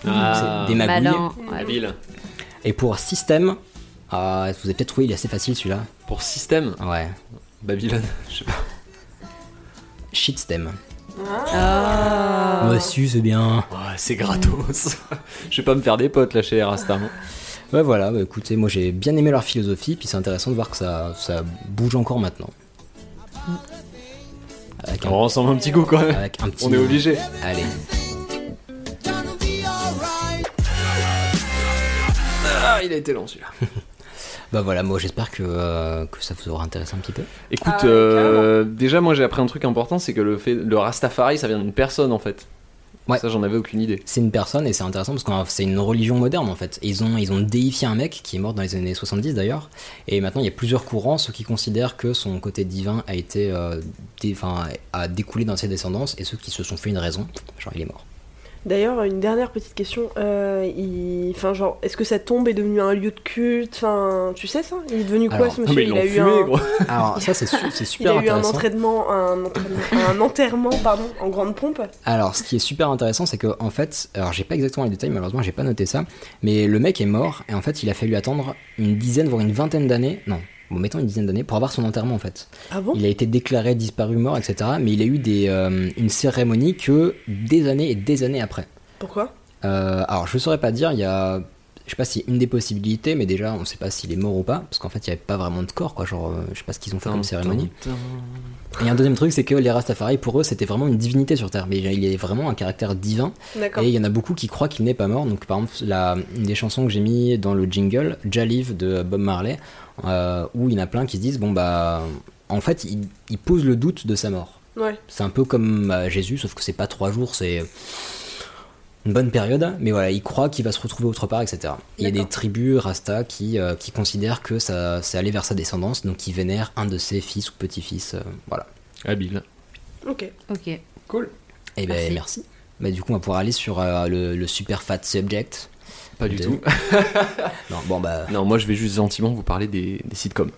[SPEAKER 2] Ah.
[SPEAKER 1] C'est des magouilles.
[SPEAKER 9] Malin.
[SPEAKER 2] La
[SPEAKER 9] ouais.
[SPEAKER 2] ville.
[SPEAKER 1] Et pour système, ah, vous avez peut-être trouvé, il est assez facile celui-là.
[SPEAKER 2] Pour système,
[SPEAKER 1] Ouais.
[SPEAKER 2] Babylone. Je sais pas.
[SPEAKER 1] Shitstem.
[SPEAKER 9] Ah.
[SPEAKER 1] Ouais, si, c'est bien.
[SPEAKER 2] Ouais, c'est gratos. je vais pas me faire des potes là chez hein. Rastam.
[SPEAKER 1] Ouais, voilà, bah, écoutez, moi j'ai bien aimé leur philosophie, puis c'est intéressant de voir que ça, ça bouge encore maintenant. Avec
[SPEAKER 2] On ressemble un petit coup quand même.
[SPEAKER 1] avec un petit-
[SPEAKER 2] Oh. On est obligé.
[SPEAKER 1] Allez.
[SPEAKER 2] Ah, il a été long celui-là.
[SPEAKER 1] Bah voilà, moi j'espère que, euh, que ça vous aura intéressé un petit peu.
[SPEAKER 2] Écoute,
[SPEAKER 3] Ah ouais,
[SPEAKER 2] euh, déjà moi j'ai appris un truc important, c'est que le, fait, le Rastafari ça vient d'une personne en fait.
[SPEAKER 1] Ouais.
[SPEAKER 2] Ça j'en avais aucune idée.
[SPEAKER 1] C'est une personne et c'est intéressant parce que c'est une religion moderne en fait. Et ils ont, ils ont déifié un mec qui est mort dans les années 70 d'ailleurs. Et maintenant il y a plusieurs courants, ceux qui considèrent que son côté divin a été, euh, dé- enfin, a découlé dans ses descendances et ceux qui se sont fait une raison, genre il est mort.
[SPEAKER 3] D'ailleurs, une dernière petite question. Euh, il- Enfin, genre, est-ce que sa tombe est devenue un lieu de culte Enfin, tu sais ça Il est devenu quoi
[SPEAKER 1] Alors,
[SPEAKER 3] ce monsieur
[SPEAKER 2] ils
[SPEAKER 3] Il a
[SPEAKER 2] l'ont
[SPEAKER 3] eu
[SPEAKER 2] fumé
[SPEAKER 3] un.
[SPEAKER 2] gros.
[SPEAKER 1] Alors ça c'est su- c'est
[SPEAKER 3] Il
[SPEAKER 1] super
[SPEAKER 3] a eu un
[SPEAKER 1] intéressant.
[SPEAKER 3] entraînement, un, entraînement- un enterrement pardon, en grande pompe.
[SPEAKER 1] Alors, ce qui est super intéressant, c'est que en fait, alors j'ai pas exactement les détails, malheureusement, j'ai pas noté ça, mais le mec est mort et en fait, il a fallu attendre une dizaine voire une vingtaine d'années, non, bon, mettons une dizaine d'années pour avoir son enterrement en fait.
[SPEAKER 3] Ah bon
[SPEAKER 1] Il a été déclaré disparu mort, etc. Mais il a eu des, euh, une cérémonie que des années et des années après.
[SPEAKER 3] Pourquoi
[SPEAKER 1] Euh, alors, je saurais pas dire, il y a. Je sais pas si une des possibilités, mais déjà, on sait pas s'il est mort ou pas, parce qu'en fait, il y avait pas vraiment de corps, quoi. Genre, euh, je sais pas ce qu'ils ont fait comme cérémonie. Et un deuxième truc, c'est que les Rastafari, pour eux, c'était vraiment une divinité sur Terre. Mais il est vraiment un caractère divin.
[SPEAKER 3] D'accord.
[SPEAKER 1] Et il y en a beaucoup qui croient qu'il n'est pas mort. Donc, par exemple, la, une des chansons que j'ai mis dans le jingle, Jalive de Bob Marley, euh, où il y en a plein qui se disent Bon, bah, en fait, il, il pose le doute de sa mort.
[SPEAKER 3] Ouais.
[SPEAKER 1] C'est un peu comme euh, Jésus, sauf que c'est pas trois jours, c'est une bonne période. hein. Mais voilà, il croit qu'il va se retrouver autre part, etc. Et Il y a des
[SPEAKER 3] D'accord.
[SPEAKER 1] tribus Rasta qui, euh, qui considèrent que ça, c'est allé vers sa descendance, donc qui vénèrent un de ses fils ou petits-fils. euh, voilà.
[SPEAKER 2] Habile.
[SPEAKER 3] Ok.
[SPEAKER 9] Ok.
[SPEAKER 2] Cool.
[SPEAKER 1] Et ben, merci.
[SPEAKER 9] Merci.
[SPEAKER 1] Bah, du coup, on va pouvoir aller sur euh, le, le super fat subject.
[SPEAKER 2] Pas du
[SPEAKER 1] De-
[SPEAKER 2] tout.
[SPEAKER 1] Non, bon, bah.
[SPEAKER 2] Non, moi je vais juste gentiment vous parler des, des sitcoms.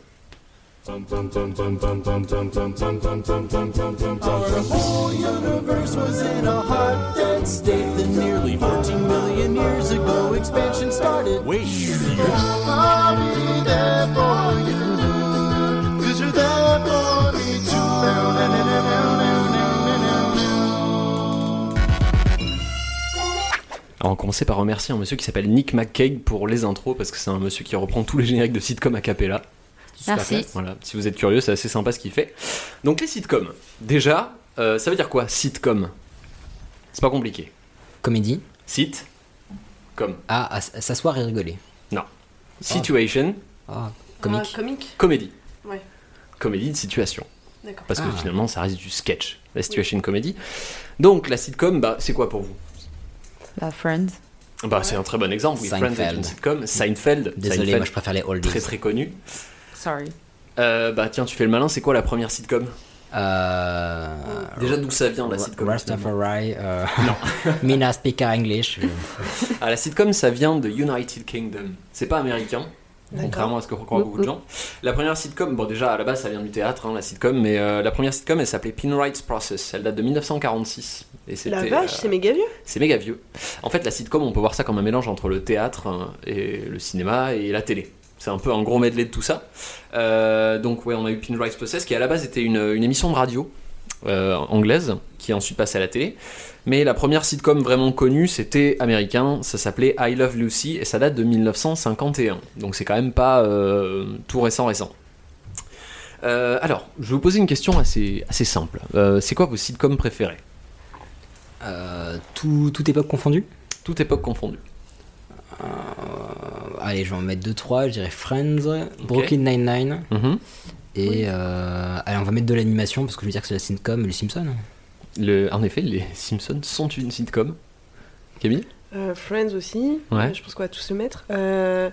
[SPEAKER 2] Alors on commençait par remercier un monsieur qui s'appelle Nick McCaig pour les intros parce que c'est un monsieur qui reprend tous les génériques de sitcoms a cappella.
[SPEAKER 9] Merci.
[SPEAKER 2] Voilà, si vous êtes curieux, c'est assez sympa ce qu'il fait. Donc les sitcoms. Déjà, euh, ça veut dire quoi sitcom C'est pas compliqué.
[SPEAKER 1] Comédie.
[SPEAKER 2] Sit com.
[SPEAKER 1] Ah, à s- à s'asseoir et rigoler.
[SPEAKER 2] Non. Situation,
[SPEAKER 1] Ah, comique.
[SPEAKER 3] Ah, comique
[SPEAKER 2] comédie.
[SPEAKER 3] Ouais.
[SPEAKER 2] Comédie de situation.
[SPEAKER 3] D'accord.
[SPEAKER 2] Parce
[SPEAKER 1] Ah.
[SPEAKER 2] que finalement, ça reste du sketch, la situation comédie. Donc la sitcom, bah, c'est quoi pour vous
[SPEAKER 9] Bah, Friends.
[SPEAKER 2] Bah, c'est un très bon exemple. Oui, Friends est une
[SPEAKER 1] Seinfeld.
[SPEAKER 2] sitcom. Seinfeld.
[SPEAKER 1] Désolé,
[SPEAKER 2] Seinfeld,
[SPEAKER 1] moi je préfère les oldies.
[SPEAKER 2] très très connu.
[SPEAKER 9] Sorry.
[SPEAKER 2] Euh, bah tiens, tu fais le malin. C'est quoi la première sitcom
[SPEAKER 1] Euh,
[SPEAKER 2] Déjà, d'où ça vient la
[SPEAKER 1] Ra-
[SPEAKER 2] sitcom finalement
[SPEAKER 1] Rastafari. euh, Mina Speaker English. euh,
[SPEAKER 2] Ah, la sitcom, ça vient de United Kingdom. C'est pas américain, contrairement à ce que croient
[SPEAKER 9] Oup,
[SPEAKER 2] beaucoup de
[SPEAKER 9] oup.
[SPEAKER 2] gens. La première sitcom, bon, déjà à la base, ça vient du théâtre, hein, la sitcom, mais euh, la première sitcom, elle s'appelait Pinwright's Process. Elle date de 1946. Et c'était,
[SPEAKER 3] La vache,
[SPEAKER 2] euh,
[SPEAKER 3] c'est méga vieux.
[SPEAKER 2] c'est méga vieux. En fait, la sitcom, on peut voir ça comme un mélange entre le théâtre hein, et le cinéma et la télé. C'est un peu un gros medley de tout ça. Euh, donc, ouais, on a eu Pinrise Process, qui à la base était une, une émission de radio euh, anglaise, qui est ensuite passée à la télé. Mais la première sitcom vraiment connue, c'était américain, ça s'appelait I Love Lucy, et ça date de 1951. Donc, c'est quand même pas euh, tout récent, récent. Euh, alors, je vais vous poser une question assez, assez simple. Euh, c'est quoi vos sitcoms préférés
[SPEAKER 1] Euh, tout, toute époque confondue
[SPEAKER 2] Toute époque confondue.
[SPEAKER 1] Euh, allez, je vais en mettre 2-3. Je dirais Friends, Brooklyn Nine-Nine.
[SPEAKER 2] Mhm.
[SPEAKER 1] Et euh, allez, on va mettre de l'animation parce que je veux dire que c'est la sitcom, les Simpsons.
[SPEAKER 2] Le, en effet, les Simpsons sont une sitcom. Camille
[SPEAKER 10] Euh, Friends aussi.
[SPEAKER 2] Ouais.
[SPEAKER 10] Euh, Je pense qu'on va tous se mettre. Euh,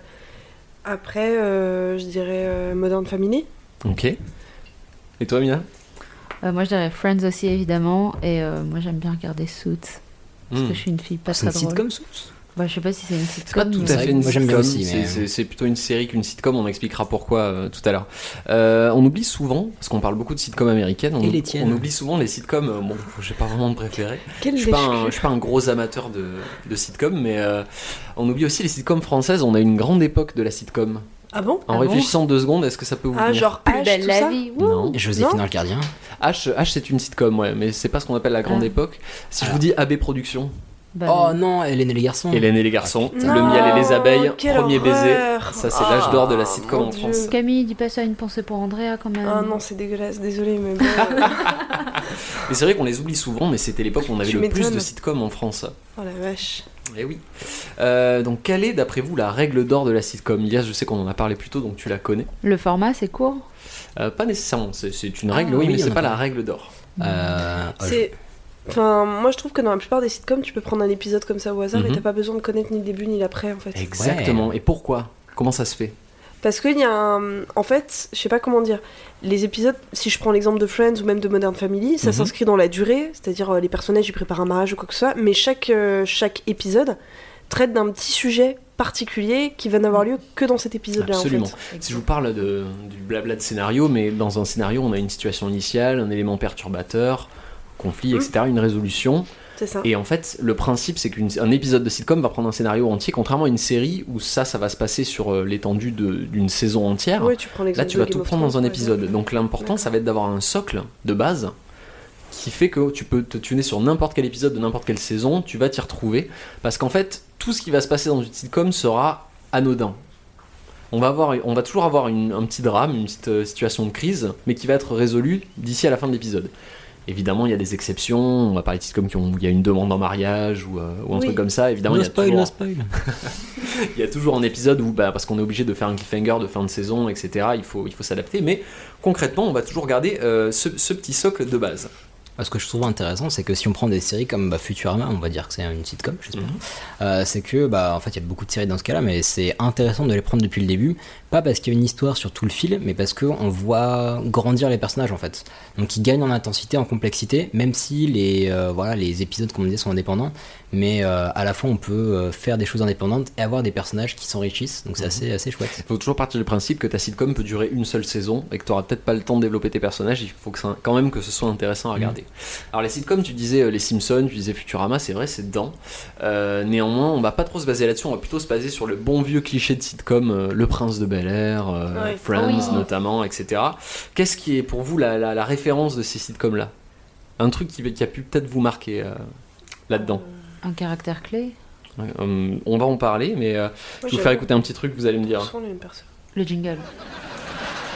[SPEAKER 10] après, euh, je dirais euh, Modern Family.
[SPEAKER 2] Ok. Et toi, Mina
[SPEAKER 9] Euh, moi, je dirais Friends aussi, évidemment. Et euh, moi, j'aime bien regarder Suits. Parce
[SPEAKER 2] Hmm.
[SPEAKER 9] que je suis une fille pas
[SPEAKER 1] C'est
[SPEAKER 9] très
[SPEAKER 1] une sitcom,
[SPEAKER 9] drôle.
[SPEAKER 1] Suits
[SPEAKER 9] bah, Je sais pas si c'est une
[SPEAKER 2] C'est pas
[SPEAKER 9] sitcom.
[SPEAKER 2] tout
[SPEAKER 9] mais-
[SPEAKER 2] à fait une
[SPEAKER 1] Moi, j'aime bien
[SPEAKER 2] sitcom,
[SPEAKER 1] aussi,
[SPEAKER 2] c'est-
[SPEAKER 1] mais-
[SPEAKER 2] c'est c'est plutôt une série qu'une sitcom, on expliquera pourquoi euh, tout à l'heure. Euh, on oublie souvent, parce qu'on parle beaucoup de sitcoms américaines, on,
[SPEAKER 1] Et les
[SPEAKER 2] on
[SPEAKER 1] tiennes.
[SPEAKER 2] oublie souvent les sitcoms, euh, bon, j'ai pas vraiment de préféré,
[SPEAKER 10] Quel
[SPEAKER 2] je suis pas, un,
[SPEAKER 10] déchirure.
[SPEAKER 2] je suis pas un gros amateur de, de sitcoms, mais euh, on oublie aussi les sitcoms françaises, on a une grande époque de la sitcom.
[SPEAKER 3] Ah bon
[SPEAKER 2] En
[SPEAKER 9] Ah bon
[SPEAKER 2] réfléchissant deux secondes, est-ce que ça peut vous
[SPEAKER 3] Ah,
[SPEAKER 2] venir
[SPEAKER 3] genre
[SPEAKER 9] Plus
[SPEAKER 3] H,
[SPEAKER 9] belle
[SPEAKER 3] tout
[SPEAKER 9] la
[SPEAKER 3] ça
[SPEAKER 9] vie. wouh.
[SPEAKER 2] Non.
[SPEAKER 1] Joséphine
[SPEAKER 3] Non.
[SPEAKER 1] le gardien.
[SPEAKER 2] H, H c'est une sitcom, ouais, mais c'est pas ce qu'on appelle la grande
[SPEAKER 9] Ah.
[SPEAKER 2] époque. Si je
[SPEAKER 1] Alors.
[SPEAKER 2] vous dis AB Productions,
[SPEAKER 9] Bah,
[SPEAKER 1] Oh non, Hélène et les garçons.
[SPEAKER 2] Hélène et les garçons,
[SPEAKER 3] Ah. Non,
[SPEAKER 2] Le miel et les abeilles,
[SPEAKER 3] quelle
[SPEAKER 2] premier
[SPEAKER 3] horreur.
[SPEAKER 2] baiser, ça c'est l'âge d'or de la
[SPEAKER 3] Ah,
[SPEAKER 2] sitcom
[SPEAKER 3] mon
[SPEAKER 2] en
[SPEAKER 3] Dieu.
[SPEAKER 2] France.
[SPEAKER 9] Camille, dis pas ça à une pensée pour Andrea quand même.
[SPEAKER 3] Ah non, c'est dégueulasse, désolé, mais bon. euh,
[SPEAKER 2] Mais c'est vrai qu'on les oublie souvent, mais c'était l'époque où on avait
[SPEAKER 3] Tu
[SPEAKER 2] le plus
[SPEAKER 3] m'étonnes.
[SPEAKER 2] de sitcoms en France.
[SPEAKER 3] oh la vache.
[SPEAKER 2] Eh oui. Euh, donc, quelle est, d'après vous, la règle d'or de la sitcom Ilias, je sais qu'on en a parlé plus tôt, donc tu la connais.
[SPEAKER 9] Le format, c'est court.
[SPEAKER 2] Euh, pas nécessairement, c'est- c'est une règle, oui,
[SPEAKER 1] oui,
[SPEAKER 2] mais
[SPEAKER 1] on
[SPEAKER 2] c'est
[SPEAKER 1] a
[SPEAKER 2] pas
[SPEAKER 1] parlé.
[SPEAKER 2] la règle d'or.
[SPEAKER 1] Euh,
[SPEAKER 2] Ah,
[SPEAKER 1] oh,
[SPEAKER 3] C'est. Enfin, moi je trouve que dans la plupart des sitcoms, tu peux prendre un épisode comme ça au hasard
[SPEAKER 2] Mhm.
[SPEAKER 3] et t'as pas besoin de connaître ni le début ni l'après en fait.
[SPEAKER 2] Exactement. Et pourquoi Comment ça se fait
[SPEAKER 3] Parce qu'il y a un. En fait, je sais pas comment dire. Les épisodes, si je prends l'exemple de Friends ou même de Modern Family, ça
[SPEAKER 2] Mhm.
[SPEAKER 3] s'inscrit dans la durée, c'est-à-dire euh, les personnages ils préparent un mariage ou quoi que ce soit, mais chaque, euh, chaque épisode traite d'un petit sujet particulier qui va n'avoir lieu que dans cet épisode-là. en fait.
[SPEAKER 2] Absolument. Si je vous parle de, du blabla de scénario, mais dans un scénario, on a une situation initiale, un élément perturbateur, conflit,
[SPEAKER 3] Mhm.
[SPEAKER 2] etc., une résolution.
[SPEAKER 3] C'est ça.
[SPEAKER 2] Et en fait, le principe, c'est qu'un épisode de sitcom va prendre un scénario entier, contrairement à une série où ça, ça va se passer sur euh, l'étendue de- d'une saison entière.
[SPEAKER 3] Ah Ouais, tu prends
[SPEAKER 2] Là,
[SPEAKER 3] l'exemple
[SPEAKER 2] tu
[SPEAKER 3] de
[SPEAKER 2] vas
[SPEAKER 3] Game
[SPEAKER 2] tout
[SPEAKER 3] of
[SPEAKER 2] prendre dans
[SPEAKER 3] Thrones,
[SPEAKER 2] un
[SPEAKER 3] par
[SPEAKER 2] épisode.
[SPEAKER 3] exemple.
[SPEAKER 2] Donc l'important,
[SPEAKER 3] D'accord.
[SPEAKER 2] ça va être d'avoir un socle de base qui fait que tu peux te tuner sur n'importe quel épisode de n'importe quelle saison, tu vas t'y retrouver. Parce qu'en fait, tout ce qui va se passer dans une sitcom sera anodin. On va, avoir, on va toujours avoir une- un petit drame, une petite euh, situation de crise, mais qui va être résolue d'ici à la fin de l'épisode. Évidemment, il y a des exceptions. On va parler de sitcoms qui ont- où il y a une demande en mariage ou, euh, ou un
[SPEAKER 3] Oui.
[SPEAKER 2] truc comme ça. Évidemment,
[SPEAKER 1] no
[SPEAKER 2] il y a
[SPEAKER 1] spoil,
[SPEAKER 2] toujours-
[SPEAKER 1] no spoil.
[SPEAKER 2] il y a toujours un épisode où, bah, parce qu'on est obligé de faire un cliffhanger de fin de saison, etc., il faut, il faut s'adapter, mais concrètement, on va toujours garder euh, ce, ce petit socle de base.
[SPEAKER 1] Ah, Ce que je trouve intéressant, c'est que si on prend des séries comme bah, Futurama, on va dire que c'est une sitcom, j'espère,
[SPEAKER 2] Mhm.
[SPEAKER 1] euh, c'est que, bah, en fait, il y a beaucoup de séries dans ce cas-là, mais c'est intéressant de les prendre depuis le début, pas parce qu'il y a une histoire sur tout le fil, mais parce qu'on voit grandir les personnages, en fait. Donc, ils gagnent en intensité, en complexité, même si les, euh, voilà, les épisodes, comme on disait, sont indépendants, mais euh, à la fois, on peut euh, faire des choses indépendantes et avoir des personnages qui s'enrichissent, donc c'est assez, assez chouette.
[SPEAKER 2] Il faut toujours partir du principe que ta sitcom peut durer une seule saison et que tu n'auras peut-être pas le temps de développer tes personnages, il faut que ça, quand même que ce soit intéressant à regarder. Alors les sitcoms, tu disais euh, Les Simpsons, tu disais Futurama, c'est vrai, c'est dedans. Euh, néanmoins, on va pas trop se baser là-dessus, on va plutôt se baser sur le bon vieux cliché de sitcom, euh, Le Prince de Bel Air, euh,
[SPEAKER 3] Ouais.
[SPEAKER 2] Friends
[SPEAKER 9] Oui.
[SPEAKER 2] notamment, etc. Qu'est-ce qui est pour vous la, la- la référence de ces sitcoms-là Un truc qui, qui a pu peut-être vous marquer euh, là-dedans.
[SPEAKER 9] Un caractère clé.
[SPEAKER 2] Ouais, euh, on va en parler, mais euh,
[SPEAKER 3] Moi,
[SPEAKER 2] je vais vous
[SPEAKER 3] j'avais
[SPEAKER 2] faire écouter hein. un petit truc, vous allez me dire.
[SPEAKER 3] souvent les mêmes personnes.
[SPEAKER 9] Le jingle.
[SPEAKER 1] Ah,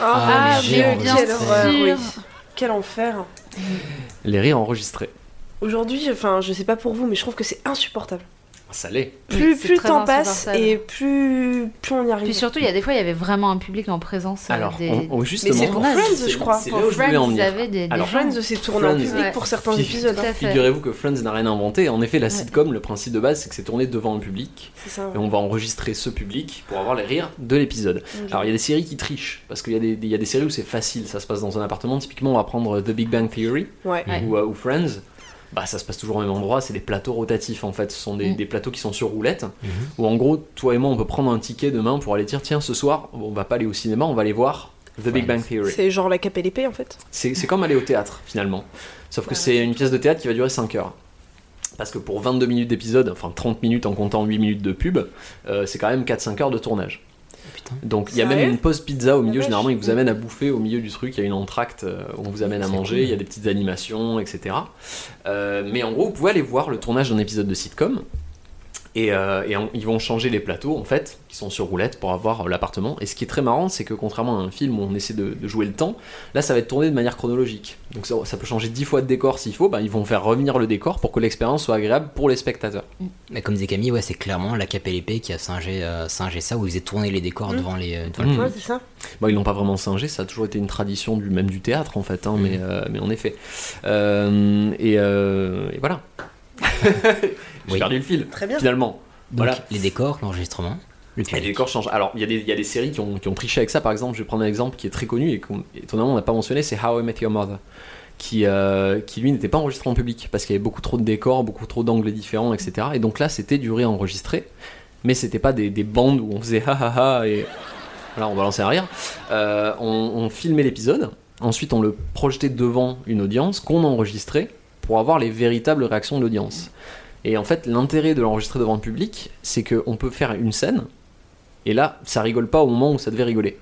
[SPEAKER 3] Ah,
[SPEAKER 1] mais
[SPEAKER 3] mais
[SPEAKER 1] bien
[SPEAKER 3] quelle
[SPEAKER 1] sûr.
[SPEAKER 3] horreur, oui. Quel enfer.
[SPEAKER 2] Les rires enregistrés.
[SPEAKER 3] Aujourd'hui, enfin, je sais pas pour vous, mais je trouve que c'est insupportable.
[SPEAKER 2] Ah, Ça l'est.
[SPEAKER 3] Plus,
[SPEAKER 9] c'est
[SPEAKER 3] plus le
[SPEAKER 9] très
[SPEAKER 3] temps passe
[SPEAKER 9] insupportable.
[SPEAKER 3] et plus, plus on y arrive.
[SPEAKER 9] Puis surtout, il y a des fois, il y avait vraiment un public en présence. euh,
[SPEAKER 2] Alors,
[SPEAKER 9] des...
[SPEAKER 2] on- on- justement,
[SPEAKER 3] Mais c'est pour
[SPEAKER 9] Friends,
[SPEAKER 2] c'est-
[SPEAKER 3] je crois.
[SPEAKER 2] C'est
[SPEAKER 9] Pour
[SPEAKER 2] là où je voulais en
[SPEAKER 9] Friends, ils
[SPEAKER 2] venir.
[SPEAKER 9] avaient des, des
[SPEAKER 2] Alors,
[SPEAKER 9] gens.
[SPEAKER 3] Friends, c'est tourné en
[SPEAKER 2] Friends.
[SPEAKER 3] public
[SPEAKER 9] Ouais.
[SPEAKER 3] pour certains
[SPEAKER 2] Puis-
[SPEAKER 3] épisodes.
[SPEAKER 9] Tout à
[SPEAKER 3] hein.
[SPEAKER 9] fait.
[SPEAKER 2] Figurez-vous que Friends n'a rien inventé. En effet, la sitcom, le principe de base, c'est que c'est tourné devant un public
[SPEAKER 3] C'est ça.
[SPEAKER 2] et on va enregistrer ce public pour avoir les rires de l'épisode. Alors, il y a des séries qui trichent parce qu'il y, a des- des- il y a des séries où c'est facile, ça se passe dans un appartement. Typiquement, on va prendre The Big Bang Theory
[SPEAKER 3] Ouais.
[SPEAKER 9] Ouais.
[SPEAKER 2] ou, euh, ou Friends. Bah, ça se passe toujours au même endroit, c'est des plateaux rotatifs en fait. Ce sont des,
[SPEAKER 9] Mm.
[SPEAKER 2] des plateaux qui sont sur roulette
[SPEAKER 1] Mhm.
[SPEAKER 2] où en gros, toi et moi, on peut prendre un ticket demain pour aller dire tiens, ce soir, on va pas aller au cinéma, on va aller voir The Big
[SPEAKER 1] Friends.
[SPEAKER 2] Bang Theory.
[SPEAKER 3] C'est genre la cape et l'épée en fait.
[SPEAKER 2] C'est c'est comme aller au théâtre finalement. Sauf que
[SPEAKER 3] Ouais.
[SPEAKER 2] c'est une pièce de théâtre qui va durer 5 heures. Parce que pour 22 minutes d'épisode, enfin 30 minutes en comptant 8 minutes de pub, euh, c'est quand même 4-5 heures de tournage. Donc il y a même une pause pizza au milieu, généralement ils vous amènent à bouffer au milieu du truc, il y a une entracte, euh, on vous amène à
[SPEAKER 1] C'est
[SPEAKER 2] manger,
[SPEAKER 1] cool.
[SPEAKER 2] il y a des petites animations, etc. Euh, mais en gros, vous pouvez aller voir le tournage d'un épisode de sitcom. Et, euh, et en- ils vont changer les plateaux en fait, qui sont sur roulette pour avoir euh, l'appartement. Et ce qui est très marrant, c'est que contrairement à un film où on essaie de, de jouer le temps, là ça va être tourné de manière chronologique. Donc ça, ça peut changer dix fois de décor s'il faut. Bah, ils vont faire revenir le décor pour que l'expérience soit agréable pour les spectateurs.
[SPEAKER 1] Mais comme disait Camille, ouais, c'est clairement la KPLP qui a singé, euh, singé ça, où ils faisaient tourner les décors
[SPEAKER 10] Mm.
[SPEAKER 1] devant les. euh, devant
[SPEAKER 2] Mm.
[SPEAKER 1] le
[SPEAKER 10] Ouais,
[SPEAKER 1] public.
[SPEAKER 10] c'est ça.
[SPEAKER 2] Bon, ils l'ont pas vraiment singé, ça a toujours été une tradition du même du théâtre en fait, hein, mais,
[SPEAKER 1] Mm.
[SPEAKER 2] euh, mais en effet. Euh, et, euh, et voilà. J'ai
[SPEAKER 1] Oui.
[SPEAKER 2] perdu le fil.
[SPEAKER 10] Très bien.
[SPEAKER 2] Finalement.
[SPEAKER 1] Donc,
[SPEAKER 2] Voilà.
[SPEAKER 1] les décors, l'enregistrement, le
[SPEAKER 2] Et
[SPEAKER 1] public.
[SPEAKER 2] les décors changent. Alors, il y, a des- il y a des séries qui ont, qui ont triché avec ça. Par exemple, je vais prendre un exemple qui est très connu et qu'on, étonnamment, on n'a pas mentionné c'est How I Met Your Mother, qui, euh, qui lui n'était pas enregistré en public parce qu'il y avait beaucoup trop de décors, beaucoup trop d'angles différents, etc. Et donc là, c'était du réenregistré, mais c'était pas des, des bandes où on faisait ha ha ha et voilà, on balançait un rire. Euh, on, on filmait l'épisode, ensuite on le projetait devant une audience qu'on enregistrait pour avoir les véritables réactions de l'audience. Et en fait, l'intérêt de l'enregistrer devant le public, c'est qu'on peut faire une scène, et là, ça rigole pas au moment où ça devait rigoler.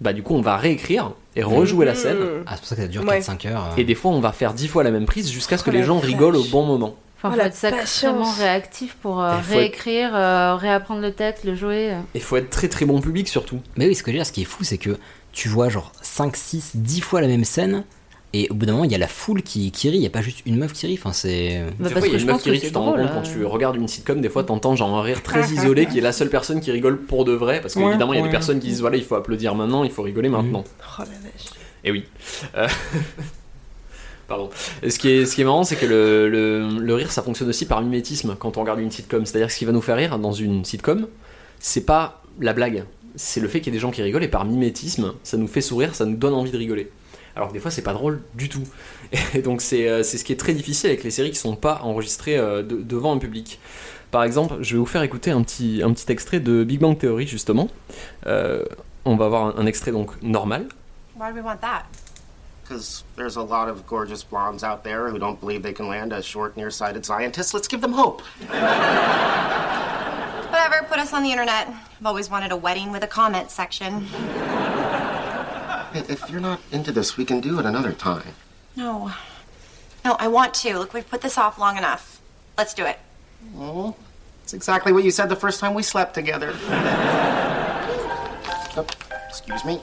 [SPEAKER 2] Bah, du coup, on va réécrire et rejouer
[SPEAKER 3] Hmm.
[SPEAKER 2] la scène,
[SPEAKER 10] Mmh.
[SPEAKER 1] Ah, c'est pour ça que ça dure
[SPEAKER 10] Ouais.
[SPEAKER 1] 4-5 heures. euh.
[SPEAKER 2] et des fois, on va faire dix fois la même prise jusqu'à ce que
[SPEAKER 3] Oh
[SPEAKER 2] les
[SPEAKER 3] la
[SPEAKER 2] gens
[SPEAKER 3] vache.
[SPEAKER 2] rigolent au bon moment.
[SPEAKER 9] Enfin,
[SPEAKER 10] Oh,
[SPEAKER 9] faut
[SPEAKER 10] la
[SPEAKER 9] être sacrément
[SPEAKER 10] patience.
[SPEAKER 9] réactif pour euh,
[SPEAKER 2] Il faut être-
[SPEAKER 9] réécrire, euh, réapprendre le texte, le jouer. euh.
[SPEAKER 2] Et faut être très très bon public surtout.
[SPEAKER 1] Mais oui, ce que je veux dire, ce qui est fou, c'est que tu vois genre 5, 6, 10 fois la même scène, et au bout d'un moment, il y a la foule qui, qui rit, il n'y a pas juste une meuf qui rit. Enfin, c'est. euh,
[SPEAKER 9] Bah,
[SPEAKER 2] des
[SPEAKER 9] parce
[SPEAKER 2] fois, il y
[SPEAKER 9] que
[SPEAKER 2] a
[SPEAKER 9] je
[SPEAKER 2] une
[SPEAKER 9] pense
[SPEAKER 2] meuf qui
[SPEAKER 9] que
[SPEAKER 2] rit,
[SPEAKER 9] c'est
[SPEAKER 2] tu t'en rends
[SPEAKER 9] drôle. hein. euh.
[SPEAKER 2] compte quand tu regardes une sitcom, des fois t'entends genre un rire très isolé qui est la seule personne qui rigole pour de vrai, parce qu'évidemment il y a des personnes qui disent voilà il faut applaudir maintenant, il faut rigoler
[SPEAKER 3] Mm.
[SPEAKER 2] maintenant.
[SPEAKER 10] Oh la vache.
[SPEAKER 2] Et oui. Euh, Pardon. Et Ce qui est, ce qui est marrant, c'est que le, le- le rire, ça fonctionne aussi par mimétisme quand on regarde une sitcom. C'est-à-dire que ce qui va nous faire rire dans une sitcom, c'est pas la blague, c'est le fait qu'il y ait des gens qui rigolent et par mimétisme, ça nous fait sourire, ça nous donne envie de rigoler. Alors que des fois, c'est pas drôle du tout. Et donc, c'est euh, c'est ce qui est très difficile avec les séries qui sont pas enregistrées euh, de- devant un public. Par exemple, je vais vous faire écouter un petit, un petit extrait de Big Bang Theory, justement. Euh, on va avoir un- un extrait donc normal.
[SPEAKER 8] Why do we want that?
[SPEAKER 5] Because there's a lot of gorgeous blondes out there who don't believe they can land a short, nearsighted scientist. Let's give them hope.
[SPEAKER 8] Whatever, put us on the internet. I've always wanted a wedding with a comment section.
[SPEAKER 5] Hey, If you're not into this, we can do it another time.
[SPEAKER 8] No. No, I want to. Look, we've put this off long enough. Let's do it.
[SPEAKER 5] Oh, it's exactly what you said the first time we slept together. Oh, excuse me.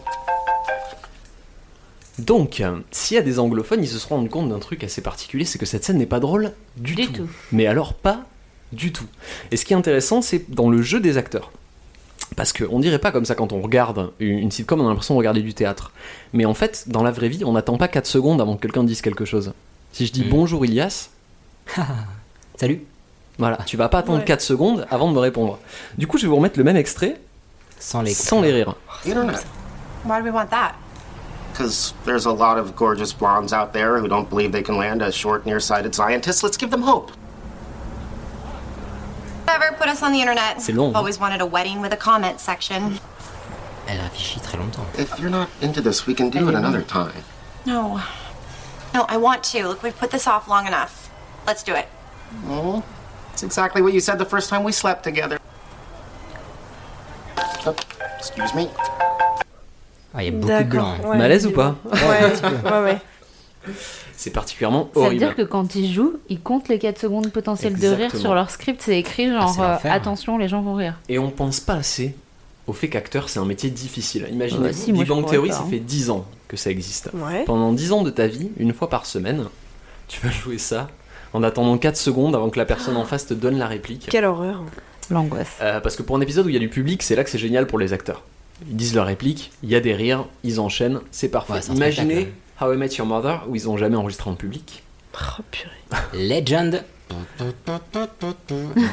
[SPEAKER 2] Donc, euh, s'il y a des anglophones, ils se seront rendus compte d'un truc assez particulier, c'est que cette scène n'est pas drôle du,
[SPEAKER 9] Du
[SPEAKER 2] tout.
[SPEAKER 9] tout.
[SPEAKER 2] Mais alors pas du tout. Et ce qui est intéressant, c'est dans le jeu des acteurs. Parce qu'on dirait pas comme ça quand on regarde une une sitcom, on a l'impression de regarder du théâtre. Mais en fait, dans la vraie vie, on n'attend pas 4 secondes avant que quelqu'un dise quelque chose. Si je dis
[SPEAKER 1] Mm.
[SPEAKER 2] bonjour Ilias,
[SPEAKER 1] Salut
[SPEAKER 2] voilà, tu vas pas attendre
[SPEAKER 10] Ouais.
[SPEAKER 2] 4 secondes avant de me répondre. Du coup, je vais vous remettre le même extrait
[SPEAKER 1] Sans les.
[SPEAKER 2] sans les rires.
[SPEAKER 5] Internet.
[SPEAKER 8] Why do we want that?
[SPEAKER 5] Because there's a lot of gorgeous blondes out there who don't believe they can land a short, nearsighted scientist. Let's give them hope.
[SPEAKER 8] Whatever, put us on the internet.
[SPEAKER 2] C'est long,
[SPEAKER 8] I've
[SPEAKER 2] hein.
[SPEAKER 8] always wanted a wedding with a comment section.
[SPEAKER 1] Elle réfléchit très longtemps.
[SPEAKER 5] If you're not into this, we can do it another time.
[SPEAKER 8] No. No, I want to. Look, we've put this off long enough. Let's do it.
[SPEAKER 5] Oh, it's exactly what you said the first time we slept together. Oh, excuse me.
[SPEAKER 1] Ah, il y a beaucoup de
[SPEAKER 10] D'accord.
[SPEAKER 1] blancs.
[SPEAKER 10] ouais.
[SPEAKER 2] Malaise ou pas
[SPEAKER 10] Ouais, ouais, ouais.
[SPEAKER 2] C'est particulièrement
[SPEAKER 9] Ça veut
[SPEAKER 2] horrible.
[SPEAKER 9] dire que quand ils jouent, ils comptent les 4 secondes potentielles de rire
[SPEAKER 2] Exactement.
[SPEAKER 9] sur leur script. C'est écrit
[SPEAKER 1] Ah,
[SPEAKER 9] genre
[SPEAKER 1] c'est l'enfer.
[SPEAKER 9] euh, attention, les gens vont rire.
[SPEAKER 2] Et on pense pas assez au fait qu'acteur, c'est un métier difficile. Imaginez,
[SPEAKER 9] Ouais, Bah, si, moi,
[SPEAKER 2] Big
[SPEAKER 9] je
[SPEAKER 2] Bang
[SPEAKER 9] pourrais
[SPEAKER 2] Theory,
[SPEAKER 9] pas,
[SPEAKER 2] ça
[SPEAKER 9] hein.
[SPEAKER 2] fait 10 ans que ça existe.
[SPEAKER 10] Ouais.
[SPEAKER 2] Pendant 10 ans de ta vie, une fois par semaine, tu vas jouer ça en attendant 4 secondes avant que la personne en face te donne la réplique.
[SPEAKER 10] Quelle horreur.
[SPEAKER 9] L'angoisse.
[SPEAKER 2] Euh, parce que pour un épisode où il y a du public, c'est là que c'est génial pour les acteurs. Ils disent leur réplique, il y a des rires, ils enchaînent, c'est parfait.
[SPEAKER 1] Ouais, c'est un
[SPEAKER 2] Imaginez
[SPEAKER 1] spectacle,
[SPEAKER 9] hein.
[SPEAKER 2] How I Met Your Mother où ils ont jamais enregistré en public.
[SPEAKER 10] Oh purée.
[SPEAKER 1] hein. Legend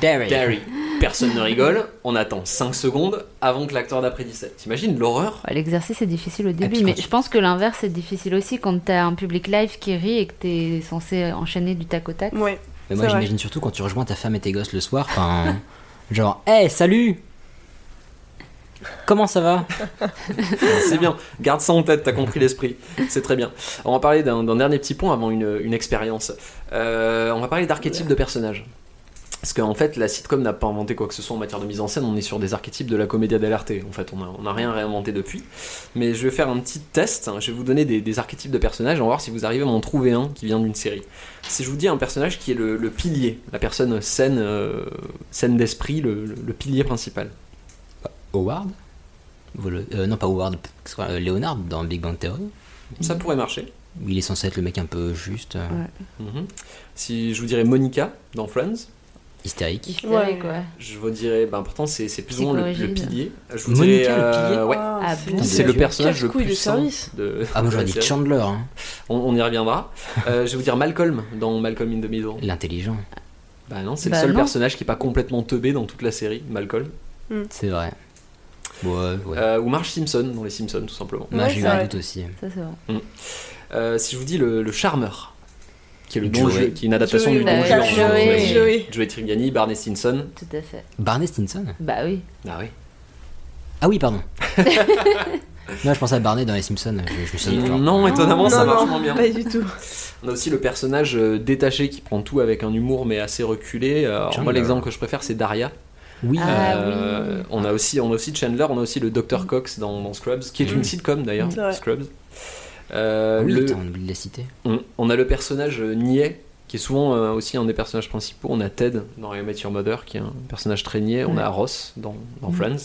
[SPEAKER 1] Derry.
[SPEAKER 2] Derry, personne ne rigole, on attend 5 secondes avant que l'acteur d'après 17. T'imagines l'horreur
[SPEAKER 9] Ouais, Bah, L'exercice est
[SPEAKER 2] Ah,
[SPEAKER 9] difficile au début,
[SPEAKER 1] puis
[SPEAKER 9] mais
[SPEAKER 1] quand-
[SPEAKER 9] je pense que l'inverse est difficile aussi quand t'as un public live qui rit et que t'es censé enchaîner du tac au tac.
[SPEAKER 10] Ouais.
[SPEAKER 1] Mais moi,
[SPEAKER 10] C'est vrai.
[SPEAKER 1] j'imagine surtout quand tu rejoins ta femme et tes gosses le soir, enfin. genre, hé, salut Comment ça va
[SPEAKER 2] C'est bien, garde ça en tête, t'as compris l'esprit. C'est très bien. On va parler d'un d'un dernier petit point avant une, une expérience. Euh, on va parler d'archétypes de personnages. Parce qu'en fait, la sitcom n'a pas inventé quoi que ce soit en matière de mise en scène, on est sur des archétypes de la comédia d'alerte. En fait, on n'a on a rien réinventé depuis. Mais je vais faire un petit test, je vais vous donner des, des archétypes de personnages, on va voir si vous arrivez à m'en trouver un qui vient d'une série. Si je vous dis un personnage qui est le, le pilier, la personne saine, euh, saine d'esprit, le, le, le, pilier principal.
[SPEAKER 1] Howard euh, Non, pas Howard, soit euh, Leonard dans Big Bang Theory.
[SPEAKER 2] Ça pourrait marcher.
[SPEAKER 1] Il est censé être le mec un peu juste. euh,
[SPEAKER 9] Ouais.
[SPEAKER 1] Mhm.
[SPEAKER 2] Mm -hmm. Si je vous dirais Monica dans Friends.
[SPEAKER 1] Hystérique.
[SPEAKER 9] Hystérique, ouais. ouais.
[SPEAKER 2] Je vous dirais, ben, pourtant c'est plus ou moins le, le, pilier. Je vous
[SPEAKER 1] Monica,
[SPEAKER 2] dirais,
[SPEAKER 1] euh, le pilier
[SPEAKER 2] ouais. euh. ah, C'est le personnage le plus service. de.
[SPEAKER 1] Ah, moi j'aurais dit Chandler. Hein.
[SPEAKER 2] On, on, y reviendra. euh, je vais vous dire Malcolm dans Malcolm in the Middle.
[SPEAKER 1] L'intelligent.
[SPEAKER 2] Bah non, c'est bah, le seul non. personnage qui n'est pas complètement teubé dans toute la série, Malcolm.
[SPEAKER 1] Mm. C'est vrai. Ouais, ouais.
[SPEAKER 2] Euh, ou Marge Simpson dans Les Simpsons, tout simplement.
[SPEAKER 1] Marge, j'ai eu un doute aussi.
[SPEAKER 9] Ça, c'est vrai.
[SPEAKER 2] Mm. Euh, si je vous dis le, le charmeur, qui est le don jeu, qui est une adaptation Joey, du don jeu.
[SPEAKER 9] Joey.
[SPEAKER 2] Joey. Joey Tribbiani, Barney Stinson.
[SPEAKER 9] Tout à fait.
[SPEAKER 1] Barney Stinson
[SPEAKER 9] Bah oui.
[SPEAKER 2] Ah oui.
[SPEAKER 1] Ah oui, pardon. non, je pensais à Barney dans Les Simpsons. Je, je
[SPEAKER 2] non, non, étonnamment, non, Oh, Bah, ça marche
[SPEAKER 10] non,
[SPEAKER 2] moins bien.
[SPEAKER 10] Pas du tout.
[SPEAKER 2] On a aussi le personnage euh, détaché qui prend tout avec un humour mais assez reculé. Euh, moi, l'exemple que je préfère, c'est Daria.
[SPEAKER 1] Oui.
[SPEAKER 2] Euh,
[SPEAKER 9] ah, oui.
[SPEAKER 2] On a aussi, on a aussi Chandler, on a aussi le Dr Cox dans, dans Scrubs, qui est mm. une sitcom d'ailleurs. Scrubs.
[SPEAKER 1] Euh, oui, le... attends, on oublie de la cité.
[SPEAKER 2] On, Mm. on, a le personnage euh, niais, qui est souvent euh, aussi un des personnages principaux. On a Ted dans I Met Your Mother, qui est un personnage très niais. Ouais. On a Ross dans, dans mmh. Friends.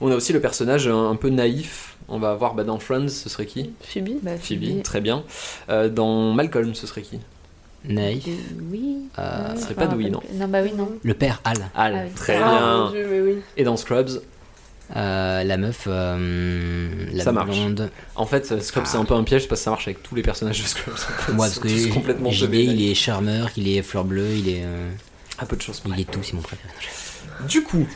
[SPEAKER 2] On a aussi le personnage euh, un, un peu naïf. On va avoir bah, dans Friends, ce serait qui
[SPEAKER 9] Phoebe.
[SPEAKER 2] Bah, Phoebe. Phoebe. très bien. Euh, dans Malcolm, ce serait qui
[SPEAKER 1] Naïf.
[SPEAKER 9] Euh, Mm. Oui.
[SPEAKER 2] ce serait Euh, pas Dewey, non
[SPEAKER 9] Non, bah oui, non.
[SPEAKER 1] Le père, Al.
[SPEAKER 2] Al, ah, oui. très bien.
[SPEAKER 10] Oh, Dieu, mais oui.
[SPEAKER 2] Et dans Scrubs,
[SPEAKER 1] euh, la meuf, euh, la
[SPEAKER 2] ça marche.
[SPEAKER 1] blonde.
[SPEAKER 2] En fait, Scrubs, ah. c'est un peu un piège parce que ça marche avec tous les personnages de Scrubs.
[SPEAKER 1] Moi, parce que complètement JB, il est charmeur, il est fleur bleue, il est. Euh...
[SPEAKER 2] Un peu de choses.
[SPEAKER 1] Il est tout, c'est mon préféré.
[SPEAKER 2] Du coup.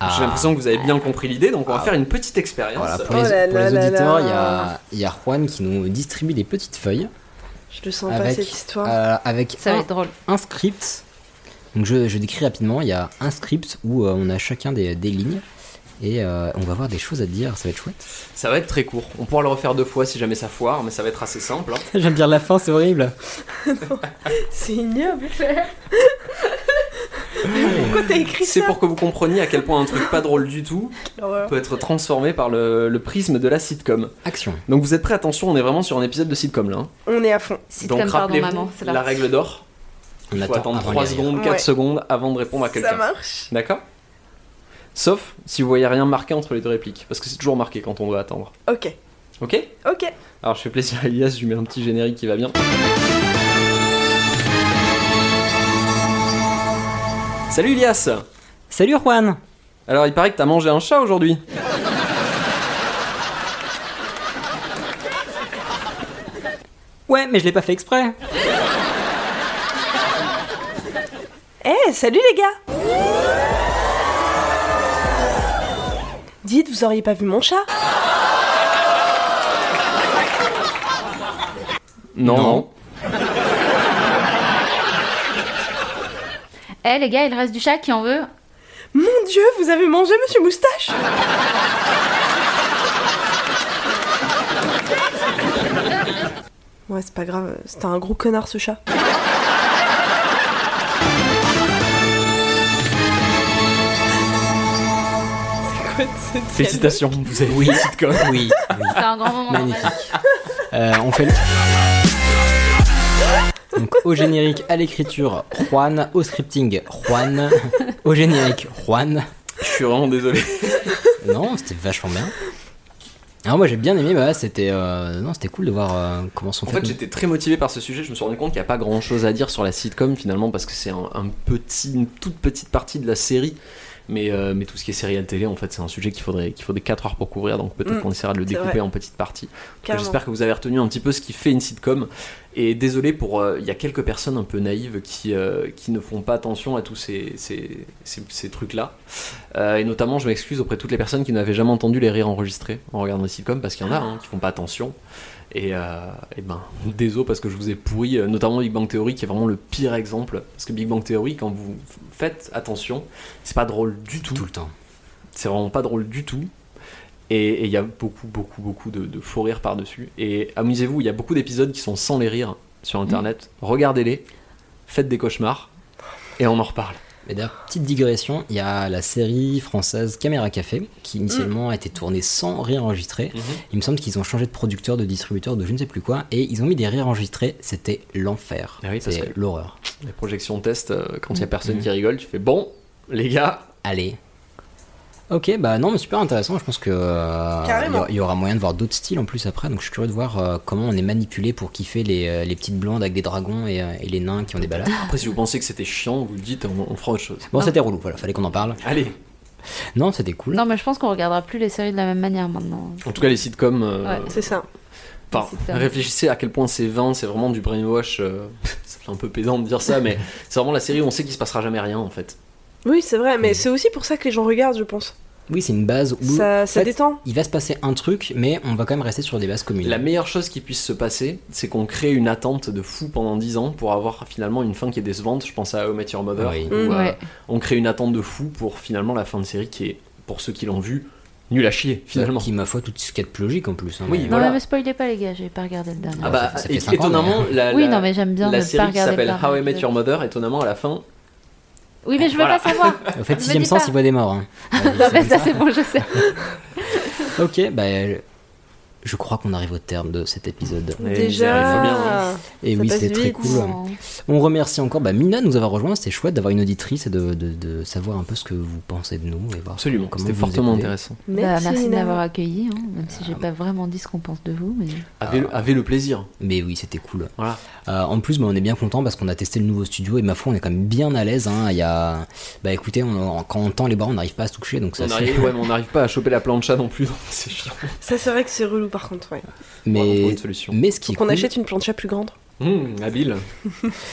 [SPEAKER 2] Ah. J'ai l'impression que vous avez bien compris l'idée, donc on va ah. faire une petite expérience.
[SPEAKER 1] Voilà, pour, oh les, là pour là les, auditeurs, il y a, y a, Juan qui nous distribue des petites feuilles.
[SPEAKER 10] Je te sens avec, pas cette
[SPEAKER 1] histoire. avec
[SPEAKER 9] ça
[SPEAKER 1] un,
[SPEAKER 9] va être drôle.
[SPEAKER 1] un script. Donc je, je, décris rapidement. Il y a un script où euh, on a chacun des, des lignes et euh, on va avoir des choses à dire, ça va être chouette.
[SPEAKER 2] Ça va être très court, on pourra le refaire deux fois si jamais ça foire, mais ça va être assez simple. Hein.
[SPEAKER 1] J'aime dire la fin, c'est horrible.
[SPEAKER 10] c'est ignoble. Pourquoi t'as écrit ça
[SPEAKER 2] C'est pour que vous compreniez à quel point un truc pas drôle du tout peut être transformé par le, le, prisme de la sitcom.
[SPEAKER 1] Action.
[SPEAKER 2] Donc vous êtes prêts, attention, on est vraiment sur un épisode de sitcom là. Hein.
[SPEAKER 10] On est à fond.
[SPEAKER 9] Sitcom, Donc pardon, maman,
[SPEAKER 2] la... la règle d'or. On faut attendre 3 secondes, 4 ouais. secondes avant de répondre à quelqu'un.
[SPEAKER 10] Ça marche.
[SPEAKER 2] D'accord Sauf si vous voyez rien marqué entre les deux répliques, parce que c'est toujours marqué quand on doit attendre.
[SPEAKER 10] Ok.
[SPEAKER 2] Ok
[SPEAKER 10] Ok.
[SPEAKER 2] Alors je fais plaisir à Elias, je lui mets un petit générique qui va bien. Salut Elias
[SPEAKER 1] Salut Juan
[SPEAKER 2] Alors il paraît que t'as mangé un chat aujourd'hui
[SPEAKER 1] Ouais, mais je l'ai pas fait exprès
[SPEAKER 10] Eh, hey, salut les gars Dites, vous auriez pas vu mon chat
[SPEAKER 2] Non. non.
[SPEAKER 9] Eh hey, les gars, il reste du chat qui en veut
[SPEAKER 10] Mon dieu, vous avez mangé monsieur moustache Ouais, c'est pas grave, c'était un gros connard ce chat.
[SPEAKER 2] Félicitations, vous avez
[SPEAKER 1] oui, sitcom. Oui, oui.
[SPEAKER 9] C'était un grand moment.
[SPEAKER 1] Magnifique. Euh, on fait le... Donc au générique, à l'écriture, Juan. Au scripting, Juan. Au générique, Juan.
[SPEAKER 2] Je suis vraiment désolé.
[SPEAKER 1] Non, c'était vachement bien. Alors moi j'ai bien aimé, bah, c'était euh, non c'était cool de voir euh, comment sont.
[SPEAKER 2] En fait, fait j'étais très motivé par ce sujet. Je me suis rendu compte qu'il n'y a pas grand chose à dire sur la sitcom finalement parce que c'est un, un petit, une toute petite partie de la série. Mais, euh, mais, tout ce qui est série télé, en fait, c'est un sujet qu'il faudrait, qu'il faudrait 4 heures pour couvrir, donc peut-être mmh, qu'on essaiera de le découper vrai. en petites parties. J'espère que vous avez retenu un petit peu ce qui fait une sitcom. Et désolé pour. Il euh, y a quelques personnes un peu naïves qui, euh, qui ne font pas attention à tous ces, ces, ces, ces trucs-là. Euh, et notamment, je m'excuse auprès de toutes les personnes qui n'avaient jamais entendu les rires enregistrés en regardant les sitcoms, parce qu'il y en a
[SPEAKER 1] Ah.
[SPEAKER 2] hein, qui font pas attention. Et, euh, et, ben, désolé parce que je vous ai pourri, euh, notamment Big Bang Theory qui est vraiment le pire exemple. Parce que Big Bang Theory, quand vous faites attention, c'est pas drôle du tout.
[SPEAKER 1] Tout le temps.
[SPEAKER 2] C'est vraiment pas drôle du tout. Et il y a beaucoup, beaucoup, beaucoup de, de faux rires par-dessus. Et amusez-vous, il y a beaucoup d'épisodes qui sont sans les rires sur internet. Mmh. Regardez-les, faites des cauchemars. Et on en reparle.
[SPEAKER 1] Mais d'ailleurs, petite digression, il y a la série française Caméra Café, qui initialement a été tournée sans réenregistrer.
[SPEAKER 2] Mhm.
[SPEAKER 1] Il me semble qu'ils ont changé de producteur, de distributeur, de je ne sais plus quoi, et ils ont mis des réenregistrés. C'était l'enfer.
[SPEAKER 2] Ah oui, parce
[SPEAKER 1] C'était
[SPEAKER 2] que-
[SPEAKER 1] l'horreur.
[SPEAKER 2] Les projections test, euh, quand il y a personne qui rigole, tu fais bon, les gars.
[SPEAKER 1] Allez. Ok, bah non, mais super intéressant. Je pense que euh, il y
[SPEAKER 3] Carrément.
[SPEAKER 1] aura- il y, aura moyen de voir d'autres styles en plus après. Donc je suis curieux de voir euh, comment on est manipulé pour kiffer les, euh, les petites blondes avec des dragons et, euh, et les nains qui ont des balades.
[SPEAKER 2] Après, si vous pensez que c'était chiant, vous le dites, on, on fera autre chose.
[SPEAKER 1] Bon, c'était relou. Voilà, fallait qu'on en parle.
[SPEAKER 2] Allez.
[SPEAKER 1] Non, c'était cool.
[SPEAKER 9] Non, mais je pense qu'on regardera plus les séries de la même manière maintenant.
[SPEAKER 2] En tout cas, les sitcoms. euh,
[SPEAKER 9] Ouais.
[SPEAKER 10] C'est ça.
[SPEAKER 2] Enfin,
[SPEAKER 9] C'est ça.
[SPEAKER 2] réfléchissez à quel point c'est vain, c'est vraiment du brainwash. euh, ça fait un peu pédant de dire ça, mais c'est vraiment la série où on sait qu'il se passera jamais rien en fait.
[SPEAKER 10] Oui, c'est vrai,
[SPEAKER 2] Mm.
[SPEAKER 10] mais c'est aussi pour ça que les gens regardent, je pense.
[SPEAKER 1] Oui, c'est une base où
[SPEAKER 10] Ça, ça
[SPEAKER 1] fait,
[SPEAKER 10] détend.
[SPEAKER 1] il va se passer un truc, mais on va quand même rester sur des bases communes.
[SPEAKER 2] La meilleure chose qui puisse se passer, c'est qu'on crée une attente de fou pendant 10 ans pour avoir finalement une fin qui est décevante. Je pense à How I Met Your Mother.
[SPEAKER 1] Ah Oui.
[SPEAKER 2] où,
[SPEAKER 10] Mm.
[SPEAKER 2] euh,
[SPEAKER 9] Ouais.
[SPEAKER 2] On crée une attente de fou pour finalement la fin de série qui est, pour ceux qui l'ont vue, nulle à chier finalement.
[SPEAKER 1] Qui, ma foi, tout ce qui est logique en plus. hein.
[SPEAKER 2] Oui,
[SPEAKER 1] Mais-
[SPEAKER 9] Non,
[SPEAKER 2] voilà.
[SPEAKER 9] mais me spoilez pas, les gars, j'ai pas regardé le dernier.
[SPEAKER 2] Ah
[SPEAKER 1] Ouais,
[SPEAKER 2] bah,
[SPEAKER 1] ça fait- ça fait
[SPEAKER 2] é-
[SPEAKER 1] cinq ans,
[SPEAKER 2] étonnamment, la,
[SPEAKER 9] oui,
[SPEAKER 2] la-
[SPEAKER 9] non, mais j'aime bien
[SPEAKER 2] la
[SPEAKER 9] ne pas
[SPEAKER 2] série qui
[SPEAKER 9] regarder le
[SPEAKER 2] s'appelle How I
[SPEAKER 9] dernier
[SPEAKER 2] Met Your Mother, étonnamment, à la fin,
[SPEAKER 9] Oui, mais je veux
[SPEAKER 2] bah, Voilà.
[SPEAKER 9] pas savoir.
[SPEAKER 1] Au fait,
[SPEAKER 9] Me
[SPEAKER 1] sixième
[SPEAKER 9] dis
[SPEAKER 1] sens,
[SPEAKER 9] pas.
[SPEAKER 1] il voit des morts. hein.
[SPEAKER 9] non, mais ça, c'est bon, je sais.
[SPEAKER 1] Ok, bah. euh, Je crois qu'on arrive au terme de cet épisode.
[SPEAKER 2] Ouais, Eh, il faut bien, hein.
[SPEAKER 10] Déjà.
[SPEAKER 1] Et
[SPEAKER 10] Ça
[SPEAKER 1] oui,
[SPEAKER 10] passe
[SPEAKER 1] c'était très
[SPEAKER 10] vite.
[SPEAKER 1] cool. On remercie encore bah, Mina de nous avoir rejoint. C'était chouette d'avoir une auditrice et de, de- de savoir un peu ce que vous pensez de nous. Et voir
[SPEAKER 2] absolument,
[SPEAKER 1] comment
[SPEAKER 2] c'était
[SPEAKER 1] vous
[SPEAKER 2] fortement
[SPEAKER 1] nous écoutez.
[SPEAKER 2] intéressant.
[SPEAKER 9] Bah,
[SPEAKER 10] Merci,
[SPEAKER 9] merci de
[SPEAKER 10] Nina.
[SPEAKER 9] m'avoir accueilli, hein, même si
[SPEAKER 2] Ah.
[SPEAKER 9] j'ai pas vraiment dit ce qu'on pense de vous. Mais...
[SPEAKER 2] Avez,
[SPEAKER 1] Ah.
[SPEAKER 2] le- avez le plaisir.
[SPEAKER 1] Mais oui, c'était cool.
[SPEAKER 2] Voilà.
[SPEAKER 1] Euh, en plus, bah, on est bien content parce qu'on a testé le nouveau studio et ma foi, on est quand même bien à l'aise. hein. Il y a... Bah écoutez, on- on- quand on tend les bras, on n'arrive pas à se toucher. Donc ça
[SPEAKER 2] On
[SPEAKER 1] c'est-
[SPEAKER 2] arrive, ouais, mais on n'arrive pas à choper la plancha non plus, donc c'est chiant.
[SPEAKER 10] Ça, c'est vrai que c'est relou, par contre, ouais.
[SPEAKER 2] Voilà, on trouve
[SPEAKER 1] Mais...
[SPEAKER 2] une solution.
[SPEAKER 1] Mais ce qui est
[SPEAKER 10] Qu'on
[SPEAKER 1] cool-
[SPEAKER 10] achète une plancha plus grande.
[SPEAKER 2] Hum, habile.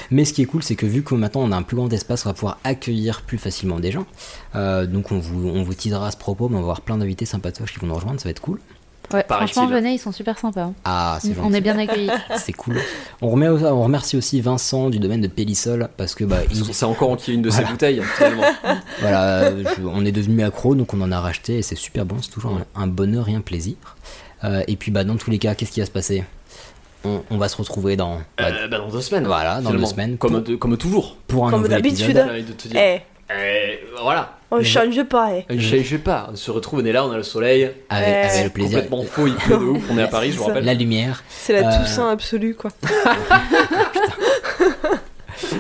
[SPEAKER 1] Mais ce qui est cool, c'est que vu que maintenant on a un plus grand espace, on va pouvoir accueillir plus facilement des gens. Euh, donc on vous, on vous teasera à ce propos, mais on va avoir plein d'invités sympatoches qui vont nous rejoindre, ça va être cool.
[SPEAKER 9] Ouais,
[SPEAKER 2] Paraît-il.
[SPEAKER 9] franchement, venez, ils sont super sympas. hein.
[SPEAKER 1] Ah, c'est
[SPEAKER 9] On
[SPEAKER 1] gentil.
[SPEAKER 9] est bien accueillis.
[SPEAKER 1] C'est cool. On, remet- on remercie aussi Vincent du domaine de Pélissol parce que bah, il-
[SPEAKER 2] Parce qu'on s'est encore enquillé une de ses bouteilles, finalement.
[SPEAKER 1] voilà, euh, je- on est devenu accro, donc on en a racheté et c'est super bon. C'est toujours un, un bonheur et un plaisir. Euh, et puis bah, dans tous les cas, qu'est-ce qui va se passer on, on va se retrouver dans bah,
[SPEAKER 2] Euh, bah, dans deux semaines.
[SPEAKER 1] Voilà, dans
[SPEAKER 2] finalement.
[SPEAKER 1] deux semaines.
[SPEAKER 2] Comme, de- comme toujours.
[SPEAKER 1] pour un
[SPEAKER 10] comme
[SPEAKER 1] nouvel
[SPEAKER 10] d'habitude.
[SPEAKER 1] épisode.
[SPEAKER 2] J'ai envie de te
[SPEAKER 10] Eh,
[SPEAKER 2] dire. Eh, voilà.
[SPEAKER 10] on change pas, eh.
[SPEAKER 2] Je sais- je sais pas. On se retrouve, on est là, on a le soleil.
[SPEAKER 1] Avec,
[SPEAKER 10] Ouais.
[SPEAKER 1] avec Euh, Eh, le plaisir,
[SPEAKER 2] Complètement faux, il pleut de ouf. On est à Paris, je vous rappelle.
[SPEAKER 1] la lumière.
[SPEAKER 10] C'est la
[SPEAKER 1] Euh,
[SPEAKER 10] Toussaint absolue, quoi.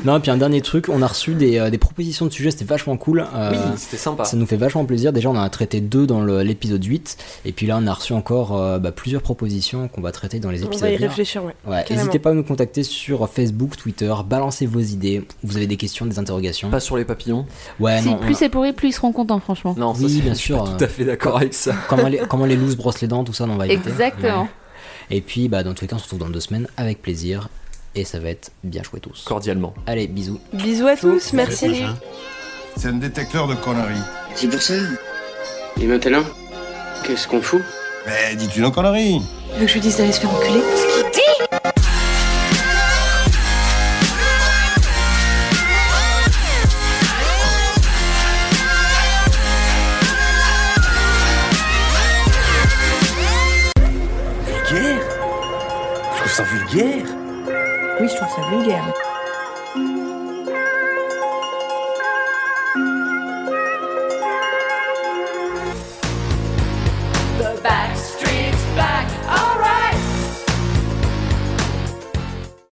[SPEAKER 1] Non, et puis un dernier truc, on a reçu des, euh, des propositions de sujets, c'était vachement cool. Euh,
[SPEAKER 2] Oui, c'était sympa.
[SPEAKER 1] Ça nous fait vachement plaisir. Déjà, on en a traité deux dans le- l'épisode 8. Et puis là, on a reçu encore euh, bah, plusieurs propositions qu'on va traiter dans les
[SPEAKER 10] On
[SPEAKER 1] épisodes.
[SPEAKER 10] va y
[SPEAKER 1] à venir.
[SPEAKER 10] réfléchir, ouais.
[SPEAKER 1] Ouais,
[SPEAKER 10] carrément.
[SPEAKER 1] N'hésitez pas à nous contacter sur Facebook, Twitter. Balancez vos idées. Vous avez des questions, des interrogations.
[SPEAKER 2] Pas sur les papillons.
[SPEAKER 1] Ouais,
[SPEAKER 9] Si
[SPEAKER 1] Eh non.
[SPEAKER 9] plus
[SPEAKER 1] on-
[SPEAKER 9] c'est pourri, plus ils seront contents, franchement.
[SPEAKER 2] Non, ça,
[SPEAKER 1] Oui,
[SPEAKER 2] c'est-
[SPEAKER 1] bien
[SPEAKER 2] je suis
[SPEAKER 1] sûr,
[SPEAKER 2] pas
[SPEAKER 1] euh,
[SPEAKER 2] tout à fait d'accord avec ça.
[SPEAKER 1] Comment les, comment les looses brossent les dents, tout ça, on va éviter.
[SPEAKER 9] Exactement.
[SPEAKER 1] Ouais. Et puis, bah, dans tous les cas, on se retrouve dans deux semaines avec plaisir. Et ça va être bien chouette tous.
[SPEAKER 2] Cordialement.
[SPEAKER 1] Allez, bisous.
[SPEAKER 10] Bisous à tous, merci.
[SPEAKER 4] Machin.
[SPEAKER 11] C'est un détecteur de conneries.
[SPEAKER 6] C'est pour ça. Et maintenant Qu'est-ce qu'on fout
[SPEAKER 11] Mais dis-tu nos conneries
[SPEAKER 8] veux que je lui dise d'aller se faire enculer
[SPEAKER 11] Vulgaire Je trouve ça vulgaire.
[SPEAKER 7] Oui, je trouve ça vulgaire.